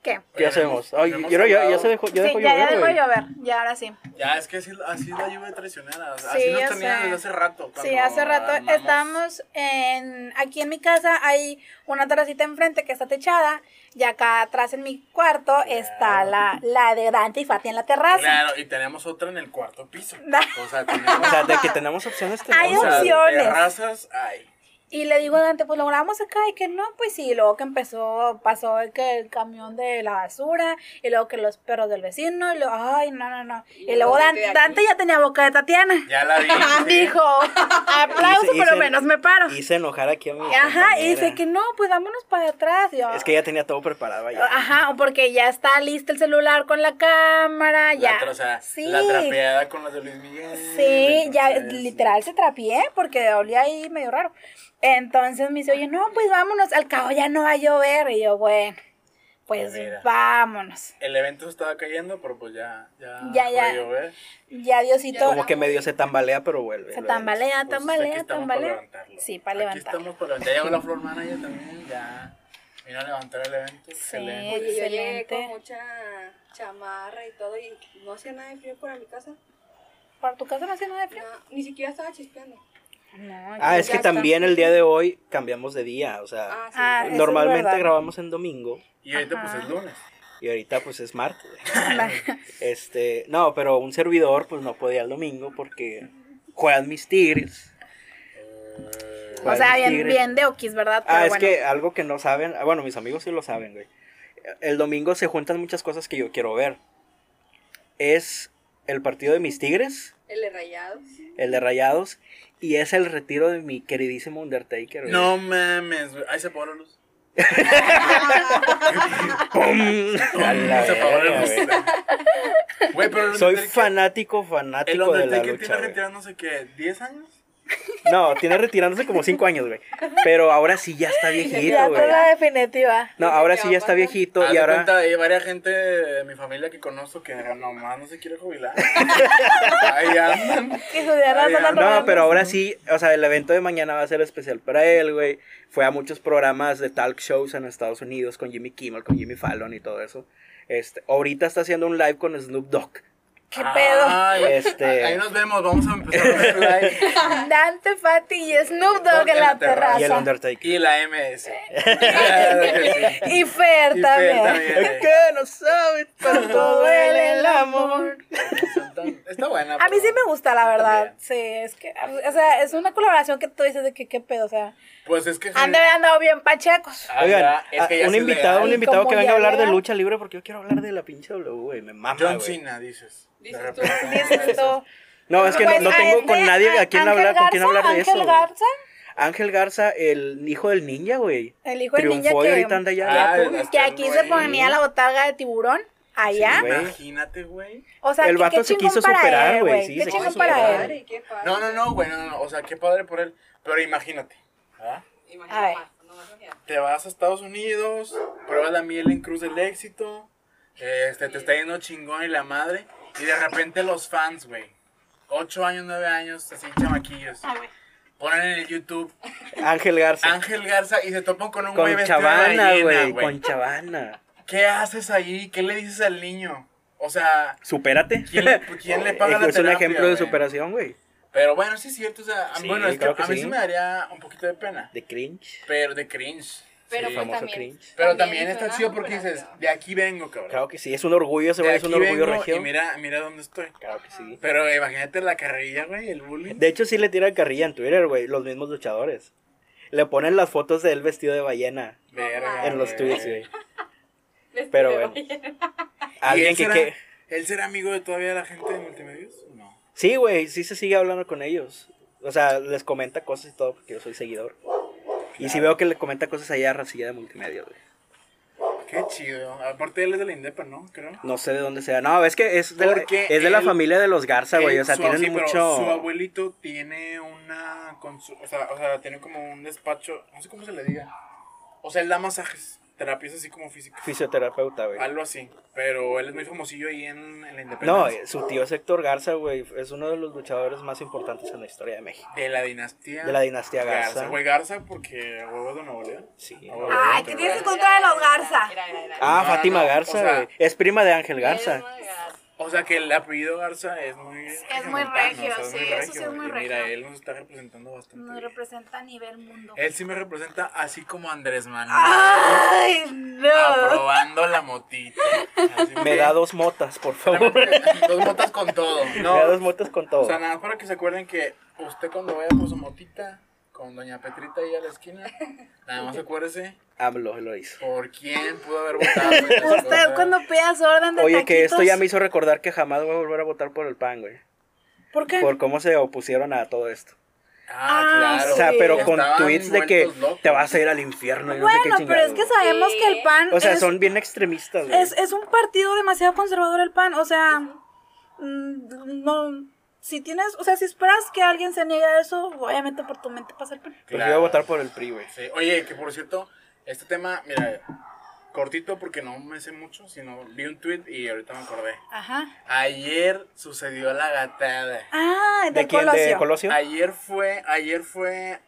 [SPEAKER 1] ¿qué?
[SPEAKER 2] ¿qué
[SPEAKER 3] Oye,
[SPEAKER 2] hacemos?
[SPEAKER 3] hemos-
[SPEAKER 2] Ay,
[SPEAKER 3] hemos
[SPEAKER 2] yo, ya, ya
[SPEAKER 3] hablado-
[SPEAKER 2] se dejó, ya
[SPEAKER 1] sí,
[SPEAKER 2] dejó
[SPEAKER 1] ya, ya
[SPEAKER 2] llover,
[SPEAKER 1] dejó
[SPEAKER 2] güey.
[SPEAKER 1] llover, ya ahora sí.
[SPEAKER 3] Ya, es que así, así es la lluvia traicionera. Así
[SPEAKER 1] Sí,
[SPEAKER 3] nos
[SPEAKER 1] ya
[SPEAKER 3] tenían
[SPEAKER 1] sé.
[SPEAKER 3] desde hace rato.
[SPEAKER 1] Sí,
[SPEAKER 3] cuando
[SPEAKER 1] hace rato
[SPEAKER 3] armamos-
[SPEAKER 1] estábamos en, aquí en mi casa, hay una terracita enfrente que está techada y acá atrás en mi cuarto está la, la de Dante y Fati en la terraza.
[SPEAKER 3] Claro, y tenemos otra en el cuarto piso.
[SPEAKER 1] Da-
[SPEAKER 3] O sea, tenemos.
[SPEAKER 2] O sea, de que tenemos opciones,
[SPEAKER 1] Hay
[SPEAKER 2] tenemos.
[SPEAKER 3] o sea,
[SPEAKER 1] opciones.
[SPEAKER 3] Terrazas, ay.
[SPEAKER 1] Y le digo a Dante, pues lo grabamos acá y que no, pues sí, luego que empezó, pasó de que el camión de la basura y luego que los perros del vecino y luego, ay, no, no, no. Y,
[SPEAKER 4] Y
[SPEAKER 1] luego
[SPEAKER 4] luego
[SPEAKER 1] Dan-
[SPEAKER 4] vete de aquí.
[SPEAKER 1] Dante ya tenía boca de Tatiana.
[SPEAKER 3] Ya la vi. sí.
[SPEAKER 1] Dijo, aplauso,
[SPEAKER 2] Hice-
[SPEAKER 1] por
[SPEAKER 2] hice-
[SPEAKER 1] lo menos me paro.
[SPEAKER 2] Hice enojar aquí a mi
[SPEAKER 1] Ajá, y
[SPEAKER 2] compañera.
[SPEAKER 1] dice que no, pues vámonos para atrás. Y yo,
[SPEAKER 2] Es que ya tenía todo preparado allá.
[SPEAKER 1] Ajá, o porque ya está listo el celular con la cámara,
[SPEAKER 3] La,
[SPEAKER 1] ya.
[SPEAKER 3] tra- o sea,
[SPEAKER 1] sí.
[SPEAKER 3] la trapeada con las de Luis Miguel.
[SPEAKER 1] Sí, ya
[SPEAKER 3] entonces,
[SPEAKER 1] literal se trapié porque olía ahí medio raro. Entonces me dice, oye, no, pues vámonos, al cabo ya no va a llover. Y yo, bueno, pues
[SPEAKER 3] Mira.
[SPEAKER 1] vámonos.
[SPEAKER 3] El evento estaba cayendo, pero pues ya, ya,
[SPEAKER 1] Ya, ya.
[SPEAKER 3] fue llover.
[SPEAKER 1] Ya Diosito
[SPEAKER 4] Ya
[SPEAKER 2] Como que medio se tambalea, pero vuelve.
[SPEAKER 1] se
[SPEAKER 2] lo
[SPEAKER 1] tambalea,
[SPEAKER 3] Pues, aquí
[SPEAKER 1] tambalea,
[SPEAKER 3] estamos Para
[SPEAKER 1] tambalea.
[SPEAKER 3] levantarlo.
[SPEAKER 1] Sí, para
[SPEAKER 3] Aquí
[SPEAKER 1] levantar.
[SPEAKER 3] estamos para levantar. Ya llegó la flor manager también, ya vino a levantar el evento. Excelente.
[SPEAKER 4] Oye, yo llegué
[SPEAKER 1] Excelente.
[SPEAKER 4] con mucha chamarra y todo y no hacía nada de frío para mi casa.
[SPEAKER 1] ¿Para tu casa no hace nada de
[SPEAKER 4] No,
[SPEAKER 1] frío?
[SPEAKER 4] ni siquiera estaba chispeando.
[SPEAKER 1] No,
[SPEAKER 2] ves. Ah, es que
[SPEAKER 4] Ya está.
[SPEAKER 2] también el día de hoy cambiamos de día, o sea,
[SPEAKER 4] Ah, sí.
[SPEAKER 1] Ah, eso es
[SPEAKER 2] normalmente
[SPEAKER 1] verdad.
[SPEAKER 2] grabamos en domingo
[SPEAKER 3] Y ahorita pues
[SPEAKER 1] Ajá.
[SPEAKER 3] es lunes.
[SPEAKER 2] y ahorita pues es martes. Este, no, pero un servidor pues no podía el domingo porque juegan mis Tigres.
[SPEAKER 1] O sea,
[SPEAKER 2] Juegan mis
[SPEAKER 1] bien,
[SPEAKER 2] Tigres.
[SPEAKER 1] bien de Oquis, ¿verdad?
[SPEAKER 2] Ah,
[SPEAKER 1] Pero
[SPEAKER 2] es
[SPEAKER 1] bueno.
[SPEAKER 2] que algo que no saben, ah, bueno, mis amigos sí lo saben, güey. El domingo se juntan muchas cosas que yo quiero ver. Es el partido de mis Tigres,
[SPEAKER 4] El de rayados.
[SPEAKER 2] el de Rayados, y es el retiro de mi queridísimo Undertaker. güey.
[SPEAKER 3] No mames, güey. Ahí se apagó la luz.
[SPEAKER 2] A la
[SPEAKER 3] se apagó la
[SPEAKER 2] verga,
[SPEAKER 3] luz.
[SPEAKER 2] güey.
[SPEAKER 3] Güey, pero el
[SPEAKER 2] Soy
[SPEAKER 3] Undertaker-
[SPEAKER 2] fanático,
[SPEAKER 3] El
[SPEAKER 2] fanático de la
[SPEAKER 3] Undertaker
[SPEAKER 2] lucha.
[SPEAKER 3] tiene
[SPEAKER 2] güey.
[SPEAKER 3] retirándose que 10 años.
[SPEAKER 2] No, tiene retirándose como 5 años, güey. Pero ahora sí ya está
[SPEAKER 1] Ya
[SPEAKER 2] viejito, güey.
[SPEAKER 1] fue la definitiva.
[SPEAKER 2] No, ahora sí ya está viejito
[SPEAKER 3] Haz
[SPEAKER 2] y
[SPEAKER 3] de
[SPEAKER 2] ahora...
[SPEAKER 3] cuenta, hay varias gente de mi familia que conozco que nomás no se quiere jubilar. Ahí andan.
[SPEAKER 1] Que su día
[SPEAKER 3] Ay,
[SPEAKER 1] no está
[SPEAKER 3] no,
[SPEAKER 2] No,
[SPEAKER 1] tomando.
[SPEAKER 2] pero ahora sí, o sea, el evento de mañana va a ser especial para él, güey. Fue a muchos programas de talk shows en Estados Unidos con Jimmy Kimmel, con Jimmy Fallon y todo eso. Este, ahorita está haciendo un live con Snoop Dogg.
[SPEAKER 1] ¿Qué pedo?
[SPEAKER 3] Ay,
[SPEAKER 2] Este-
[SPEAKER 3] Ahí nos vemos, vamos a empezar a hacer live.
[SPEAKER 1] Dante, Fati y Snoop Dogg en la
[SPEAKER 2] Y el
[SPEAKER 1] terraza.
[SPEAKER 2] Undertaker.
[SPEAKER 3] Y la MS. Claro que sí.
[SPEAKER 1] Y Fer
[SPEAKER 3] Y Fer
[SPEAKER 1] también.
[SPEAKER 3] también.
[SPEAKER 2] Es que no sabes cuánto duele el amor.
[SPEAKER 3] Está buena.
[SPEAKER 1] A mí sí me gusta, la verdad.
[SPEAKER 3] También.
[SPEAKER 1] Sí, es que, o sea, es una colaboración que tú dices de que qué pedo, o sea,
[SPEAKER 3] Pues es que.
[SPEAKER 1] han de haber andado bien pachacos.
[SPEAKER 3] Ah,
[SPEAKER 2] Oigan,
[SPEAKER 3] ya, es que
[SPEAKER 2] a-
[SPEAKER 3] ya
[SPEAKER 2] un
[SPEAKER 3] sí
[SPEAKER 2] invitado,
[SPEAKER 3] legal.
[SPEAKER 2] un
[SPEAKER 1] Y
[SPEAKER 2] invitado
[SPEAKER 1] como
[SPEAKER 2] que venga
[SPEAKER 1] ya
[SPEAKER 2] a hablar de
[SPEAKER 1] legal.
[SPEAKER 2] lucha libre porque yo quiero hablar de la pinche W, güey. Me mama,
[SPEAKER 3] John
[SPEAKER 2] güey.
[SPEAKER 3] Cena, dices. De
[SPEAKER 4] Dices tú.
[SPEAKER 3] repente.
[SPEAKER 1] Dices tú.
[SPEAKER 2] No, es que no-
[SPEAKER 1] Pues,
[SPEAKER 2] no,
[SPEAKER 1] a
[SPEAKER 2] tengo
[SPEAKER 1] este,
[SPEAKER 2] con nadie a quien
[SPEAKER 1] Ángel
[SPEAKER 2] hablar, con quien
[SPEAKER 1] Garza,
[SPEAKER 2] hablar de eso.
[SPEAKER 1] Ángel
[SPEAKER 2] güey.
[SPEAKER 1] Garza,
[SPEAKER 2] Ángel Garza, el hijo del ninja, güey.
[SPEAKER 1] el hijo del ninja
[SPEAKER 2] Triunfó y
[SPEAKER 1] que,
[SPEAKER 2] ahorita anda ya.
[SPEAKER 3] Ah,
[SPEAKER 1] que-
[SPEAKER 3] hasta
[SPEAKER 1] que aquí
[SPEAKER 3] el
[SPEAKER 1] se
[SPEAKER 3] güey.
[SPEAKER 1] ponía la botarga de tiburón, allá.
[SPEAKER 2] güey.
[SPEAKER 3] Imagínate, güey.
[SPEAKER 1] o sea,
[SPEAKER 2] El
[SPEAKER 1] que-
[SPEAKER 2] vato
[SPEAKER 1] qué
[SPEAKER 2] se
[SPEAKER 1] chingón
[SPEAKER 2] quiso
[SPEAKER 1] para
[SPEAKER 2] superar,
[SPEAKER 1] él,
[SPEAKER 2] güey, sí,
[SPEAKER 1] Qué
[SPEAKER 2] se
[SPEAKER 1] chingón
[SPEAKER 2] quiso
[SPEAKER 1] para
[SPEAKER 2] superar.
[SPEAKER 1] él.
[SPEAKER 4] Padre, qué padre.
[SPEAKER 3] No, no, no, güey, no, no, O sea, qué padre por él. Pero imagínate. ¿ah?
[SPEAKER 1] A ver.
[SPEAKER 4] Imagínate más, no más imagínate.
[SPEAKER 3] Te vas a Estados Unidos, pruebas la miel en Cruz del Éxito. Este, te está yendo chingón y la madre. Y de repente los fans, güey. Ocho años, nueve años, así chamaquillos.
[SPEAKER 4] Ah,
[SPEAKER 3] Ponen en el YouTube
[SPEAKER 2] Ángel Garza.
[SPEAKER 3] Ángel Garza y se topan con un güey
[SPEAKER 2] Con
[SPEAKER 3] vestido de ballena,
[SPEAKER 2] Chavana, güey.
[SPEAKER 3] güey.
[SPEAKER 2] Con Chavana.
[SPEAKER 3] ¿Qué haces ahí? ¿Qué le dices al niño? O sea,
[SPEAKER 2] Supérate.
[SPEAKER 3] ¿Quién le- quién le paga
[SPEAKER 2] Es-
[SPEAKER 3] la
[SPEAKER 2] Es un
[SPEAKER 3] terapia,
[SPEAKER 2] ejemplo de
[SPEAKER 3] güey?
[SPEAKER 2] superación, güey.
[SPEAKER 3] pero bueno, sí es cierto. O sea,
[SPEAKER 2] Sí,
[SPEAKER 3] bueno, es que
[SPEAKER 2] claro que
[SPEAKER 3] a mí sí.
[SPEAKER 2] sí.
[SPEAKER 3] me daría un poquito de pena.
[SPEAKER 2] De cringe.
[SPEAKER 3] Pero de cringe.
[SPEAKER 4] Pero
[SPEAKER 2] Sí,
[SPEAKER 4] pues
[SPEAKER 2] famoso
[SPEAKER 4] también.
[SPEAKER 2] cringe.
[SPEAKER 3] Pero también
[SPEAKER 4] suena
[SPEAKER 3] está chido porque dices,
[SPEAKER 4] superación.
[SPEAKER 3] de aquí vengo, cabrón.
[SPEAKER 2] Claro que sí, es un orgullo, ese
[SPEAKER 3] de
[SPEAKER 2] Este güey es
[SPEAKER 3] aquí
[SPEAKER 2] un orgullo
[SPEAKER 3] vengo
[SPEAKER 2] regio.
[SPEAKER 3] y mira, mira dónde estoy.
[SPEAKER 2] Claro que sí.
[SPEAKER 3] Pero imagínate la carrilla, güey, el bullying.
[SPEAKER 2] De hecho, sí le tiran carrilla en Twitter, güey, los mismos luchadores. Le ponen las fotos de él vestido de ballena
[SPEAKER 3] Verga,
[SPEAKER 2] en los
[SPEAKER 3] Ah, güey.
[SPEAKER 2] tweets, güey.
[SPEAKER 4] Vestido
[SPEAKER 2] Pero
[SPEAKER 4] de
[SPEAKER 2] bueno.
[SPEAKER 4] ballena.
[SPEAKER 3] ¿Y
[SPEAKER 2] Alguien
[SPEAKER 3] él
[SPEAKER 2] que,
[SPEAKER 3] será-
[SPEAKER 2] que...
[SPEAKER 3] ¿Él será amigo de todavía la gente de multimedios? No.
[SPEAKER 2] Sí, güey, sí se sigue hablando con ellos. O sea, les comenta cosas y todo, porque yo soy seguidor. Y si veo que le comenta cosas allá, racilla de multimedia, güey.
[SPEAKER 3] Qué chido. Aparte, él es de la Indepa, ¿no? Creo.
[SPEAKER 2] No sé de dónde sea. No, es que es de, la,
[SPEAKER 3] Porque
[SPEAKER 2] es de la
[SPEAKER 3] el-
[SPEAKER 2] familia de los Garza, güey. O sea,
[SPEAKER 3] Su-
[SPEAKER 2] tienen
[SPEAKER 3] sí, pero Su
[SPEAKER 2] mucho.
[SPEAKER 3] abuelito tiene una. consu- o, sea, o sea, tiene como un despacho. No sé cómo se le diga. O sea, él da masajes, terapias así como físicas.
[SPEAKER 2] Fisioterapeuta, güey.
[SPEAKER 3] Algo así. Pero él es muy famosillo ahí en, en la
[SPEAKER 2] No,
[SPEAKER 3] Independencia.
[SPEAKER 2] eh, su tío es Héctor Garza, güey. Es uno de los luchadores más importantes en la historia de México.
[SPEAKER 3] de la dinastía.
[SPEAKER 2] De la dinastía Garza.
[SPEAKER 3] Güey, Garza porque huevo de Nuevo León.
[SPEAKER 2] Sí.
[SPEAKER 3] Huevo de
[SPEAKER 1] Ay,
[SPEAKER 3] Nuevo
[SPEAKER 1] que
[SPEAKER 3] León.
[SPEAKER 1] tienes en contra de los Garza.
[SPEAKER 4] Mira, mira, mira.
[SPEAKER 2] Ah,
[SPEAKER 3] Ah, no,
[SPEAKER 2] Fátima
[SPEAKER 3] no, o
[SPEAKER 2] Garza,
[SPEAKER 3] sea-
[SPEAKER 2] güey. es prima de Ángel Garza.
[SPEAKER 4] Eres muy Garza.
[SPEAKER 3] O sea que el apellido Garza es muy.
[SPEAKER 1] Es muy regio, sí, eso sí es muy
[SPEAKER 3] y Mira,
[SPEAKER 1] regio.
[SPEAKER 3] él nos está representando bastante.
[SPEAKER 1] Nos
[SPEAKER 3] bien.
[SPEAKER 1] representa a nivel mundo.
[SPEAKER 3] Él sí me representa así como Andrés Manuel.
[SPEAKER 1] Ay, ¡Ah, no.
[SPEAKER 3] Aprobando la motita. Así
[SPEAKER 2] Me
[SPEAKER 3] que-
[SPEAKER 2] da dos motas, por favor.
[SPEAKER 3] Dos motas con todo.
[SPEAKER 2] Me da dos
[SPEAKER 3] No.
[SPEAKER 2] motas con todo.
[SPEAKER 3] O sea, nada más para que se acuerden que usted cuando vaya por su motita con doña Petrita ahí a la esquina, nada más acuérdese
[SPEAKER 2] AMLO lo hizo.
[SPEAKER 3] por quién pudo haber votado. y esas
[SPEAKER 1] Usted
[SPEAKER 3] cosas.
[SPEAKER 1] cuando pidas orden de
[SPEAKER 2] Oye, que esto
[SPEAKER 1] taquitos-
[SPEAKER 2] ya me hizo recordar que jamás voy a volver a votar por el PAN, güey.
[SPEAKER 1] ¿Por qué?
[SPEAKER 2] Por cómo se opusieron a todo esto.
[SPEAKER 3] Ah,
[SPEAKER 1] Ah,
[SPEAKER 3] claro.
[SPEAKER 2] O sea,
[SPEAKER 1] Sí.
[SPEAKER 2] pero con
[SPEAKER 3] Estaban
[SPEAKER 2] tweets de que
[SPEAKER 3] vueltos locos.
[SPEAKER 2] te vas a ir al infierno y no sé qué
[SPEAKER 1] Bueno, pero
[SPEAKER 2] chingados,
[SPEAKER 1] es que
[SPEAKER 2] güey.
[SPEAKER 1] sabemos
[SPEAKER 4] Sí.
[SPEAKER 1] que el PAN
[SPEAKER 2] O sea,
[SPEAKER 1] es,
[SPEAKER 2] son bien extremistas, güey.
[SPEAKER 1] es, es un partido demasiado conservador el PAN, o sea, mm, no, si tienes, o sea, si esperas que alguien se niegue a eso, obviamente por tu mente pasa el PAN.
[SPEAKER 2] Prefiero votar por el PRI, güey.
[SPEAKER 3] Sí, Oye, que por cierto, este tema, mira, cortito porque no me sé mucho, sino vi un tweet y ahorita me acordé.
[SPEAKER 1] Ajá.
[SPEAKER 3] Ayer sucedió la gatada.
[SPEAKER 1] Ah, de,
[SPEAKER 2] ¿De quién?
[SPEAKER 1] Colosio.
[SPEAKER 2] ¿De Colosio?
[SPEAKER 3] Ayer fue, ayer fue,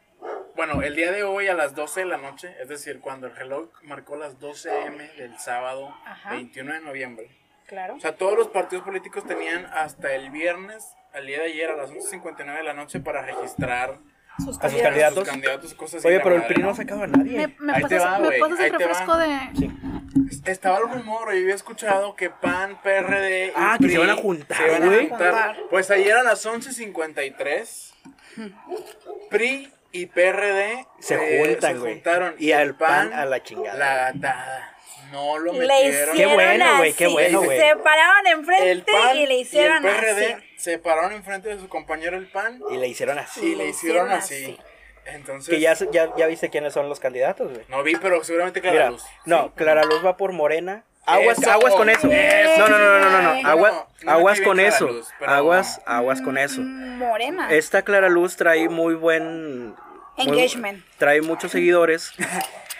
[SPEAKER 3] bueno, el día de hoy a las 12 de la noche, es decir, cuando el reloj marcó las 12 am del sábado
[SPEAKER 1] Ajá.
[SPEAKER 3] 21 de noviembre.
[SPEAKER 1] Claro.
[SPEAKER 3] O sea, todos los partidos políticos tenían hasta el viernes, al día de ayer, a las 11.59 de la noche para registrar
[SPEAKER 1] Sus
[SPEAKER 2] a
[SPEAKER 1] candidatos.
[SPEAKER 2] sus
[SPEAKER 3] a
[SPEAKER 2] candidatos.
[SPEAKER 3] sus candidatos, cosas así.
[SPEAKER 2] Oye,
[SPEAKER 3] la
[SPEAKER 2] pero el
[SPEAKER 3] madre,
[SPEAKER 2] PRI no ha sacado a nadie.
[SPEAKER 1] ¿Me, me
[SPEAKER 3] Ahí te
[SPEAKER 1] pasas,
[SPEAKER 3] va,
[SPEAKER 1] ¿me
[SPEAKER 3] güey,
[SPEAKER 1] pasas
[SPEAKER 3] ahí
[SPEAKER 1] el
[SPEAKER 3] te
[SPEAKER 1] refresco
[SPEAKER 3] va.
[SPEAKER 1] de...?
[SPEAKER 2] Sí.
[SPEAKER 3] Estaba el rumor, yo había escuchado que PAN, PRD y
[SPEAKER 2] Ah, que
[SPEAKER 3] PRI
[SPEAKER 2] se van a juntar,
[SPEAKER 3] se iban a
[SPEAKER 2] güey.
[SPEAKER 3] juntar. Pues ayer a las 11.53, PRI y PRD
[SPEAKER 2] Se
[SPEAKER 3] eh,
[SPEAKER 2] juntan,
[SPEAKER 3] se
[SPEAKER 2] güey.
[SPEAKER 3] juntaron.
[SPEAKER 2] Y al PAN a la chingada.
[SPEAKER 3] La gatada. No lo
[SPEAKER 5] Le
[SPEAKER 3] metieron.
[SPEAKER 5] hicieron
[SPEAKER 2] Qué bueno, güey,
[SPEAKER 5] así.
[SPEAKER 2] qué bueno, güey.
[SPEAKER 5] Se pararon
[SPEAKER 3] El
[SPEAKER 5] enfrente
[SPEAKER 3] PAN
[SPEAKER 5] y le hicieron
[SPEAKER 3] y el PRD
[SPEAKER 5] así.
[SPEAKER 3] se pararon enfrente de su compañero el PAN
[SPEAKER 2] Y le hicieron así.
[SPEAKER 3] y le hicieron
[SPEAKER 5] hicieron
[SPEAKER 3] así.
[SPEAKER 5] así.
[SPEAKER 3] Entonces,
[SPEAKER 2] Que ya, ya, ya viste quiénes son los candidatos, güey.
[SPEAKER 3] no vi, pero seguramente que
[SPEAKER 2] Mira,
[SPEAKER 3] la luz.
[SPEAKER 2] no, Clara Luz va por Morena. Aguas,
[SPEAKER 3] Eso.
[SPEAKER 2] aguas con eso.
[SPEAKER 1] Eso.
[SPEAKER 2] No, no, no, no, no, no.
[SPEAKER 1] No,
[SPEAKER 2] Aguas,
[SPEAKER 3] no
[SPEAKER 2] aguas
[SPEAKER 3] me
[SPEAKER 2] con
[SPEAKER 3] tiene Clara
[SPEAKER 2] eso.
[SPEAKER 3] Luz, pero-
[SPEAKER 2] Aguas, aguas con eso.
[SPEAKER 1] Mm. Morena.
[SPEAKER 2] Esta Clara Luz trae muy buen muy-
[SPEAKER 1] Engagement.
[SPEAKER 2] trae muchos seguidores.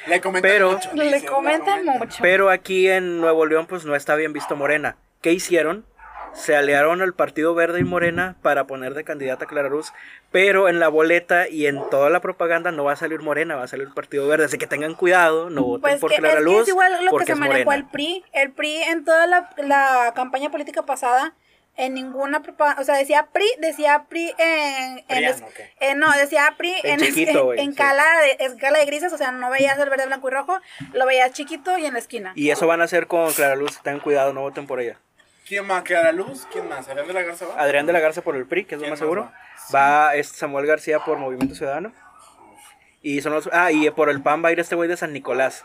[SPEAKER 3] Le comentan
[SPEAKER 2] Pero-
[SPEAKER 3] mucho.
[SPEAKER 1] Le
[SPEAKER 3] dicen,
[SPEAKER 1] comentan mucho.
[SPEAKER 2] Pero aquí en Nuevo León, pues no está bien visto Morena. ¿Qué hicieron? Se aliaron al Partido Verde y Morena para poner de candidata a Clara Luz, pero en la boleta y en toda la propaganda no va a salir Morena, va a salir el Partido Verde. Así que tengan cuidado, no voten
[SPEAKER 1] Pues
[SPEAKER 2] por
[SPEAKER 1] que, es
[SPEAKER 2] Clara
[SPEAKER 1] que
[SPEAKER 2] Luz.
[SPEAKER 1] es igual lo que
[SPEAKER 2] porque
[SPEAKER 1] se
[SPEAKER 2] es
[SPEAKER 1] manejó
[SPEAKER 2] Morena.
[SPEAKER 1] el PRI. El PRI en toda la, la campaña política pasada, en ninguna propaganda, o sea, decía PRI, decía PRI en... en
[SPEAKER 3] Priano, ¿o qué?
[SPEAKER 1] eh, no, decía PRI
[SPEAKER 2] En
[SPEAKER 1] en,
[SPEAKER 2] chiquito, güey,
[SPEAKER 1] en
[SPEAKER 2] sí.
[SPEAKER 1] cala de- escala de grises, o sea, no veías el verde, blanco y rojo, lo veías chiquito y en la esquina.
[SPEAKER 2] Y eso van a hacer con Clara Luz, tengan cuidado, no voten por ella.
[SPEAKER 3] ¿Quién más? ¿Clara Luz? ¿Quién más? ¿Adrián de la Garza va?
[SPEAKER 2] Adrián de la Garza por el PRI, que es lo
[SPEAKER 3] ¿Quién
[SPEAKER 2] más
[SPEAKER 3] más
[SPEAKER 2] seguro.
[SPEAKER 3] va?
[SPEAKER 2] Va este Samuel García por Movimiento Ciudadano. Y son los, ah, y por el PAN va a ir este güey de San Nicolás.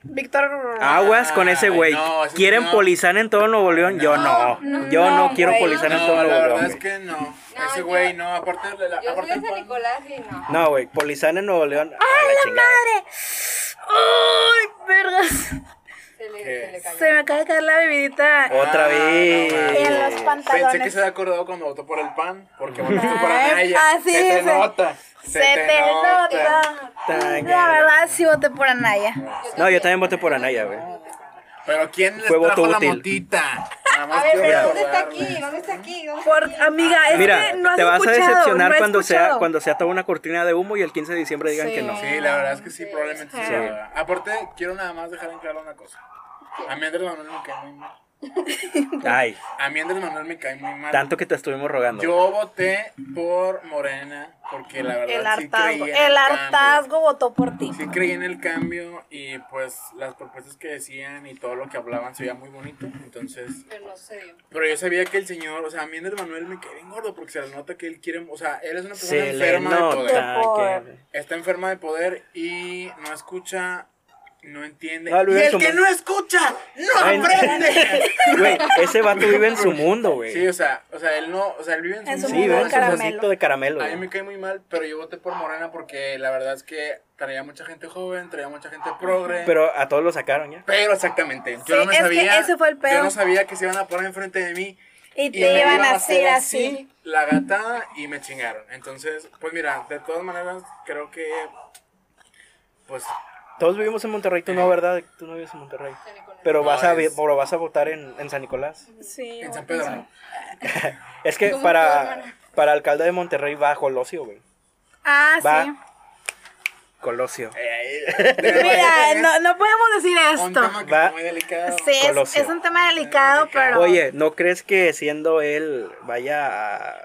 [SPEAKER 1] Víctor...
[SPEAKER 2] Ah. Aguas con ese
[SPEAKER 3] Ay,
[SPEAKER 2] güey.
[SPEAKER 3] no, ese
[SPEAKER 2] ¿Quieren
[SPEAKER 3] no.
[SPEAKER 2] polizar en todo Nuevo León? Yo no.
[SPEAKER 1] no,
[SPEAKER 2] Yo no
[SPEAKER 1] no,
[SPEAKER 2] quiero
[SPEAKER 1] güey,
[SPEAKER 2] polizar en
[SPEAKER 3] No,
[SPEAKER 2] todo
[SPEAKER 3] la
[SPEAKER 2] Nuevo
[SPEAKER 3] verdad
[SPEAKER 2] León.
[SPEAKER 3] es
[SPEAKER 2] güey.
[SPEAKER 3] que no.
[SPEAKER 4] No,
[SPEAKER 3] Ese
[SPEAKER 4] yo-
[SPEAKER 3] güey no, aparte de la.
[SPEAKER 4] Yo soy
[SPEAKER 3] aparte
[SPEAKER 4] de
[SPEAKER 3] el
[SPEAKER 4] San
[SPEAKER 3] pan.
[SPEAKER 4] Nicolás y no.
[SPEAKER 2] No, güey, polizar en Nuevo León. ¡Ay, la, madre!
[SPEAKER 1] ¡Ay, vergas!
[SPEAKER 4] Se le,
[SPEAKER 3] ¿Qué?
[SPEAKER 4] se le cayó.
[SPEAKER 1] Se me acaba de caer la bebidita.
[SPEAKER 2] Otra
[SPEAKER 3] Ah,
[SPEAKER 2] vez.
[SPEAKER 3] no,
[SPEAKER 1] En los pantalones.
[SPEAKER 3] Pensé que se había acordado cuando votó por el pan, porque votó por
[SPEAKER 1] Ay,
[SPEAKER 3] Anaya.
[SPEAKER 1] así
[SPEAKER 3] se te
[SPEAKER 1] es.
[SPEAKER 3] nota. Se, te, nota.
[SPEAKER 2] Ta-
[SPEAKER 1] La verdad, sí voté por Anaya.
[SPEAKER 2] No, yo también voté por Anaya, güey.
[SPEAKER 3] Pero ¿quién les
[SPEAKER 2] Fue voto
[SPEAKER 3] trajo la
[SPEAKER 2] útil.
[SPEAKER 3] motita? Nada más
[SPEAKER 4] A ver,
[SPEAKER 3] quiero
[SPEAKER 4] pero ¿dónde está
[SPEAKER 3] recordarles.
[SPEAKER 4] aquí? ¿Dónde está aquí? ¿Dónde está
[SPEAKER 1] Por,
[SPEAKER 4] aquí?
[SPEAKER 1] amiga, es
[SPEAKER 2] Mira,
[SPEAKER 1] que no has
[SPEAKER 2] te vas a
[SPEAKER 1] escuchado,
[SPEAKER 2] decepcionar
[SPEAKER 1] no he
[SPEAKER 2] cuando sea
[SPEAKER 1] escuchado.
[SPEAKER 2] cuando sea toda una cortina de humo y el 15 de diciembre digan
[SPEAKER 1] Sí.
[SPEAKER 2] que no.
[SPEAKER 3] Sí, la verdad es que sí, probablemente sí.
[SPEAKER 1] Sí.
[SPEAKER 3] la verdad. Aparte, quiero nada más dejar en claro una cosa. A mí Andrés Manuel me cae muy mal.
[SPEAKER 2] Ay,
[SPEAKER 3] A mí Andrés Manuel me cae muy mal.
[SPEAKER 2] tanto que te estuvimos rogando.
[SPEAKER 3] Yo voté por Morena porque la verdad
[SPEAKER 1] El
[SPEAKER 3] sí
[SPEAKER 1] hartazgo.
[SPEAKER 3] creía en
[SPEAKER 1] El
[SPEAKER 3] cambio.
[SPEAKER 1] hartazgo votó por ti.
[SPEAKER 3] Sí creí en el cambio y pues las propuestas que decían y todo lo que hablaban se veía muy bonito. Entonces,
[SPEAKER 4] Pero no se dio.
[SPEAKER 3] pero yo sabía que el señor, o sea, a mí Andrés Manuel me cae bien gordo porque se le nota que él quiere, o sea, él es una persona
[SPEAKER 2] Se le
[SPEAKER 3] enferma de poder.
[SPEAKER 2] nota que...
[SPEAKER 1] Por-
[SPEAKER 3] Está enferma de poder y no escucha, no entiende.
[SPEAKER 2] No, lo
[SPEAKER 3] y
[SPEAKER 2] hubiera
[SPEAKER 3] el
[SPEAKER 2] hecho
[SPEAKER 3] que
[SPEAKER 2] mal.
[SPEAKER 3] no escucha, no
[SPEAKER 2] Ay, no.
[SPEAKER 3] aprende.
[SPEAKER 2] Güey, ese vato vive en su mundo, güey.
[SPEAKER 3] Sí, o sea, o sea, él no, o sea, él vive en su
[SPEAKER 1] En su
[SPEAKER 2] Sí,
[SPEAKER 1] mundo
[SPEAKER 2] vive
[SPEAKER 3] mundo,
[SPEAKER 1] de
[SPEAKER 2] en
[SPEAKER 3] o sea,
[SPEAKER 2] su
[SPEAKER 1] caramelo.
[SPEAKER 2] vasito de caramelo.
[SPEAKER 3] A
[SPEAKER 2] güey.
[SPEAKER 3] mí me cae muy mal, pero yo voté por Morena porque la verdad es que traía mucha gente joven, traía mucha gente progre. Pero,
[SPEAKER 2] Pero a todos lo sacaron ya.
[SPEAKER 3] exactamente, yo
[SPEAKER 1] Sí,
[SPEAKER 3] no me
[SPEAKER 1] es que
[SPEAKER 3] sabía.
[SPEAKER 1] ese fue el pedo.
[SPEAKER 3] Yo no sabía que se iban a poner enfrente de mí.
[SPEAKER 1] Y te
[SPEAKER 3] me
[SPEAKER 1] iban
[SPEAKER 3] iban
[SPEAKER 1] a hacer así.
[SPEAKER 3] La gatada y me chingaron. Entonces, pues mira, de todas maneras, creo que. Pues.
[SPEAKER 2] Todos vivimos en Monterrey, tú no, ¿verdad? Tú no vives en Monterrey.
[SPEAKER 4] San Nicolás.
[SPEAKER 2] Pero
[SPEAKER 3] No,
[SPEAKER 2] vas a, vi-
[SPEAKER 3] es-
[SPEAKER 2] pero vas a votar en, en San Nicolás.
[SPEAKER 1] Sí.
[SPEAKER 3] En
[SPEAKER 1] votó
[SPEAKER 3] San Pedro. ¿no?
[SPEAKER 2] Es que
[SPEAKER 4] Como tu
[SPEAKER 2] para,
[SPEAKER 4] hermana.
[SPEAKER 2] para alcalde de Monterrey va Colosio, güey.
[SPEAKER 1] Ah,
[SPEAKER 2] Va.
[SPEAKER 1] sí.
[SPEAKER 2] Colosio.
[SPEAKER 3] Eh,
[SPEAKER 1] Mira, no, no podemos decir
[SPEAKER 3] Un
[SPEAKER 1] esto.
[SPEAKER 3] tema que
[SPEAKER 2] Va.
[SPEAKER 3] es muy delicado.
[SPEAKER 1] Sí, es,
[SPEAKER 2] Colosio. Eh,
[SPEAKER 1] es un tema delicado, pero.
[SPEAKER 2] Oye, ¿no crees que siendo él vaya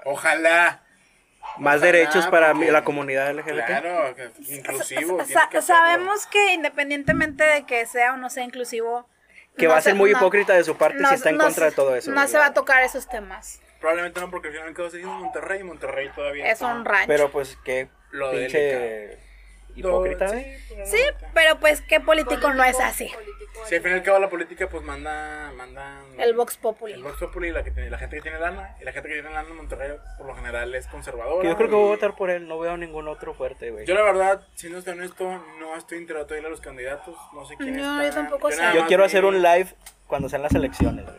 [SPEAKER 2] a
[SPEAKER 3] Ojalá.
[SPEAKER 2] más
[SPEAKER 3] Ojalá,
[SPEAKER 2] derechos para
[SPEAKER 3] porque-
[SPEAKER 2] la comunidad LGBT?
[SPEAKER 3] Claro, que- inclusivo.
[SPEAKER 1] sa-
[SPEAKER 3] tiene que hacerlo.
[SPEAKER 1] sabemos que independientemente de que sea o no sea inclusivo.
[SPEAKER 2] Que
[SPEAKER 1] no
[SPEAKER 2] va a ser
[SPEAKER 1] se-
[SPEAKER 2] muy
[SPEAKER 1] no-
[SPEAKER 2] hipócrita de su parte
[SPEAKER 1] no
[SPEAKER 2] si
[SPEAKER 1] se-
[SPEAKER 2] está en
[SPEAKER 1] no
[SPEAKER 2] contra
[SPEAKER 1] se-
[SPEAKER 2] de todo eso.
[SPEAKER 1] No
[SPEAKER 2] güey.
[SPEAKER 1] se va a tocar esos temas.
[SPEAKER 3] Probablemente no, porque al final quedó seguido en Monterrey. y Monterrey todavía.
[SPEAKER 1] Es un rancho.
[SPEAKER 2] Pero pues qué
[SPEAKER 3] Lo
[SPEAKER 2] pinche hipócrita, güey.
[SPEAKER 1] sí, pero pues, ¿qué político no es así?
[SPEAKER 4] Político.
[SPEAKER 3] Si al final acaba la política, pues manda. manda
[SPEAKER 1] El Vox
[SPEAKER 3] El
[SPEAKER 1] Populi.
[SPEAKER 3] Vox Populi, la, que tiene- la gente que tiene lana. Y la gente que tiene lana en Monterrey, por lo general, es conservadora.
[SPEAKER 2] Que yo creo que voy a
[SPEAKER 3] y-
[SPEAKER 2] votar por él, no veo ningún otro fuerte, güey.
[SPEAKER 3] Yo, la verdad, siendo honesto, no estoy enterado todavía de los candidatos. No sé quién
[SPEAKER 1] No,
[SPEAKER 3] está.
[SPEAKER 1] yo tampoco sé.
[SPEAKER 3] nada
[SPEAKER 2] Yo
[SPEAKER 3] más
[SPEAKER 2] quiero
[SPEAKER 3] vi-
[SPEAKER 2] hacer un live cuando sean las elecciones, güey.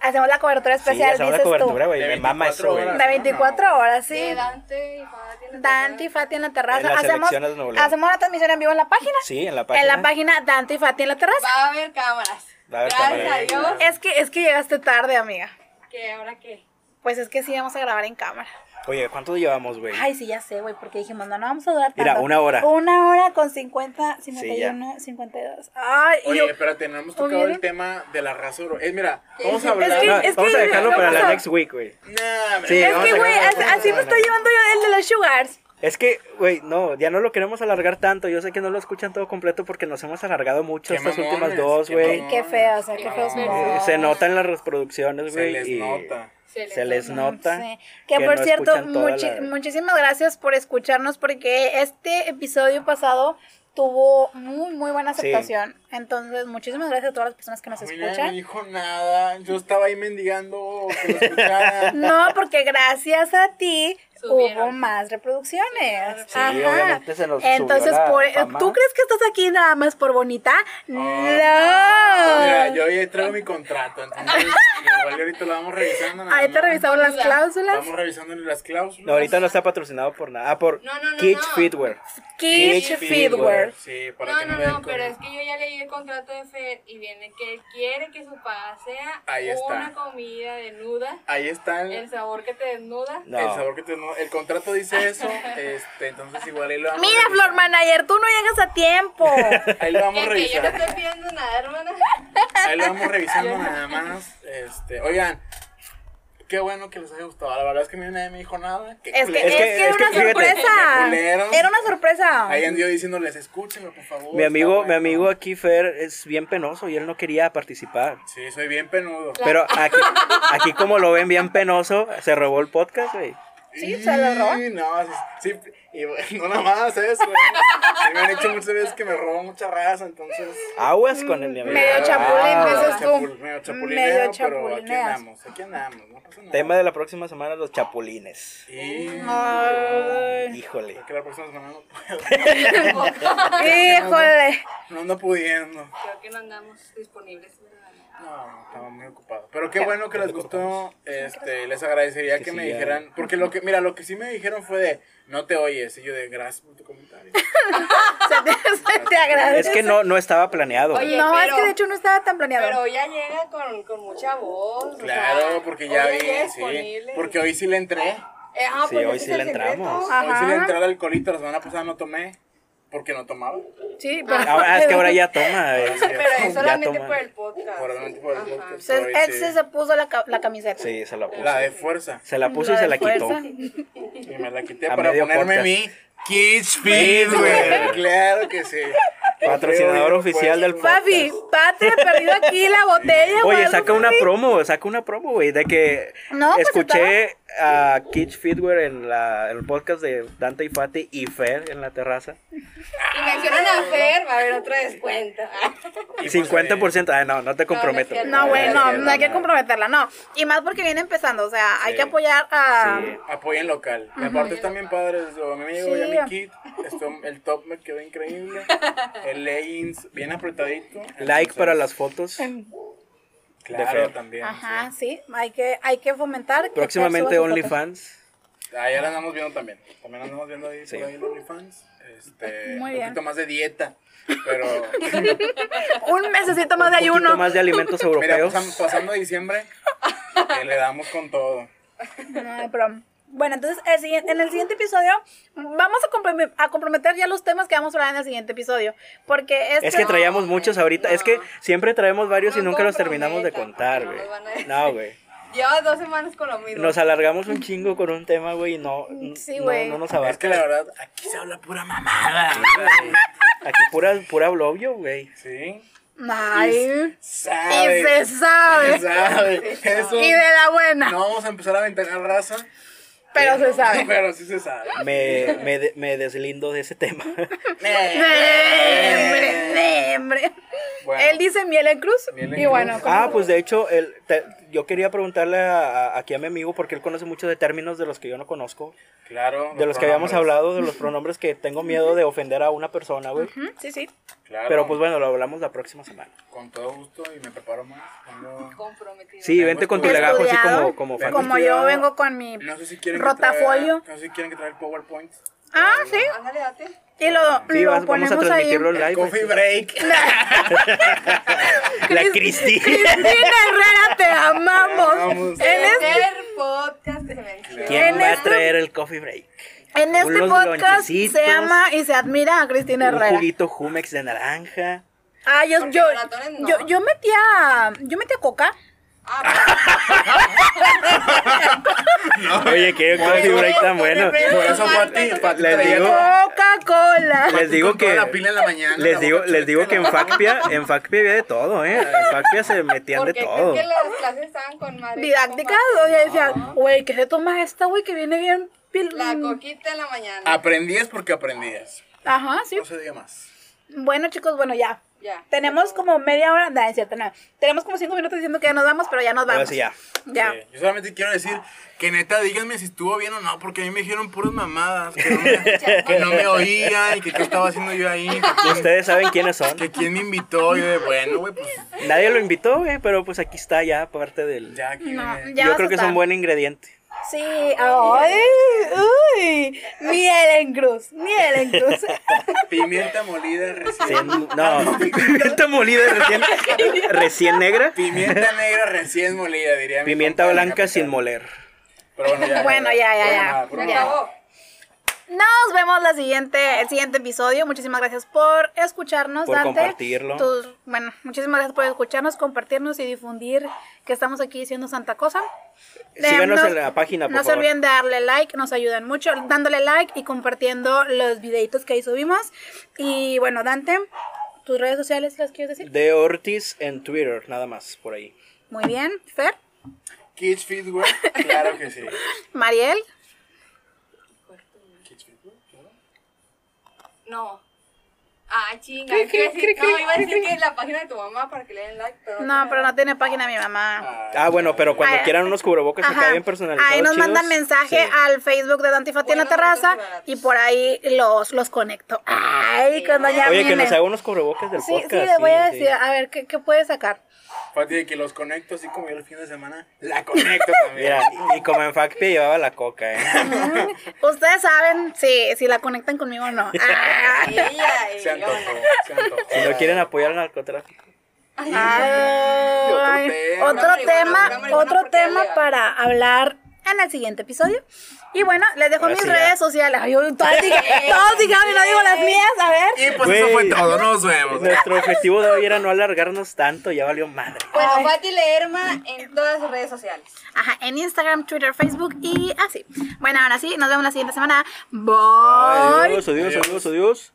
[SPEAKER 1] Hacemos la cobertura
[SPEAKER 2] Sí,
[SPEAKER 1] especial,
[SPEAKER 2] hacemos la
[SPEAKER 1] dices
[SPEAKER 2] cobertura,
[SPEAKER 1] tú.
[SPEAKER 2] güey.
[SPEAKER 3] De
[SPEAKER 2] Me mama eso,
[SPEAKER 3] 24
[SPEAKER 2] güey.
[SPEAKER 3] horas.
[SPEAKER 1] De 24 horas, sí.
[SPEAKER 4] De Dante y Fati. en la
[SPEAKER 1] Dante y
[SPEAKER 4] terraza.
[SPEAKER 1] Fati en la terraza.
[SPEAKER 2] En las
[SPEAKER 1] hacemos,
[SPEAKER 2] elecciones de Nuevo León.
[SPEAKER 1] hacemos una transmisión en vivo en la página.
[SPEAKER 2] Sí, en la página.
[SPEAKER 1] En la página Dante y Fati en la terraza.
[SPEAKER 4] Va a haber cámaras.
[SPEAKER 2] Va a haber
[SPEAKER 4] Gracias
[SPEAKER 2] cámaras.
[SPEAKER 4] a Dios.
[SPEAKER 1] Es que, es que llegaste tarde, amiga.
[SPEAKER 4] ¿Qué? ¿Ahora qué?
[SPEAKER 1] Pues es que sí vamos a grabar en cámara.
[SPEAKER 2] Oye, ¿cuánto llevamos, güey?
[SPEAKER 1] Ay, sí, ya sé, güey, porque dijimos, no, no vamos a durar tanto.
[SPEAKER 2] Mira, una hora.
[SPEAKER 1] Una hora con 50,
[SPEAKER 2] ya.
[SPEAKER 1] 51, 52. Ay, y yo-
[SPEAKER 3] Oye, pero tenemos tocado
[SPEAKER 1] ¿Hubieron?
[SPEAKER 3] el tema de la raza oro. Es mira,
[SPEAKER 4] Sí,
[SPEAKER 3] vamos
[SPEAKER 4] sí,
[SPEAKER 3] a
[SPEAKER 4] es
[SPEAKER 3] hablar.
[SPEAKER 1] que-
[SPEAKER 2] No,
[SPEAKER 1] es
[SPEAKER 2] vamos a dejarlo
[SPEAKER 1] vamos
[SPEAKER 2] para la
[SPEAKER 1] a-
[SPEAKER 2] next week, güey.
[SPEAKER 3] Nah, hombre,
[SPEAKER 2] Sí,
[SPEAKER 3] no,
[SPEAKER 1] es
[SPEAKER 2] vamos
[SPEAKER 1] que,
[SPEAKER 2] a
[SPEAKER 1] güey,
[SPEAKER 2] grabar
[SPEAKER 1] as-
[SPEAKER 2] una
[SPEAKER 1] así me
[SPEAKER 2] semana.
[SPEAKER 1] estoy llevando yo el de los Sugars.
[SPEAKER 2] Es que, güey, no, ya no lo queremos alargar tanto. Yo sé que no lo escuchan todo completo porque nos hemos alargado mucho
[SPEAKER 3] Qué
[SPEAKER 2] estas
[SPEAKER 3] mamones,
[SPEAKER 2] últimas dos,
[SPEAKER 3] qué
[SPEAKER 2] güey.
[SPEAKER 3] mamones.
[SPEAKER 1] Qué feo, o sea, qué
[SPEAKER 4] No,
[SPEAKER 1] feos
[SPEAKER 4] no.
[SPEAKER 1] modos.
[SPEAKER 2] Eh, Se notan las reproducciones,
[SPEAKER 3] se
[SPEAKER 2] güey.
[SPEAKER 3] les
[SPEAKER 2] y
[SPEAKER 3] nota.
[SPEAKER 4] Se
[SPEAKER 2] Se les nota.
[SPEAKER 1] Sí. Que, por
[SPEAKER 2] no
[SPEAKER 1] cierto,
[SPEAKER 2] escuchan toda
[SPEAKER 1] muchi-
[SPEAKER 2] la-
[SPEAKER 1] muchísimas gracias por escucharnos porque este episodio pasado tuvo muy, muy buena
[SPEAKER 2] Sí.
[SPEAKER 1] aceptación. Entonces, muchísimas gracias a todas las personas que nos
[SPEAKER 3] A mí nadie me
[SPEAKER 1] escuchan.
[SPEAKER 3] dijo nada. Yo estaba ahí mendigando que lo escucharan.
[SPEAKER 1] No, porque gracias a ti hubo
[SPEAKER 4] Subieron.
[SPEAKER 1] más reproducciones.
[SPEAKER 2] Sí, obviamente se nos subió
[SPEAKER 1] Entonces,
[SPEAKER 2] la
[SPEAKER 1] por-
[SPEAKER 2] fama.
[SPEAKER 1] ¿tú crees que estás aquí nada más por bonita?
[SPEAKER 3] Pues Ah. Mira,
[SPEAKER 1] No.
[SPEAKER 3] yo ya traigo mi contrato, entonces igual ahorita lo vamos revisando. nada
[SPEAKER 1] Ahí te
[SPEAKER 3] más.
[SPEAKER 1] revisamos las
[SPEAKER 4] Duda.
[SPEAKER 1] cláusulas.
[SPEAKER 3] Vamos revisando las cláusulas.
[SPEAKER 2] No, ahorita no está patrocinado por nada. Ah, por
[SPEAKER 4] No, no, no,
[SPEAKER 2] Kitsch
[SPEAKER 4] no.
[SPEAKER 2] Fitwear.
[SPEAKER 1] Kitsch
[SPEAKER 2] Kitsch
[SPEAKER 1] Feedware.
[SPEAKER 3] Sí, para
[SPEAKER 4] No,
[SPEAKER 3] que
[SPEAKER 4] no,
[SPEAKER 3] no, le
[SPEAKER 4] no,
[SPEAKER 3] den
[SPEAKER 4] pero
[SPEAKER 3] COVID.
[SPEAKER 4] es que yo ya leí el contrato de Fer y viene que él quiere que su paga sea
[SPEAKER 3] Ahí está.
[SPEAKER 4] una comida desnuda,
[SPEAKER 3] Ahí está el,
[SPEAKER 4] el sabor que te desnuda.
[SPEAKER 2] No.
[SPEAKER 3] el sabor que tenemos. El contrato dice eso, este, entonces igual ahí lo vamos
[SPEAKER 1] Mira, Flor
[SPEAKER 3] revisando.
[SPEAKER 1] Manager, tú no llegas a tiempo.
[SPEAKER 3] Ahí lo vamos
[SPEAKER 4] Que, que yo no
[SPEAKER 3] revisando.
[SPEAKER 4] estoy pidiendo nada, hermana.
[SPEAKER 3] Ahí lo vamos revisando nada más. Este, oigan, qué bueno que les haya gustado. La verdad es que a mí nadie me dijo nada. Qué
[SPEAKER 1] Es que,
[SPEAKER 3] culero.
[SPEAKER 1] es que
[SPEAKER 2] es
[SPEAKER 1] era
[SPEAKER 2] que
[SPEAKER 1] una
[SPEAKER 2] fíjate,
[SPEAKER 1] sorpresa.
[SPEAKER 3] culeros.
[SPEAKER 1] Era una sorpresa.
[SPEAKER 3] Ahí andió diciéndoles, escúchenlo, por favor.
[SPEAKER 2] Mi amigo,
[SPEAKER 3] Oh,
[SPEAKER 2] mi
[SPEAKER 3] está bueno".
[SPEAKER 2] amigo aquí, Fer, es bien penoso y él no quería participar.
[SPEAKER 3] Sí, soy bien penudo.
[SPEAKER 2] Pero aquí, aquí como lo ven bien penoso, se robó el podcast, güey.
[SPEAKER 1] Sí, se lo robó.
[SPEAKER 3] Y No, sí, sí, y bueno, no nada más eso. ¿eh? Sí, me han hecho muchas veces que me robó mucha raza, entonces.
[SPEAKER 2] Aguas con
[SPEAKER 4] Mm,
[SPEAKER 2] el mi amigo.
[SPEAKER 1] Medio chapulín,
[SPEAKER 2] Ah,
[SPEAKER 1] dices tú.
[SPEAKER 3] chapul- Medio chapulineo,
[SPEAKER 1] Medio
[SPEAKER 3] pero aquí
[SPEAKER 1] chapulineas.
[SPEAKER 3] andamos, aquí andamos, no pasa nada.
[SPEAKER 2] Tema de la próxima semana, los chapulines.
[SPEAKER 3] Y...
[SPEAKER 1] Ay,
[SPEAKER 2] Híjole.
[SPEAKER 3] Creo que la próxima semana no puedo.
[SPEAKER 1] Híjole.
[SPEAKER 3] No ando pudiendo.
[SPEAKER 4] Creo que no andamos disponibles. ¿verdad?
[SPEAKER 3] No, estaba muy ocupado. Pero qué bueno que les gustó. Este, les agradecería
[SPEAKER 2] Que
[SPEAKER 3] que me
[SPEAKER 2] sigan.
[SPEAKER 3] dijeran. Porque lo que, mira, lo que sí me dijeron fue de no te oyes. Y yo de gracias por tu comentario.
[SPEAKER 1] Se te, se te
[SPEAKER 2] Es
[SPEAKER 1] agradece.
[SPEAKER 2] que no, no estaba planeado.
[SPEAKER 4] Oye,
[SPEAKER 1] no, es
[SPEAKER 4] pero-
[SPEAKER 1] que de hecho no estaba tan planeado.
[SPEAKER 4] Pero ya llega con, con mucha voz. o
[SPEAKER 3] Claro,
[SPEAKER 4] sea,
[SPEAKER 3] porque ya
[SPEAKER 4] hoy
[SPEAKER 3] vi.
[SPEAKER 4] llega
[SPEAKER 3] Sí,
[SPEAKER 4] disponible.
[SPEAKER 3] porque hoy sí le entré.
[SPEAKER 4] Eh, ah,
[SPEAKER 2] Sí,
[SPEAKER 4] pues
[SPEAKER 2] hoy
[SPEAKER 4] ese
[SPEAKER 2] sí
[SPEAKER 4] es
[SPEAKER 2] le
[SPEAKER 4] el secreto.
[SPEAKER 2] entramos.
[SPEAKER 1] Ah.
[SPEAKER 3] Hoy sí le
[SPEAKER 1] Ajá.
[SPEAKER 3] entré al alcoholito. La semana pasada no tomé. Porque no tomaba.
[SPEAKER 1] sí, pero.
[SPEAKER 2] Ahora, es que ahora ya toma. eh.
[SPEAKER 4] Pero es
[SPEAKER 2] Ya
[SPEAKER 4] solamente
[SPEAKER 2] toma.
[SPEAKER 4] por el podcast.
[SPEAKER 3] Probablemente por el
[SPEAKER 4] Ajá.
[SPEAKER 3] podcast,
[SPEAKER 1] Se-
[SPEAKER 3] hoy
[SPEAKER 1] él
[SPEAKER 3] sí.
[SPEAKER 1] sí se puso la, ca- la camiseta.
[SPEAKER 2] Sí, se la puso.
[SPEAKER 3] La de fuerza.
[SPEAKER 2] Se la puso y
[SPEAKER 1] La
[SPEAKER 2] se
[SPEAKER 1] de
[SPEAKER 2] la quitó.
[SPEAKER 1] fuerza.
[SPEAKER 3] Y me la quité
[SPEAKER 2] A
[SPEAKER 3] para
[SPEAKER 2] medio
[SPEAKER 3] ponerme
[SPEAKER 2] podcast.
[SPEAKER 3] mi Kids Feed, güey. pues, Claro que sí.
[SPEAKER 2] Patrocinador oficial del
[SPEAKER 3] podcast.
[SPEAKER 1] Papi, Patria perdido aquí la botella. o
[SPEAKER 2] Oye,
[SPEAKER 1] algo,
[SPEAKER 2] saca una
[SPEAKER 1] papi.
[SPEAKER 2] promo, saca una promo, güey, de que
[SPEAKER 1] No, pues,
[SPEAKER 2] escuché a Kitsch Feedware en, la, en el podcast de Dante y Fati y Fer en la terraza.
[SPEAKER 4] Y
[SPEAKER 3] Ah,
[SPEAKER 4] mencionan a Fer, va a haber otro descuento. Ah, eh,
[SPEAKER 3] Y pues,
[SPEAKER 2] 50%, ay, ah, no, no te comprometo.
[SPEAKER 4] cierto.
[SPEAKER 1] No, güey, no, no hay que
[SPEAKER 3] No.
[SPEAKER 1] comprometerla, no. Y más porque viene empezando, o sea, hay
[SPEAKER 3] Sí.
[SPEAKER 1] que apoyar a.
[SPEAKER 2] Sí.
[SPEAKER 3] Apoyen local. Y aparte están bien padres. Yo, a mí me llegó
[SPEAKER 1] Sí.
[SPEAKER 3] ya mi kit. esto- el top me quedó increíble. El leggings bien apretadito.
[SPEAKER 2] Like
[SPEAKER 3] Entonces,
[SPEAKER 2] para las fotos. de
[SPEAKER 3] Claro,
[SPEAKER 2] Fer.
[SPEAKER 3] también.
[SPEAKER 1] Ajá, sí, hay que, hay que fomentar. que
[SPEAKER 2] Próximamente
[SPEAKER 1] suba sus fotos.
[SPEAKER 2] OnlyFans.
[SPEAKER 3] sí. Ah, ya la andamos viendo también. También la andamos viendo ahí
[SPEAKER 2] Sí.
[SPEAKER 3] por ahí en OnlyFans. Este,
[SPEAKER 1] Muy
[SPEAKER 3] un
[SPEAKER 1] bien.
[SPEAKER 3] poquito más de dieta. Pero,
[SPEAKER 1] Un mesecito más de
[SPEAKER 2] Un poquito
[SPEAKER 1] ayuno.
[SPEAKER 2] más de alimentos
[SPEAKER 1] pues,
[SPEAKER 3] mira,
[SPEAKER 2] europeos.
[SPEAKER 3] pasam- pasando diciembre, eh, le damos con todo.
[SPEAKER 1] Ay, pero- Bueno, entonces el siguiente- en el siguiente episodio vamos a, comprome- a comprometer ya los temas que vamos a hablar en el siguiente episodio. Porque este,
[SPEAKER 2] Es que traíamos
[SPEAKER 4] No,
[SPEAKER 2] muchos
[SPEAKER 4] güey,
[SPEAKER 2] ahorita. Es que
[SPEAKER 4] no.
[SPEAKER 2] siempre traemos varios y
[SPEAKER 4] No
[SPEAKER 2] nunca los terminamos de
[SPEAKER 4] comprometa,
[SPEAKER 2] contar,
[SPEAKER 4] porque
[SPEAKER 2] güey.
[SPEAKER 4] no nos van a-
[SPEAKER 2] No, güey.
[SPEAKER 4] Llevas dos semanas con lo mismo.
[SPEAKER 2] Nos alargamos un chingo con un tema, güey, y no,
[SPEAKER 1] Sí,
[SPEAKER 2] no,
[SPEAKER 1] güey.
[SPEAKER 2] no nos
[SPEAKER 3] Es que
[SPEAKER 2] abarca.
[SPEAKER 3] la verdad, aquí se habla pura mamada.
[SPEAKER 2] Aquí pura, pura blobio, güey.
[SPEAKER 3] Sí.
[SPEAKER 1] Ay, y
[SPEAKER 3] Sabe.
[SPEAKER 1] se sabe.
[SPEAKER 3] sabe. Es un-
[SPEAKER 1] Y de la buena.
[SPEAKER 3] No vamos a empezar a ventanar raza.
[SPEAKER 1] pero se sabe.
[SPEAKER 3] Pero sí se sabe.
[SPEAKER 2] Me, me, de- me deslindo de ese tema.
[SPEAKER 1] Siempre, siempre.
[SPEAKER 3] Eh, Bueno.
[SPEAKER 1] Él dice miel en cruz.
[SPEAKER 3] Miel en
[SPEAKER 1] y bueno,
[SPEAKER 3] cruz.
[SPEAKER 1] con-
[SPEAKER 2] Ah, pues de hecho, el- te- yo quería preguntarle a- a- aquí a mi amigo porque él conoce mucho de términos de los que yo no conozco,
[SPEAKER 3] Claro.
[SPEAKER 2] de los que habíamos
[SPEAKER 3] pronombres.
[SPEAKER 2] hablado, de los pronombres que tengo miedo de ofender a una persona, güey.
[SPEAKER 1] Ujú, ¿Mm? Sí, sí.
[SPEAKER 3] Claro.
[SPEAKER 2] Pero pues bueno, lo hablamos la próxima semana.
[SPEAKER 3] Con todo gusto y me preparo más. Tengo-
[SPEAKER 4] Comprometido.
[SPEAKER 2] Sí,
[SPEAKER 3] Vengo
[SPEAKER 2] vente con tu
[SPEAKER 3] estudiado.
[SPEAKER 2] legajo así
[SPEAKER 1] Estudiado,
[SPEAKER 2] como, como fan.
[SPEAKER 1] como yo
[SPEAKER 3] Estudiado.
[SPEAKER 1] vengo con mi
[SPEAKER 3] No sé si quieren. que
[SPEAKER 1] rotafolio.
[SPEAKER 3] traiga- no sé si quieren que traiga el PowerPoint.
[SPEAKER 1] Ah, sí.
[SPEAKER 4] Ándale, date.
[SPEAKER 1] Y lo,
[SPEAKER 2] Sí,
[SPEAKER 1] lo
[SPEAKER 2] vas- vamos
[SPEAKER 1] ponemos
[SPEAKER 2] a
[SPEAKER 1] ahí.
[SPEAKER 2] transmitirlo live.
[SPEAKER 3] Coffee break.
[SPEAKER 2] La Cristi.
[SPEAKER 1] Cristina Herrera, te amamos.
[SPEAKER 3] Te amamos.
[SPEAKER 1] En este,
[SPEAKER 4] Primer podcast de mención.
[SPEAKER 2] ¿Quién
[SPEAKER 1] En
[SPEAKER 2] va a
[SPEAKER 1] este-
[SPEAKER 2] traer el coffee break?
[SPEAKER 1] en este
[SPEAKER 2] Unos
[SPEAKER 1] podcast
[SPEAKER 2] lonchecitos.
[SPEAKER 1] se ama y se admira a Cristina
[SPEAKER 2] Un
[SPEAKER 1] Herrera.
[SPEAKER 2] juguito Jumex de naranja.
[SPEAKER 1] Ah, yo,
[SPEAKER 4] Porque
[SPEAKER 1] yo,
[SPEAKER 4] maratones no.
[SPEAKER 1] yo, yo metía, yo metía coca.
[SPEAKER 4] Ah,
[SPEAKER 2] Oye, qué coffee break tan bueno.
[SPEAKER 3] Por eso Pati, Pati
[SPEAKER 2] Les
[SPEAKER 3] traía-
[SPEAKER 2] digo-
[SPEAKER 1] Coca-Cola.
[SPEAKER 2] Les digo
[SPEAKER 3] con toda
[SPEAKER 2] que-
[SPEAKER 3] la pila en la
[SPEAKER 1] Ah,
[SPEAKER 3] mañana, la
[SPEAKER 2] Les digo,
[SPEAKER 3] boca
[SPEAKER 2] les digo que en
[SPEAKER 3] chueca,
[SPEAKER 2] Facpia, en Facpia había de todo, ¿eh? En Facpia se metían de
[SPEAKER 4] porque
[SPEAKER 2] todo.
[SPEAKER 4] creo que las clases estaban con madre.
[SPEAKER 1] Didácticas, o sea, decían, güey, ¿qué se toma esta, güey, que viene bien pil-
[SPEAKER 4] La coquita en la mañana.
[SPEAKER 3] la- Aprendías porque aprendías.
[SPEAKER 1] Ajá, sí.
[SPEAKER 3] No se diga más.
[SPEAKER 1] Bueno, chicos, bueno, ya.
[SPEAKER 4] Ya.
[SPEAKER 1] Tenemos como media hora, nada, es cierto, nada. Tenemos como cinco minutos diciendo que ya nos vamos, pero ya nos
[SPEAKER 2] Ahora
[SPEAKER 1] vamos.
[SPEAKER 2] sí, ya.
[SPEAKER 1] Ya.
[SPEAKER 3] Sí. Yo solamente quiero decir que neta, díganme si estuvo bien o no, porque a mí me dijeron puras mamadas, que no me, que no me oían, que qué estaba haciendo yo ahí,
[SPEAKER 2] Ustedes saben quiénes son.
[SPEAKER 3] que quién me invitó, y yo de bueno, güey, pues
[SPEAKER 2] Nadie lo invitó, güey, pero pues aquí está ya parte del...
[SPEAKER 3] ya aquí
[SPEAKER 1] No,
[SPEAKER 3] viene.
[SPEAKER 1] ya vas
[SPEAKER 2] Yo
[SPEAKER 1] a
[SPEAKER 2] creo que es
[SPEAKER 1] estar.
[SPEAKER 2] un buen ingrediente.
[SPEAKER 1] Sí, ay, uy, miel en cruz, miel en cruz.
[SPEAKER 3] Pimienta molida recién.
[SPEAKER 2] Sí, no, pimienta molida recién, recién negra.
[SPEAKER 3] Pimienta negra recién molida, diría. mi
[SPEAKER 2] Pimienta
[SPEAKER 3] compa de la
[SPEAKER 2] blanca
[SPEAKER 3] capital.
[SPEAKER 2] sin moler.
[SPEAKER 3] Pero bueno, ya.
[SPEAKER 1] Bueno, ya, ya,
[SPEAKER 3] Pura
[SPEAKER 1] ya.
[SPEAKER 3] mamada, pura
[SPEAKER 4] Se
[SPEAKER 1] Ya.
[SPEAKER 3] mamada.
[SPEAKER 4] acabó.
[SPEAKER 1] Nos vemos la siguiente, el siguiente episodio. Muchísimas gracias por escucharnos,
[SPEAKER 2] Por
[SPEAKER 1] Dante.
[SPEAKER 2] compartirlo.
[SPEAKER 1] Tus- bueno, muchísimas gracias por escucharnos, compartirnos y difundir que estamos aquí diciendo santa cosa.
[SPEAKER 2] Síganos
[SPEAKER 1] Eh,
[SPEAKER 2] en la página, por
[SPEAKER 1] No se
[SPEAKER 2] favor.
[SPEAKER 1] olviden de darle like, nos ayudan mucho dándole like y compartiendo los videitos que ahí subimos. Y bueno, Dante, tus redes sociales las quieres decir.
[SPEAKER 2] De Ortiz en Twitter, nada más, por ahí.
[SPEAKER 1] Muy bien, Fer,
[SPEAKER 3] Kids Fit, güey. Claro que sí.
[SPEAKER 1] Mariel,
[SPEAKER 3] Kids Fit, güey, claro.
[SPEAKER 4] No. Ah, chinga. es que decir- No, iba a decir que es la página de tu mamá para que le den like, pero.
[SPEAKER 1] no, pero no tiene página mi mamá.
[SPEAKER 2] Ah, bueno, pero cuando
[SPEAKER 1] Ah,
[SPEAKER 2] quieran unos cubrebocas acá
[SPEAKER 1] Ajá.
[SPEAKER 2] bien pues, personalizados.
[SPEAKER 1] Ahí nos
[SPEAKER 2] chidos,
[SPEAKER 1] mandan mensaje Ah,
[SPEAKER 2] sí.
[SPEAKER 1] al Facebook de Dante y Fati en la
[SPEAKER 4] Buenos
[SPEAKER 1] terraza
[SPEAKER 4] momentos y
[SPEAKER 1] y por ahí los, los conecto. Ay, cuando ya
[SPEAKER 2] Oye, que
[SPEAKER 1] viene.
[SPEAKER 2] nos haga unos cubrebocas del
[SPEAKER 1] Sí,
[SPEAKER 2] podcast.
[SPEAKER 1] sí, le voy a
[SPEAKER 2] sí.
[SPEAKER 1] decir, a ver, ¿qué, qué puede sacar?
[SPEAKER 3] Aparte de que los conecto así como yo el fin de semana, la conecto también.
[SPEAKER 2] Mira, y como en Facpia llevaba la coca, ¿eh?
[SPEAKER 1] Ustedes saben si, si la conectan conmigo o no. Ah.
[SPEAKER 4] Ella,
[SPEAKER 3] Se
[SPEAKER 4] ella.
[SPEAKER 3] antojó, se antojó.
[SPEAKER 2] Si no quieren apoyar al narcotráfico.
[SPEAKER 1] Ay,
[SPEAKER 3] otro
[SPEAKER 1] otro
[SPEAKER 4] tema.
[SPEAKER 1] tema,
[SPEAKER 4] Una marihuana
[SPEAKER 1] otro
[SPEAKER 4] porque
[SPEAKER 1] tema
[SPEAKER 4] legal.
[SPEAKER 1] para hablar en el siguiente episodio. Y bueno, les dejo
[SPEAKER 2] Ahora
[SPEAKER 1] mis
[SPEAKER 2] sí, ya.
[SPEAKER 1] redes sociales. Ay, yo- todas digan- todos digan y no digo las mías, a ver.
[SPEAKER 3] Y pues
[SPEAKER 2] Güey.
[SPEAKER 3] eso fue todo, nos vemos.
[SPEAKER 2] Nuestro objetivo de hoy era no alargarnos tanto, ya valió madre.
[SPEAKER 4] Bueno, Fati Leerma en todas sus redes sociales.
[SPEAKER 1] Ajá, en Instagram, Twitter, Facebook y así. Bueno, ahora sí, nos vemos la siguiente semana. Bye.
[SPEAKER 2] Adiós, adiós, adiós, adiós.